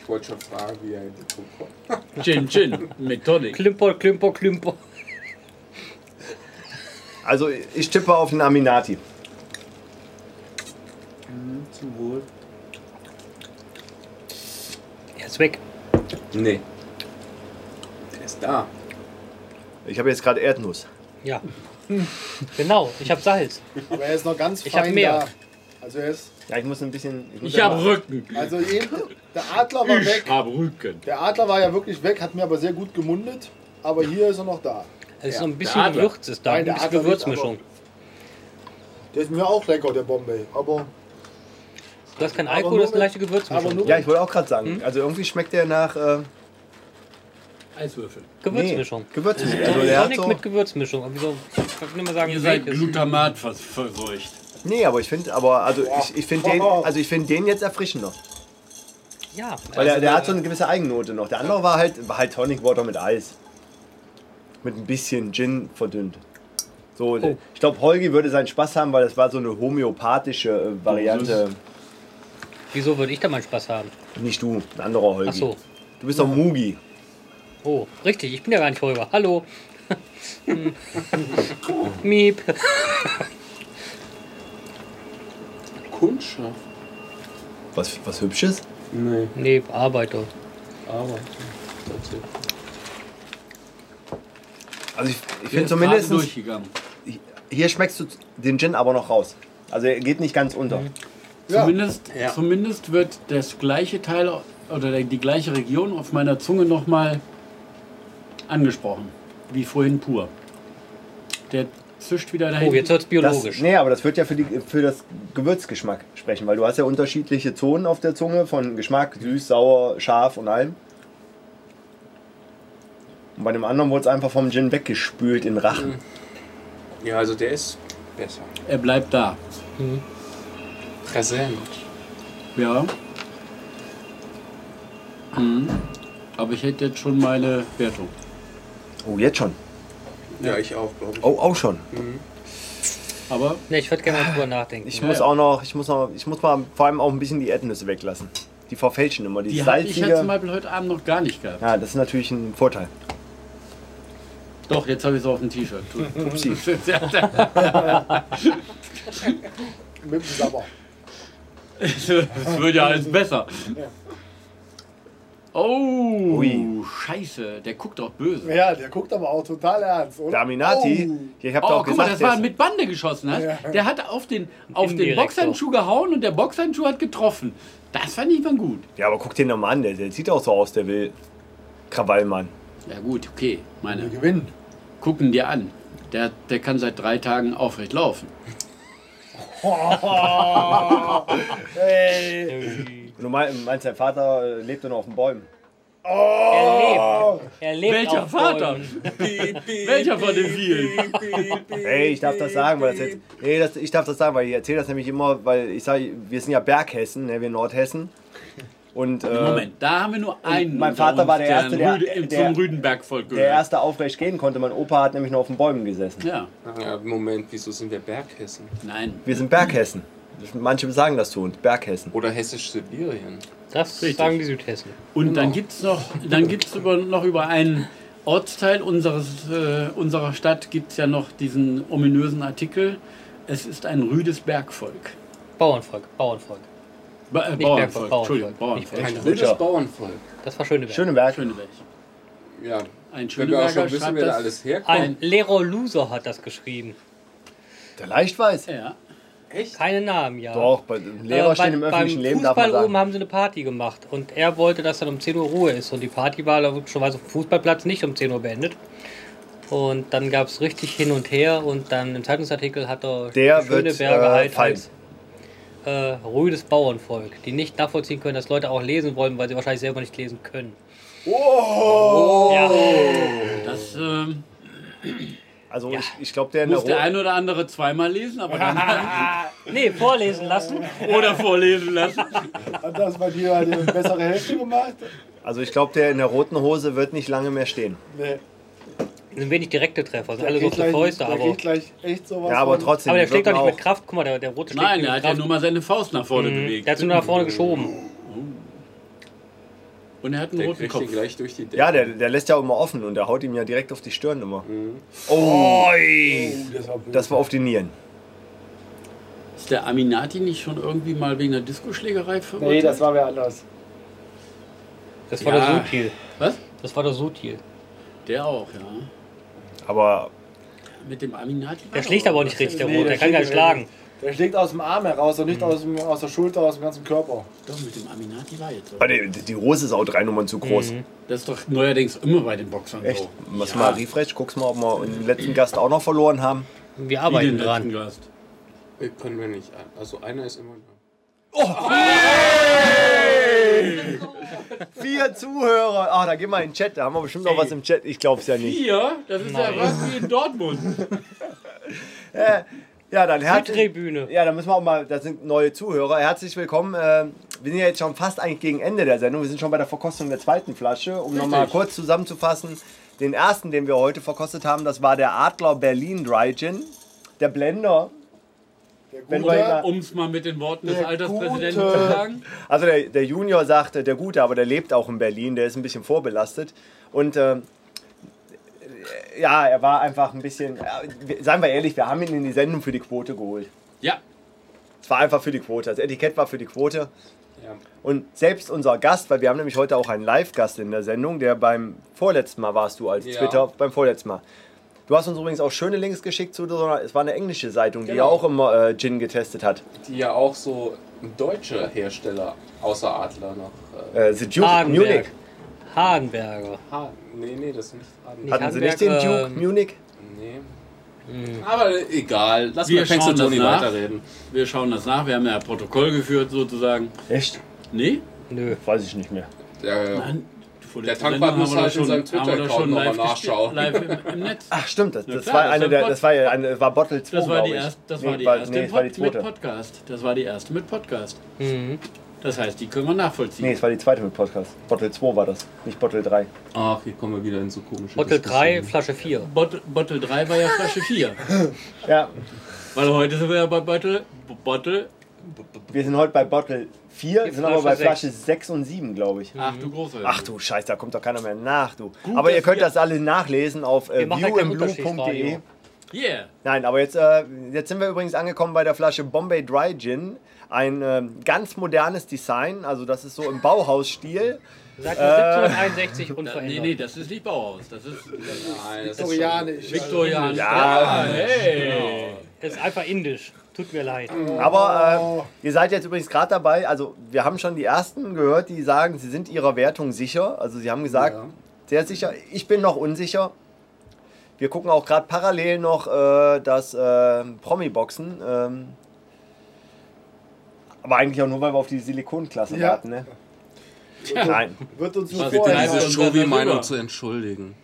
Ich wollte schon fragen, wie er in die Zukunft kommt.
Gin Gin mit Tonic.
Klimper, klimper, klimper.
Also ich tippe auf den Aminati.
Zum Wohl.
Er ist weg.
Nee. Der ist da.
Ich habe jetzt gerade Erdnuss.
Ja. Genau, ich habe Salz.
Aber er ist noch ganz fein
Ich hab mehr.
da. Also er ist.
Ja, ich muss ein bisschen... Ich, muss
Ich hab
mal-
Rücken.
Also eben, der Adler war weg.
Ich hab Rücken.
Der Adler war ja wirklich weg, hat mir aber sehr gut gemundet. Aber hier ist er noch da.
Es ist so ein
der
bisschen
Adler.
Gewürz ist da,
Nein,
ein
der
bisschen
Adler nicht,
Gewürzmischung.
Der ist mir auch lecker, der Bombay. Aber,
Du hast keinen
aber
Alkohol,
nur
das ist eine
mit-
leichte Gewürzmischung.
aber nur
Ja, ich wollte auch gerade sagen. Also irgendwie schmeckt der nach... Äh,
Eiswürfel.
Gewürzmischung.
Gewürzmischung. Also der hat
Tonic
so,
mit Gewürzmischung. Aber Wieso? Ich kann nicht mal sagen,
Ihr
welches.
seid Glutamat vers- verseucht.
nee, aber ich finde, aber also ich, ich finde den, also ich finde den jetzt erfrischender,
Ja,
weil der, der hat so eine gewisse Eigennote noch. Der andere war halt war halt Tonic Water mit Eis, mit ein bisschen Gin verdünnt. So, ich glaube, Holgi würde seinen Spaß haben, weil das war so eine homöopathische äh, Variante.
wieso würde ich da meinen Spaß haben?
Nicht du, ein anderer Holgi.
Ach so.
Du bist doch Mugi.
Oh, richtig, ich bin ja gar nicht Holger. Hallo. Hm. Miep.
Kundschaft.
Was, was Hübsches?
Nee.
Nee, Arbeiter.
Aber.
Also ich, ich
Der
finde
ist
zumindest,
gerade durchgegangen.
hier schmeckst du den Gin aber noch raus. Also er geht nicht ganz unter.
Mhm.
ja,
Zumindest, zumindest wird das gleiche Teil oder der- die gleiche Region auf meiner Zunge nochmal angesprochen. Wie vorhin pur. Der zischt wieder dahin.
Oh, jetzt wird's
Das,
biologisch.
nee, aber das wird ja für, die, für das Gewürzgeschmack sprechen, weil du hast ja unterschiedliche Zonen auf der Zunge von Geschmack, süß, sauer, scharf und allem. Und bei dem anderen wurde es einfach vom Gin weggespült in Rachen.
Ja, also der ist besser.
Er bleibt da.
Präsent.
Ja. Mhm. Aber ich hätte jetzt schon meine Wertung.
Oh, jetzt schon.
Ja, ich auch, glaube ich.
Oh, auch schon.
Aber
Ne, ich würde gerne mal drüber nachdenken.
Ich muss auch noch, ich muss noch, ich muss mal vor allem auch ein bisschen die Erdnüsse weglassen. Die verfälschen immer, die,
die habe ich ja zum
salzige.
Beispiel heute Abend noch gar nicht gehabt.
Ja, das ist natürlich ein Vorteil.
Doch, jetzt habe ich es auf dem T-Shirt. Tu-
Upsi.
Mit dem Sabber.
Es wird ja alles besser. Oh,
Ui.
scheiße, der guckt doch böse.
Ja, der guckt aber auch total ernst, oder?
Daminati,
Oh.
hier, ich habe
Oh,
doch
guck mal,
gesagt,
das
der
war
ist-
mit Bande geschossen. Hast. Der hat auf den, auf den
Indirekt
Boxhandschuh gehauen und der Boxhandschuh hat getroffen. Das fand ich mal gut.
ja, aber guck den doch mal an, der, der sieht auch so aus, der will. Krawallmann.
Ja gut, okay. Meine,
Wir gewinnen.
gucken dir an. Der, der kann seit drei Tagen aufrecht laufen.
Und Du mein- meinst, dein Vater äh, lebt doch noch auf den Bäumen. Oh!
Er lebt. Er lebt
Welcher
auf
Vater?
Bäumen.
Welcher von den vielen?
Hey, ich darf das sagen, weil das jetzt. Nee, das, ich darf das sagen, weil ich erzähle das nämlich immer, weil ich sage, wir sind ja Berghessen, ne, wir Nordhessen. Und äh,
Moment, da haben wir nur einen.
mein
unter
Vater
uns,
war der Erste,
einen
der-
Rüde, im-
der-
zum Rüdenberg-Volk
der
gehört.
erste aufrecht gehen konnte, mein Opa hat nämlich noch auf den Bäumen gesessen.
Ja,
Ja, Moment, wieso sind wir Berghessen?
nein.
Wir sind Berghessen. Manche sagen das zu uns, Berghessen.
Oder Hessisch-Sibirien?
Das
Richtig.
sagen die Südhessen.
Und dann gibt es noch, dann gibt's über, noch über einen Ortsteil unseres, äh, unserer Stadt gibt es ja noch diesen ominösen Artikel. Es ist ein rüdes Bergvolk.
Bauernvolk, Bauernvolk.
Ba äh,
Nicht
Bauernvolk,
Bergvolk, Bauernvolk.
Entschuldigung,
Nicht
Bauernvolk.
Ein
Echt?
gutes
Lutscher.
Bauernvolk.
Das war Schöneberg.
Schöneberg.
Schöneberg.
Ja,
Ein
wenn wir auch
Schöneberger
schon wissen,
schreibt
wer da
das.
alles herkommt.
Ein Leroy Loser hat das geschrieben.
Der Leichtweiß.
Ja,
Keine Namen, ja.
Doch, bei Lehrer
Äh,
stehen
bei-
im öffentlichen
beim
Leben, darf
Fußball
man sagen.
oben haben sie eine Party gemacht und er wollte, dass dann um 10 Uhr Ruhe ist und die Party war logischerweise auf dem Fußballplatz nicht um 10 Uhr beendet. Und dann gab es richtig hin und her und dann im Zeitungsartikel hat er
Der wird,
Schöneberger
äh,
halt
fallen.
als äh, ruhiges Bauernvolk, die nicht nachvollziehen können, dass Leute auch lesen wollen, weil sie wahrscheinlich selber nicht lesen können. Oh! Ja.
das ähm,
Also ich, ich glaube, der in der
muss der
Ro
ein oder andere zweimal lesen, aber dann
Nee, vorlesen lassen.
oder vorlesen lassen.
Hat das bei dir eine bessere Hälfte gemacht?
also ich glaube, der in der roten Hose wird nicht lange mehr stehen.
Nee.
Das sind wenig direkte Treffer, das sind
Da
alle so
geht
auf die
gleich-
Fäuste,
da
aber.
geht gleich echt sowas.
Ja, aber
von-
trotzdem.
Aber der
die
schlägt doch
wirken
nicht mit
auch-
Kraft. Guck mal, der, der rote schlägt
Nein,
mit
er hat ja
Kraft. Hm.
nur mal seine Faust nach vorne bewegt.
Der hat sie nur nach vorne geschoben.
Und er hat einen
Der
roten
kriegt
Kopf.
den gleich durch die Decke.
Ja, der, der lässt ja auch immer offen und der haut ihm ja direkt auf die Stirn immer.
Mhm.
Oh, das war blöd.
Das war auf die Nieren.
Ist der Aminati nicht schon irgendwie mal wegen einer Diskoschlägerei verurteilt?
Nee, das war wer anders.
Das war
Ja.
der Sutil.
Was?
Das war der Sutil.
Der auch, ja.
Aber
Mit dem Aminati.
Der schlägt aber auch nicht richtig, der
Nee,
Rot.
der
Der kann gar nicht
schlägt
schlagen.
Der schlägt aus dem Arm heraus und nicht
Mhm.
aus, dem, aus der Schulter, aus dem ganzen Körper.
Doch, mit dem Aminati war jetzt so.
aber die, die Hose ist auch drei Nummern zu groß.
Mhm.
Das ist doch neuerdings immer bei den Boxern
Echt?
so.
Oh.
Machst du
Ja.
mal refresh, guckst mal, ob wir den letzten Gast auch noch verloren haben.
Wir
Wie den
arbeiten
letzten
dran.
Gast.
Äh, Können wir nicht. Also einer ist immer da.
Vier Zuhörer. Ah, da geh mal in den Chat. Da haben wir bestimmt noch was im Chat. Ich glaub's ja nicht.
Hier, das ist ja was wie in Dortmund.
Ja, dann herzlich.
Tribüne.
Ja, da müssen wir auch mal, das sind neue Zuhörer. Herzlich willkommen. Äh, wir sind ja jetzt schon fast eigentlich gegen Ende der Sendung. Wir sind schon bei der Verkostung der zweiten Flasche. Um nochmal kurz zusammenzufassen, den ersten, den wir heute verkostet haben, das war der Adler Berlin Dry Gin. Der Blender.
Der Gute,
Wenn wir ihn mal-
Um es mal mit den Worten des
Der
Alterspräsidenten
Gute.
zu sagen.
Also der, der Junior sagte, der Gute, aber der lebt auch in Berlin, der ist ein bisschen vorbelastet. Und ähm, äh, ja, er war einfach ein bisschen, ja, wir- seien wir ehrlich, wir haben ihn in die Sendung für die Quote geholt.
Ja,
Es war einfach für die Quote, das Etikett war für die Quote.
Ja.
Und selbst unser Gast, weil wir haben nämlich heute auch einen Live-Gast in der Sendung, der beim vorletzten Mal warst du als
Ja.
Twitter, beim vorletzten Mal. Du hast uns übrigens auch schöne Links geschickt zu, so einer- es war eine englische Zeitung, die ja
Genau.
auch immer äh, Gin getestet hat.
Die ja auch so deutsche Hersteller außer Adler noch. Äh,
Äh, the Duke
Hagenberg.
Munich.
Hagenberger.
ha, nee, nee, das ist nicht Adler.
Hatten sie nicht den
Hagenberg,
Duke
ähm,
Munich?
Nee.
Hm.
Aber egal, lass
Wir
mal Fenster
schauen das
Johnny
nach.
weiterreden.
wir schauen das nach. Wir haben ja Protokoll geführt sozusagen.
Echt?
Nee?
Nö.
Weiß ich nicht mehr.
Der,
Nein. vor
Der
letzter
Tankwart
Sendung
muss
haben wir
halt
schon-
in seinem
haben wir
Twitter-Account
doch schon
noch mal
live
nachschauen.
gespielt- Live im, im Netz.
Ach stimmt, das,
Na
das
klar,
war
das
eine
war
der,
Pod-
das war ja eine, das war Bottle 2,
Das war die
glaub ich.
erste, das
Nee,
war die
war-
erste
nee, das war die
Pod- mit
zweite.
Podcast. Das war die erste mit Podcast.
Mhm.
Das heißt, die können wir nachvollziehen.
Nee, es war die zweite mit Podcast. Bottle 2 war das, nicht Bottle 3.
Ach, hier kommen wir wieder in so komische
Bottle 3,
Diskussionen.
Flasche 4.
Bottle, Bottle 3 war ja Flasche 4.
Ja,
Weil heute sind wir ja bei Bottle. Bottle.
wir sind heute bei Bottle 4,
Die
sind aber
Flasche
bei
sechs.
Flasche 6 und 7, glaube ich.
Ach du große.
Ach du Scheiße, da kommt doch keiner mehr nach, du. aber ihr
dass
könnt
wir-
das alle nachlesen auf äh,
Wir machen ja kein
viewandblue.de.
Unterschiedsradio.
Yeah.
Nein, aber jetzt, äh, jetzt sind wir übrigens angekommen bei der Flasche Bombay Dry Gin. Ein ähm, ganz modernes Design, also das ist so im Bauhausstil.
Seit 1761
Da,
unverändert.
Äh. nee, nee, das ist nicht Bauhaus. Das ist
Nein, das ist schon,
Viktorianisch.
Viktorian.
Ja.
hey.
Das ist einfach indisch. Tut mir leid.
Äh,
Oh.
Aber äh, ihr seid jetzt übrigens gerade dabei, also wir haben schon die ersten gehört, die sagen, sie sind ihrer Wertung sicher. Also sie haben gesagt, sehr sicher. Ich bin noch unsicher. Wir gucken auch gerade parallel noch äh, das äh, Promi-Boxen. Ähm, aber eigentlich auch nur, weil wir auf die Silikonklasse
Ja.
warten, ne? Nein.
Also, Wird uns nur
Was
Bitte
vorher.
heißt-
diese
Ja, und
Chauvi-Meinung
darüber.
zu entschuldigen.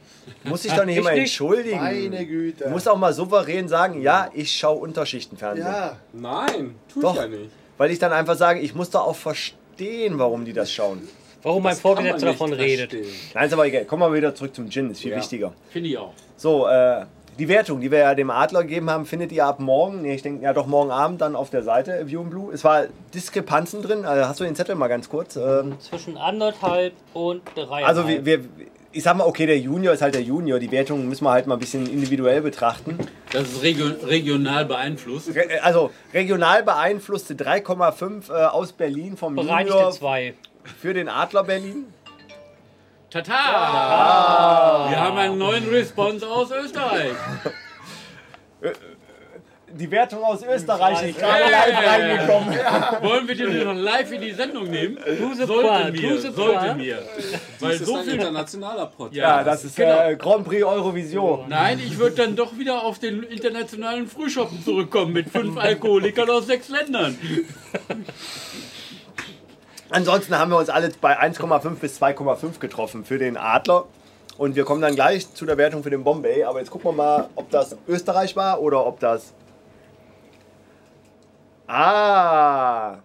Muss ich doch nicht immer
nicht?
entschuldigen.
Meine Güte.
Du musst auch mal souverän sagen, ja, ich schaue Unterschichtenfernsehen.
ja,
Nein, tu
Doch.
ich ja nicht.
Weil ich dann einfach sage, ich muss doch auch verstehen, warum die das schauen.
Warum mein
Das kann man
Vorgesetzter
nicht
davon redet.
verstehen.
Nein, ist aber egal. Kommen wir wieder zurück zum Gin, ist viel
Ja.
wichtiger.
Finde ich auch.
So, äh, die Wertung, die wir ja dem Adler gegeben haben, findet ihr ab morgen, nee, ich denke, ja doch morgen Abend dann auf der Seite, View and Blue. Es war Diskrepanzen drin, also hast du den Zettel mal ganz kurz? Ähm,
Zwischen anderthalb und dreieinhalb.
also, wir, wir, ich sag mal, okay, der Junior ist halt der Junior, die Wertung müssen wir halt mal ein bisschen individuell betrachten.
Das ist regio regional beeinflusst.
Re also, regional beeinflusste 3,5 äh, aus Berlin vom
Bereinigte
Junior
zwei.
für den Adler Berlin.
Tata!
Ah.
Wir haben einen neuen Response aus Österreich.
Die Wertung aus Österreich ist gerade
Hey.
live reingekommen.
Wollen wir den noch live in die Sendung nehmen?
Duse
Sollten
Poir,
wir,
Duse Poir.
sollten wir. Weil
Das ist
so
ein
viel...
internationaler Podcast.
Ja, das ist äh, Grand Prix Eurovision.
Nein, ich würde dann doch wieder auf den internationalen Frühschoppen zurückkommen mit fünf Alkoholikern aus sechs Ländern.
Ansonsten haben wir uns alle bei 1,5 bis 2,5 getroffen für den Adler. Und wir kommen dann gleich zu der Wertung für den Bombay. Aber jetzt gucken wir mal, ob das Österreich war oder ob das. Ah!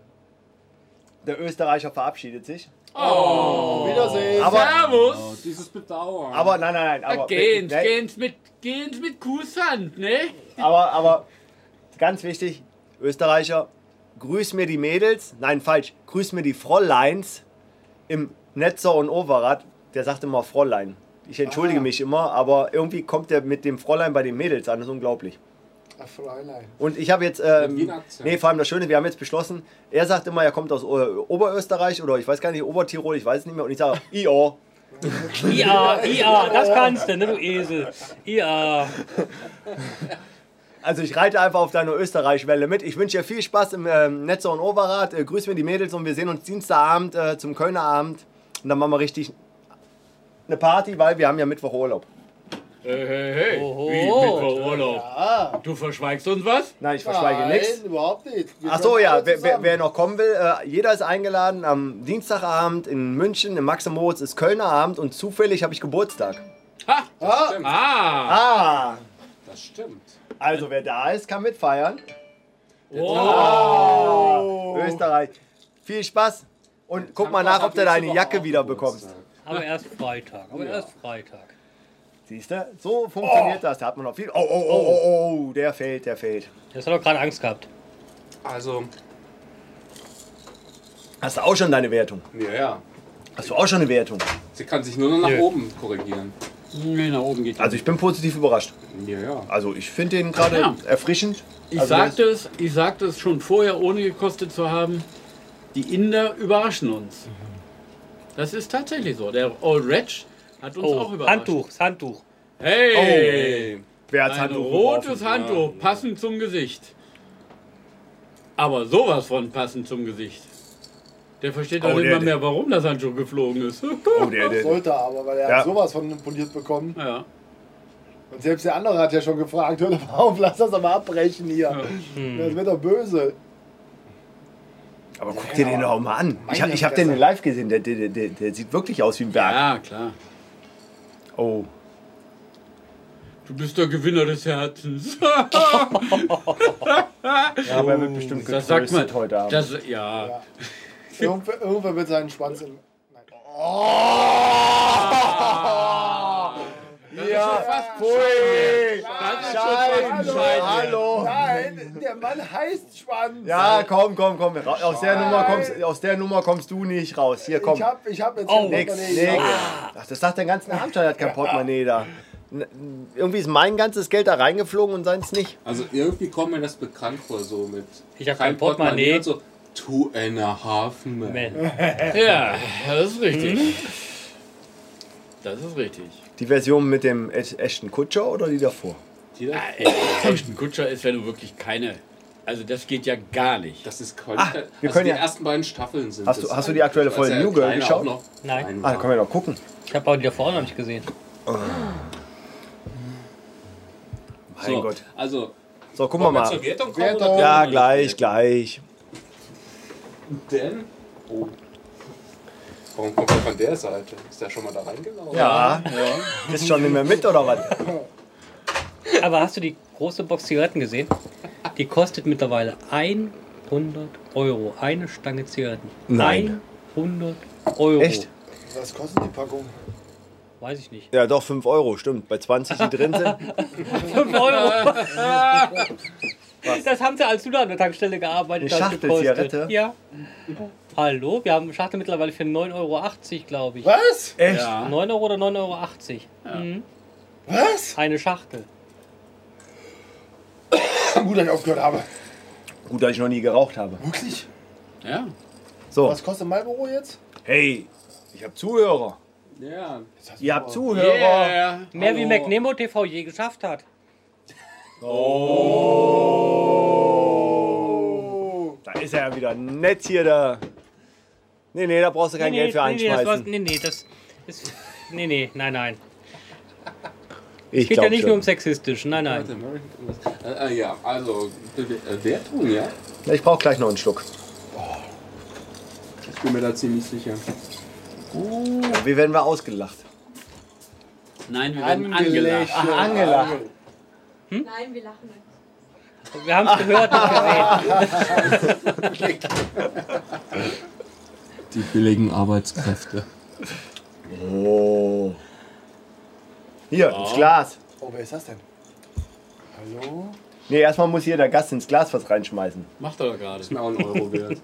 Der Österreicher verabschiedet sich.
auf Wiedersehen.
Aber,
Servus!
Dieses Bedauern.
aber nein, nein, nein. Aber,
Gehen's,
ne,
gehen's mit, gehen's mit Kusshand, ne?
aber, aber ganz wichtig: Österreicher, grüß mir die Mädels. Nein, falsch. Grüß mir die Fräuleins im Netzer und Overath, der sagt immer Fräulein. Ich entschuldige mich immer, aber irgendwie kommt der mit dem Fräulein bei den Mädels an, das ist unglaublich.
Ach, Fräulein.
Und ich habe jetzt, ähm,
Wiener Akzent.
nee, vor allem das Schöne, wir haben jetzt beschlossen, er sagt immer, er kommt aus äh, Oberösterreich oder ich weiß gar nicht, Obertirol, ich weiß es nicht mehr und ich sage, Io.
IA, IA, das kannst du, ne, du Esel. IA.
Also ich reite einfach auf deine Österreich-Welle mit. Ich wünsche dir viel Spaß im ähm, Netzer und Overath, äh, grüß mir die Mädels und wir sehen uns Dienstagabend äh, zum Kölner Abend und dann machen wir richtig eine Party, weil wir haben ja Mittwoch Urlaub.
Hey, hey, hey.
Oho.
Wie Mittwochurlaub. Du verschweigst uns was?
Nein, ich verschweige nichts.
Nein, überhaupt nicht. Wir
Ach so,
kommen
ja,
alle
wer, wer,
zusammen.
wer noch kommen will, äh, jeder ist eingeladen. Am Dienstagabend in München im Max und Moritz ist Kölner Abend und zufällig habe ich Geburtstag.
Ha!
Ah,
Ah!
Ah,
Das stimmt.
also wer da ist, kann mitfeiern. Österreich. Viel Spaß und guck mal nach, ob du deine Jacke wieder bekommst.
halt-
Aber erst Freitag. Aber erst Freitag.
Siehst du? So funktioniert das. Da hat man noch viel. Oh, oh, oh, oh, oh, der fällt, der fällt.
Das hat doch gerade Angst gehabt.
Also,
Hast du auch schon deine Wertung?
ja, ja.
Hast du auch schon eine Wertung?
Sie kann sich nur noch nach
Nö.
oben korrigieren.
Nee, nach oben geht
Also ich bin positiv überrascht.
Ja, ja.
Also ich finde den gerade
Ja.
erfrischend.
Ich
Also
sagte es, ich sagte es schon vorher, ohne gekostet zu haben. Die Inder überraschen uns. Das ist tatsächlich so. Der Old Reg hat uns auch
Oh,
überrascht.
Handtuch, das Handtuch.
Hey!
Wer hat's
Ein
Handtuch
rotes
geworfen?
Handtuch, passend zum Gesicht. Aber sowas von passend zum Gesicht. Der versteht dann
Oh, der-
immer mehr, warum das Handschuh geflogen ist.
Oh, der, der,
Sollte aber, weil er
Ja.
hat sowas von poliert bekommen.
ja.
Und selbst der andere hat ja schon gefragt, hör doch mal auf, lass das aber abbrechen hier.
Hm.
Das wird doch böse.
Aber guck dir den doch mal an. Ich, hab- ich habe
Fresse.
den live gesehen. Der, der, der, der sieht wirklich aus wie ein Berg.
ja, klar.
Oh.
Du bist der Gewinner des Herzens.
Ja, aber er wird bestimmt
Das sagt man.
heute Abend.
Das, ja.
Irgendwer, irgendwer wird seinen Schwanz in. Nein.
Ja, pfui!
Hallo,
Hallo!
Nein, der Mann heißt Schwanz.
Ja, komm, komm, komm. Ra- Aus der, Nummer kommst, aus der Nummer kommst du nicht raus. Hier, komm.
Ich hab, ich hab jetzt
Oh.
kein
Nix,
Portemonnaie.
nix. Ach, das sagt den ganzen Abend schon, er hat kein Portemonnaie da. N- Irgendwie ist mein ganzes Geld da reingeflogen und seins nicht.
Also irgendwie kommt mir das bekannt vor, so mit.
Ich hab kein Portemonnaie.
und so two and a half men.
Man.
Ja, das ist richtig. Das ist richtig.
Die Version mit dem Ed- Ashton Kutscher oder die davor?
Ah, ey, Ashton Kutscher ist ja nun wirklich keine. Also das geht ja gar nicht.
Das ist
Ah,
Qualität.
wir
also
können
die
ja-
ersten beiden Staffeln sind.
Hast du-
das
hast du die aktuelle
Als
Folge
er
New Girl
kleiner
geschaut?
auch Noch
Nein.
Ah, da können wir doch gucken.
Ich habe auch die davor noch nicht gesehen.
Mein
so,
Gott.
Also,
So, gucken wir
mal.
mal.
zur Wertung kommen
Wertung.
oder-
Ja, gleich, gleich.
Denn. Oh. Warum kommt er von der Seite? Ist der schon mal da reingelaufen?
Ja. Ist schon nicht mehr mit oder was?
Aber hast du die große Box Zigaretten gesehen? Die kostet mittlerweile 100 Euro. Eine Stange Zigaretten.
Nein.
100 Euro.
Echt?
Was kostet die Packung?
Weiß ich nicht.
Ja, doch, 5 Euro, stimmt. Bei 20, die drin sind.
5 Euro. das haben sie, als du da an der Tankstelle gearbeitet
Eine
hast,
Schachtel
gekostet.
Zigarette?
Ja. Hallo, wir haben eine Schachtel mittlerweile für 9,80 Euro, glaube ich.
Was?
Echt?
9 Euro oder 9,80 Euro? Mhm.
Was?
Eine Schachtel.
Gut, dass ich aufgehört habe.
Gut, dass ich noch nie geraucht habe.
Wirklich?
Ja.
So,
Was kostet mein Büro jetzt?
hey, ich habe Zuhörer.
Ja.
Ihr habt Zuhörer.
Yeah.
Mehr wie McNemo TV je geschafft hat.
Da ist er ja wieder nett hier, da. Nee, nee, da brauchst du kein Geld für
nee, das war,
einschmeißen.
nee, nee, das ist. Nee, nee, nein, nein.
ich
Es geht ja
glaube
nicht
schon.
nur um sexistisch, nein,
Warte,
nein.
American English. Äh, äh, ja, also Be- äh, Wertung, ja.
Ich brauche gleich noch einen Schluck.
Ich bin mir da ziemlich sicher.
Wie werden wir ausgelacht?
Nein, wir werden angelacht.
Ach, angelacht.
Nein, wir lachen nicht.
Wir haben es gehört, nicht gesehen.
Die billigen Arbeitskräfte.
Oh. Hier, ins Glas.
Oh, wer ist das denn? Hallo?
Nee, erstmal muss hier der Gast ins Glas was reinschmeißen.
Macht er doch gerade.
Ist mir auch ein Euro wert.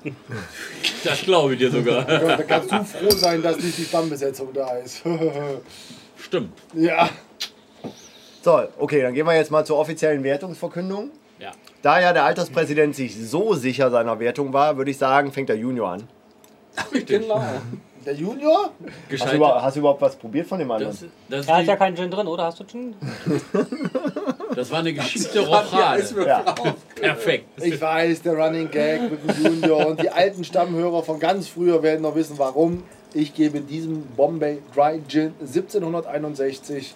Das glaube ich dir sogar.
Ja, da kannst du froh sein, dass nicht die Stammbesetzung da ist.
Stimmt.
ja.
So, okay, dann gehen wir jetzt mal zur offiziellen Wertungsverkündung.
Ja.
Da ja der Alterspräsident sich so sicher seiner Wertung war, würde ich sagen, fängt der Junior an.
genau.
Der Junior?
Hast du,
Gescheit.
über- hast du überhaupt was probiert von dem anderen?
Das, das,
Da hat ja
das,
keinen Gin drin, oder? Hast du Gin?
war eine geschickte
Ja,
Rochade.
ist mir
Ja.
klar.
Perfekt.
Ich weiß, der Running Gag mit dem Junior und die alten Stammhörer von ganz früher werden noch wissen, warum. Ich gebe diesem Bombay Dry Gin 1761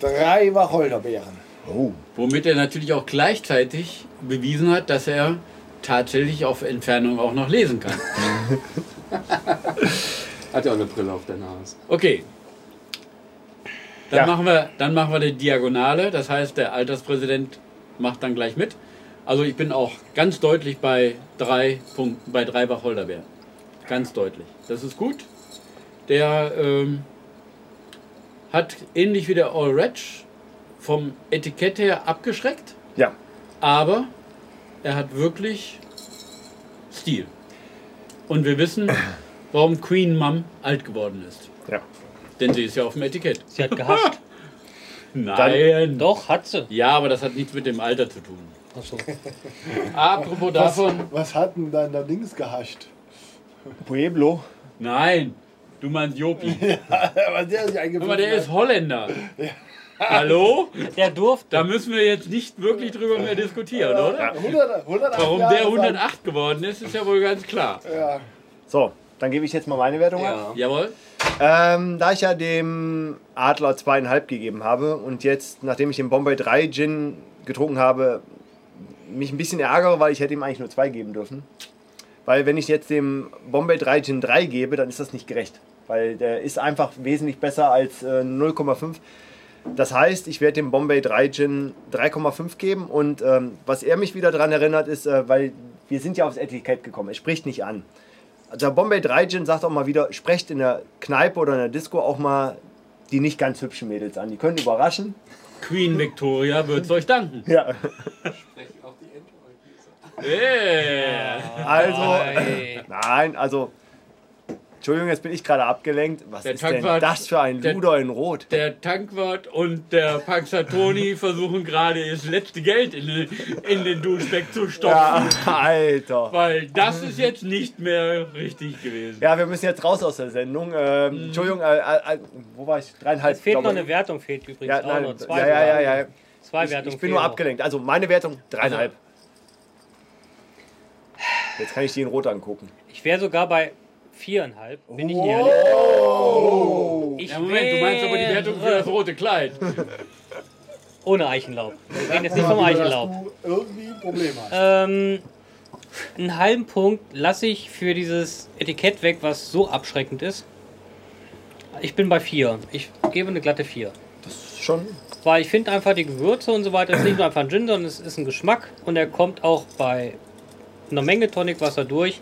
drei Wacholderbeeren.
Oh.
Womit er natürlich auch gleichzeitig bewiesen hat, dass er tatsächlich auf Entfernung auch noch lesen kann.
Hat ja auch eine Brille auf der Nase.
Okay. Dann,
Ja.
machen wir, dann machen wir die Diagonale. Das heißt, der Alterspräsident macht dann gleich mit. Also ich bin auch ganz deutlich bei drei Punkten, bei drei Wacholderbeeren. Ganz deutlich. Das ist gut. Der ähm, hat ähnlich wie der All Ratch vom Etikett her abgeschreckt,
Ja,
aber er hat wirklich Stil. Und wir wissen, warum Queen Mum alt geworden ist.
ja.
Denn sie ist ja auf dem Etikett.
Sie hat gehascht.
Nein.
Doch, hat sie.
Ja, aber das hat nichts mit dem Alter zu tun.
Achso.
Apropos davon.
Was hat denn dann da links gehascht?
Pueblo.
Nein, du meinst Jopi.
Aber der ist
Aber der ist Holländer. Hallo?
Der durfte.
Da müssen wir jetzt nicht wirklich drüber mehr diskutieren, oder?
100, 108
Warum
Jahre
der
alt.
108 geworden ist, ist ja wohl ganz klar.
So, dann gebe ich jetzt mal meine Wertung ab.
Jawohl.
Ähm, da ich ja dem Adler zweieinhalb gegeben habe und jetzt, nachdem ich den Bombay 3 Gin getrunken habe, mich ein bisschen ärgere, weil ich hätte ihm eigentlich nur zwei geben dürfen. Weil wenn ich jetzt dem Bombay 3 Gin 3 gebe, dann ist das nicht gerecht. Weil der ist einfach wesentlich besser als äh, 0,5. Das heißt, ich werde dem Bombay 3 Gin 3,5 geben und ähm, was er mich wieder daran erinnert ist, äh, weil wir sind ja aufs Etikett gekommen, es spricht nicht an. Also Bombay 3 Gin sagt auch mal wieder, sprecht in der Kneipe oder in der Disco auch mal die nicht ganz hübschen Mädels an. Die können überraschen.
Queen Victoria wird's euch danken.
Ja.
Hey.
Also, nein, also, Entschuldigung, jetzt bin ich gerade abgelenkt. Was
Der
ist
Tank
denn
war-
das für ein
der-
Luder in Rot?
Der Tankwart und der Paxatoni versuchen gerade das letzte Geld in den, in den Duschbeck zu stopfen.
Ja, Alter.
Weil das ist jetzt nicht mehr richtig gewesen.
Ja, wir müssen jetzt raus aus der Sendung. Ähm, Entschuldigung, äh, äh, äh, wo war ich? Dreieinhalb.
Mhm. Es fehlt noch
glaube
eine
ich.
Wertung, fehlt übrigens
ja,
auch
nein,
noch.
ja,
Zwei,
ja, ja, ja.
zwei
Ich,
Wertungen.
ich bin nur
fehlen noch. Also-
abgelenkt. Also meine Wertung dreieinhalb. Jetzt kann ich die in Rot angucken.
Ich wäre sogar bei viereinhalb, bin ich ehrlich. Oh. Ich
Ja, Moment, du meinst aber die
wäre
Wertung für das rote Kleid.
Ohne Eichenlaub. Wir reden jetzt nicht vom
Wieder, dass
Eichenlaub.
du irgendwie ein Problem hast.
Ähm, einen halben Punkt lasse ich für dieses Etikett weg, was so abschreckend ist. Ich bin bei 4. Ich gebe eine glatte 4.
Schon?
Weil ich finde einfach die Gewürze und so weiter, es ist nicht nur einfach ein Gin, sondern es ist ein Geschmack und er kommt auch bei einer Menge Tonicwasser durch.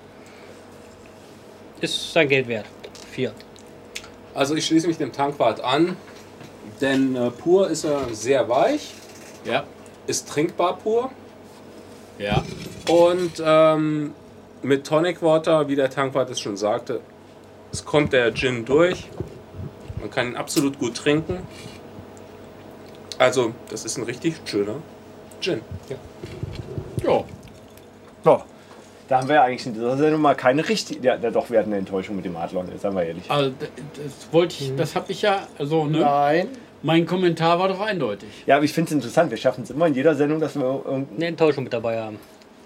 Ist sein Geld wert. 4.
Also ich schließe mich dem Tankwart an, denn äh, pur ist er sehr weich,
Ja,
ist trinkbar pur
ja.
und ähm, mit Tonic Water, wie der Tankwart es schon sagte, es kommt der Gin durch. Man kann ihn absolut gut trinken. Also das ist ein richtig schöner Gin.
Ja,
Ja. Da haben wir ja eigentlich in dieser Sendung mal keine richtige. Ja, ja, doch, wir hatten eine Enttäuschung mit dem Adlon, jetzt sagen wir ehrlich.
also d- das wollte ich, das habe ich ja, also ne,
Nein,
mein Kommentar war doch eindeutig.
Ja, aber ich finde es interessant. Wir schaffen es immer in jeder Sendung, dass wir irgendein-
Eine Enttäuschung mit dabei haben.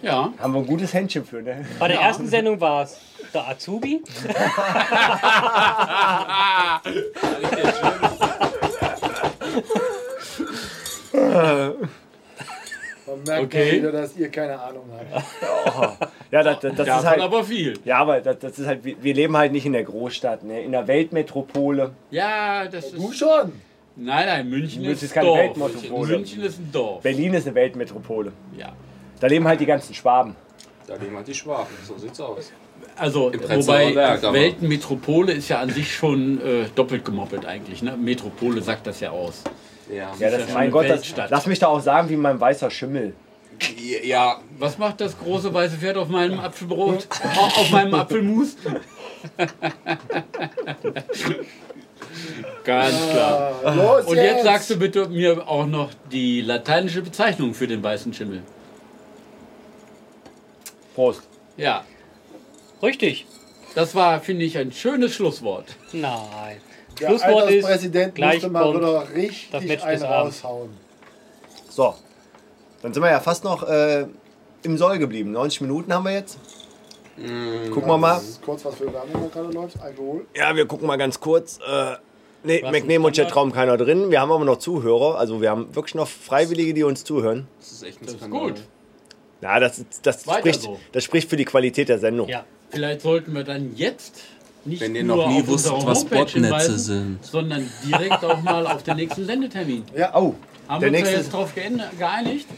Ja,
haben wir ein gutes Händchen für. Ne?
Bei der ersten Sendung war es der Azubi.
man merkt
Okay.
mal wieder, dass ihr keine Ahnung habt.
Ja, das, das, das
davon
ist halt.
aber viel.
Ja, aber das, das ist halt. Wir wir leben halt nicht in der Großstadt, ne? in der Weltmetropole.
Ja, das
Du
ist,
schon.
nein, nein, München
München
ist,
ist
ist
keine
Dorf.
Weltmetropole.
München ist ein Dorf.
Berlin ist eine Weltmetropole.
Ja.
Da leben halt die ganzen Schwaben.
Da nehmen halt die Schwaben, so sieht's aus.
Also,
Prenzlauer
wobei
Berg, aber-
Weltenmetropole ist ja an sich schon äh, doppelt gemoppelt eigentlich. Ne? Metropole sagt das ja aus.
Ja,
Ja, das
ist ja
mein
eine
Gott, das,
Weltstadt.
lass mich da auch sagen, wie mein weißer Schimmel.
ja
Was macht das große weiße Pferd auf meinem Apfelbrot? Auch auf meinem Apfelmus? Ganz klar.
Ah, Los
Und jetzt sagst du bitte mir auch noch die lateinische Bezeichnung für den weißen Schimmel.
Prost.
Ja,
Richtig.
das war, finde ich, ein schönes Schlusswort.
Nein.
Der
Schlusswort ist,
Alterspräsident
gleich
musste mal
kommt
wieder
das
richtig
Match
einen
des Abends.
raushauen.
So, dann sind wir ja fast noch äh, im Soll geblieben. 90 Minuten haben wir jetzt. Gucken wir mal.
Das ist kurz, was für Werbung da gerade läuft. Alkohol.
Ja, wir gucken mal ganz kurz. Äh, nee,
Was
McNemo
ist denn
Chat Traum keiner drin. Wir haben aber noch Zuhörer. Also wir haben wirklich noch Freiwillige, die uns zuhören.
das ist echt ein
Das ist
Skandal.
gut.
Ja, das, das,
Weiter
spricht,
so.
das spricht für die Qualität der Sendung.
ja.
Vielleicht sollten wir dann jetzt nicht
Wenn ihr
nur
noch nie
auf unsere
wusstet, was
Homepage
Botnetze
hinweisen,
sind.
sondern direkt auch mal auf den nächsten Sendetermin.
Ja, oh.
Haben
Der
wir uns da
nächste-
jetzt darauf geeinigt?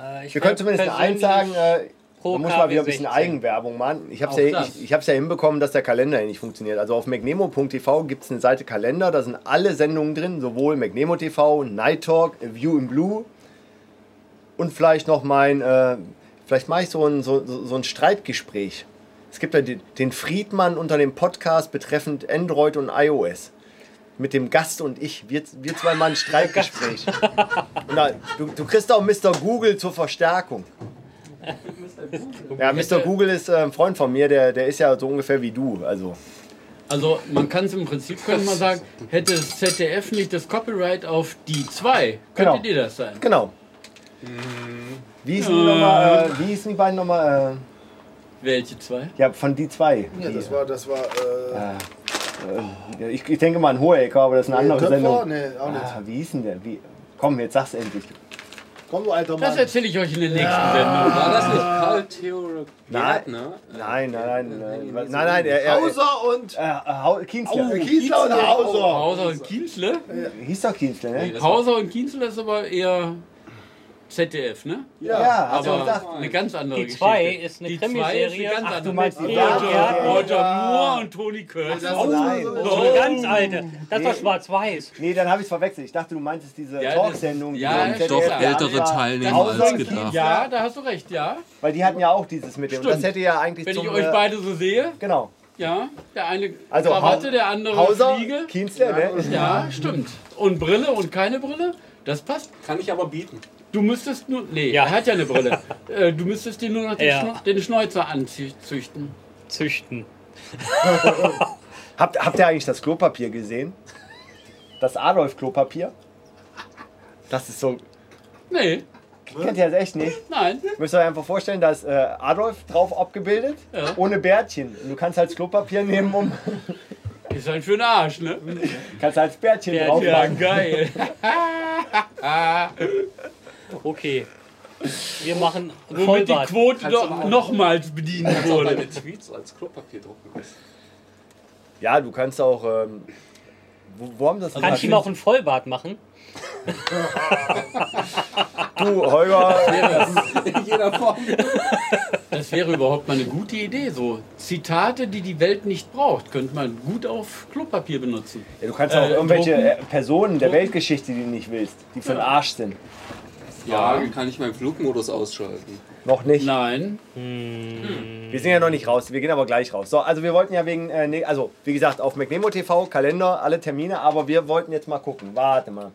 Äh, ich
Wir können zumindest eins sagen, äh,
pro
man muss mal wieder ein bisschen
KW16.
Eigenwerbung machen. Ich habe
Auch
es ja,
das.
ich, ich hab's ja hinbekommen, dass der Kalender hier nicht funktioniert. Also auf mcnemo.tv gibt es eine Seite Kalender, da sind alle Sendungen drin, sowohl mcnemo TV, Night Talk, A View in Blue und vielleicht noch mein, äh, vielleicht mache ich so ein, so, so so ein Streitgespräch. Es gibt ja den, den Friedmann unter dem Podcast betreffend Android und iOS. Mit dem Gast und ich, wir, wir zwei mal ein Streitgespräch. Und da, du, du kriegst auch Mr. Google zur Verstärkung. Ja, Mr. Google ist äh, ein Freund von mir, der, der ist ja so ungefähr wie du. Also,
Also man kann es im Prinzip, könnte man sagen, hätte das ZDF nicht das Copyright auf die zwei,
Genau.
könntet ihr das sein.
genau.
Mhm.
Wie hießen die, nochmal, äh, wie hießen die beiden nochmal?
Welche zwei?
Äh, ja, von die zwei.
Ja,
Die,
das war, das war äh,
ja, äh, ich, ich denke mal an Hohecker, aber das ist eine
nee,
andere
Töpfer?
Sendung.
Nee, auch nicht.
Ah, wie hießen der? Wie? Komm, jetzt sag's endlich.
Komm, du alter
Das
Mann.
erzähle ich euch in der nächsten Sendung.
War das nicht
Ah.
Karl Theodor Gärtner?
Nein, nein, nein, nein, nein, nein, er, er,
Hauser und
er, äh, Kienzler.
Kiesler und Hauser.
Hauser und Kienzle?
Hieß doch Kienzler, ne?
Hauser und Kienzle ist aber eher ZDF, ne?
Ja.
hast du
Aber
gedacht.
eine ganz andere
Die
Geschichte.
2 ist eine
Die zwei ist eine
Krimiserie.
ganz
Ach,
andere
meinst die
Geschichte.
Roger-
Roger,
Roger
Moore und Tony Curtis.
Oh nein.
so eine ganz alte. Das war schwarz-weiß.
Nee, dann habe ich es verwechselt. Ich dachte, du meintest diese
Ja,
Talksendung. die
das-
am
ja,
ZDF
doch,
da
ältere
war.
teilnehmen
Außer
als
Kiez,
gedacht.
Ja, da hast du recht, ja.
Weil die hatten ja auch dieses mit dem. Und Das
Stimmt.
hätte ja eigentlich
Wenn
zum,
ich euch
äh,
beide so sehe,
Genau.
ja, der eine
Also
Krawatte,
Hau-
der andere
Hauser,
Fliege.
Kienzler, ne?
Ja, stimmt. Und Brille und keine Brille, das passt.
Kann ich aber bieten.
Du müsstest nur. Nee,
Ja.
er hat ja eine Brille. Äh, du müsstest dir nur noch den,
Ja.
Schno den Schnäuzer anzüchten.
Züchten.
Habt, habt ihr eigentlich das Klopapier gesehen? Das Adolf-Klopapier? Das ist so.
Nee,
Kennt ihr das echt nicht?
nein.
Müsst ihr euch einfach vorstellen, da ist äh, Adolf drauf abgebildet,
Ja.
ohne Bärtchen. Und du kannst halt das Klopapier nehmen, um.
Ist ein schöner Arsch, ne?
Kannst halt das Bärtchen
Bärtchen.
Ja,
draufpacken.
geil.
Okay. Wir machen
Womit die
Vollbart.
Quote doch nochmals bedient wurde.
Meine Tweets als Klopapier drucken lässt.
Ja, du kannst auch. Ähm, wo, wo haben das
Also
Kann ich ihm auch einen Vollbart machen?
Du, Holger.
In jeder Form.
Das wäre überhaupt mal eine gute Idee. So Zitate, die die Welt nicht braucht, könnte man gut auf Klopapier benutzen.
Ja, du kannst auch
Äh,
irgendwelche
drucken.
äh, Personen der Weltgeschichte, die du nicht willst, die für den Arsch sind.
Frage, kann ich meinen Flugmodus ausschalten?
Noch nicht.
Nein.
Wir sind ja noch nicht raus, wir gehen aber gleich raus. So, also wir wollten ja wegen, äh, ne, also wie gesagt, auf McNemo TV, Kalender, alle Termine, aber wir wollten jetzt mal gucken. Warte mal.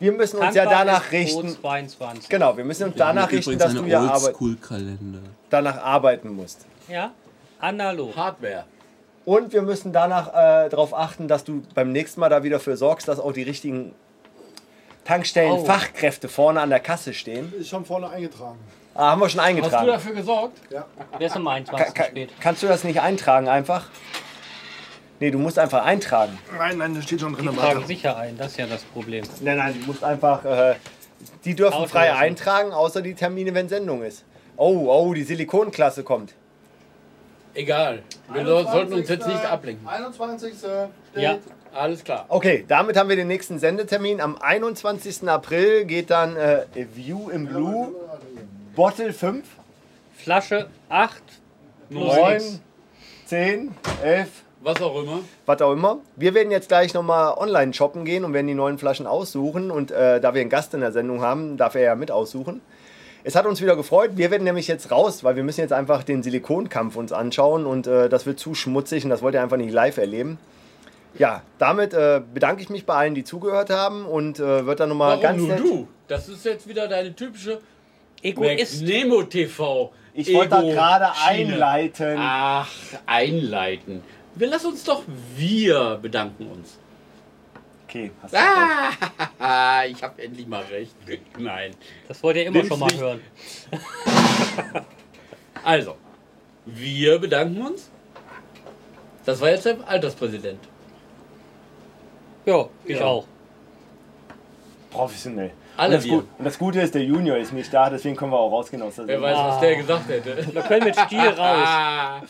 Wir müssen uns ja
Dankbar
danach
ist Brot
richten.
22.
Genau, wir müssen uns danach richten, dass du ja arbeit
Oldschool-Kalender.
danach arbeiten musst.
Ja? Analog.
Hardware.
Und wir müssen danach äh, darauf achten, dass du beim nächsten Mal da wieder für sorgst, dass auch die richtigen Tankstellen,
Oh.
Fachkräfte vorne an der Kasse stehen.
Ist schon vorne eingetragen.
Ah, haben wir schon
Hast du
eingetragen.
dafür gesorgt?
Der ist um
Ka
21
ka
spät.
kannst du das nicht eintragen einfach? Nee, du musst einfach eintragen.
Nein, nein, das steht schon drin.
Die tragen sicher ein, das ist ja das Problem.
Nein, nein, du musst einfach. Äh, die dürfen
Auto
frei
lassen.
eintragen, außer die Termine, wenn Sendung ist. Oh, oh, die Silikonklasse kommt.
Egal. Wir sollten uns jetzt nicht ablenken.
21. steht
Ja.
Alles klar.
Okay, damit haben wir den nächsten Sendetermin. Am 21. April geht dann äh, A View in Blue, Bottle 5,
Flasche 8 plus
9,
X.
10, 11,
Was auch immer.
was auch immer. Wir werden jetzt gleich nochmal online shoppen gehen und werden die neuen Flaschen aussuchen. Und äh, da wir einen Gast in der Sendung haben, darf er ja mit aussuchen. Es hat uns wieder gefreut. Wir werden nämlich jetzt raus, weil wir müssen jetzt einfach den Silikonkampf uns anschauen. Und äh, das wird zu schmutzig und das wollt ihr einfach nicht live erleben. Ja, damit äh, bedanke ich mich bei allen, die zugehört haben und äh, wird dann nochmal
Warum
ganz
nur
nett...
du? Das ist jetzt wieder deine typische
Egoist.
Nemo TV.
Ich wollte da
Ego-Schiene.
gerade einleiten.
Ach, einleiten. Wir lassen uns doch, wir bedanken uns.
Okay, hast du recht.
Ah, ich habe endlich mal recht. Nein.
Das wollt ihr immer
Nimm's
schon mal
nicht.
hören.
Also, wir bedanken uns. Das war jetzt der Alterspräsident.
Ja, ich auch.
professionell. und,
Alle
das
wir.
Gut, und das Gute ist, der Junior ist nicht da, deswegen können wir auch rausgehen aus der
Wer
Sendung.
weiß, was der gesagt hätte.
Wir können mit Stil raus.
Ah,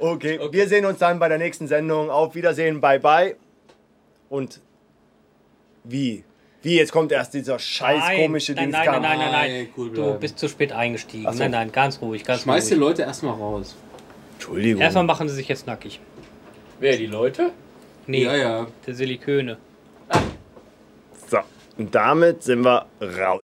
Okay, wir sehen uns dann bei der nächsten Sendung. Auf Wiedersehen, bye bye. Und wie? Wie? Jetzt kommt erst dieser scheiß
Nein,
komische
nein, nein,
Dienstkampf.
nein, nein, nein.
Nein, cool
Du
bleiben.
bist zu spät eingestiegen.
Ach so.
Nein, nein, ganz ruhig, ganz
Schmeiß die
ruhig.
Leute erstmal raus.
Entschuldigung.
Erstmal machen sie sich jetzt nackig.
wer, die Leute?
Nee,
Ja, ja.
der Silikone.
So, und damit sind wir raus.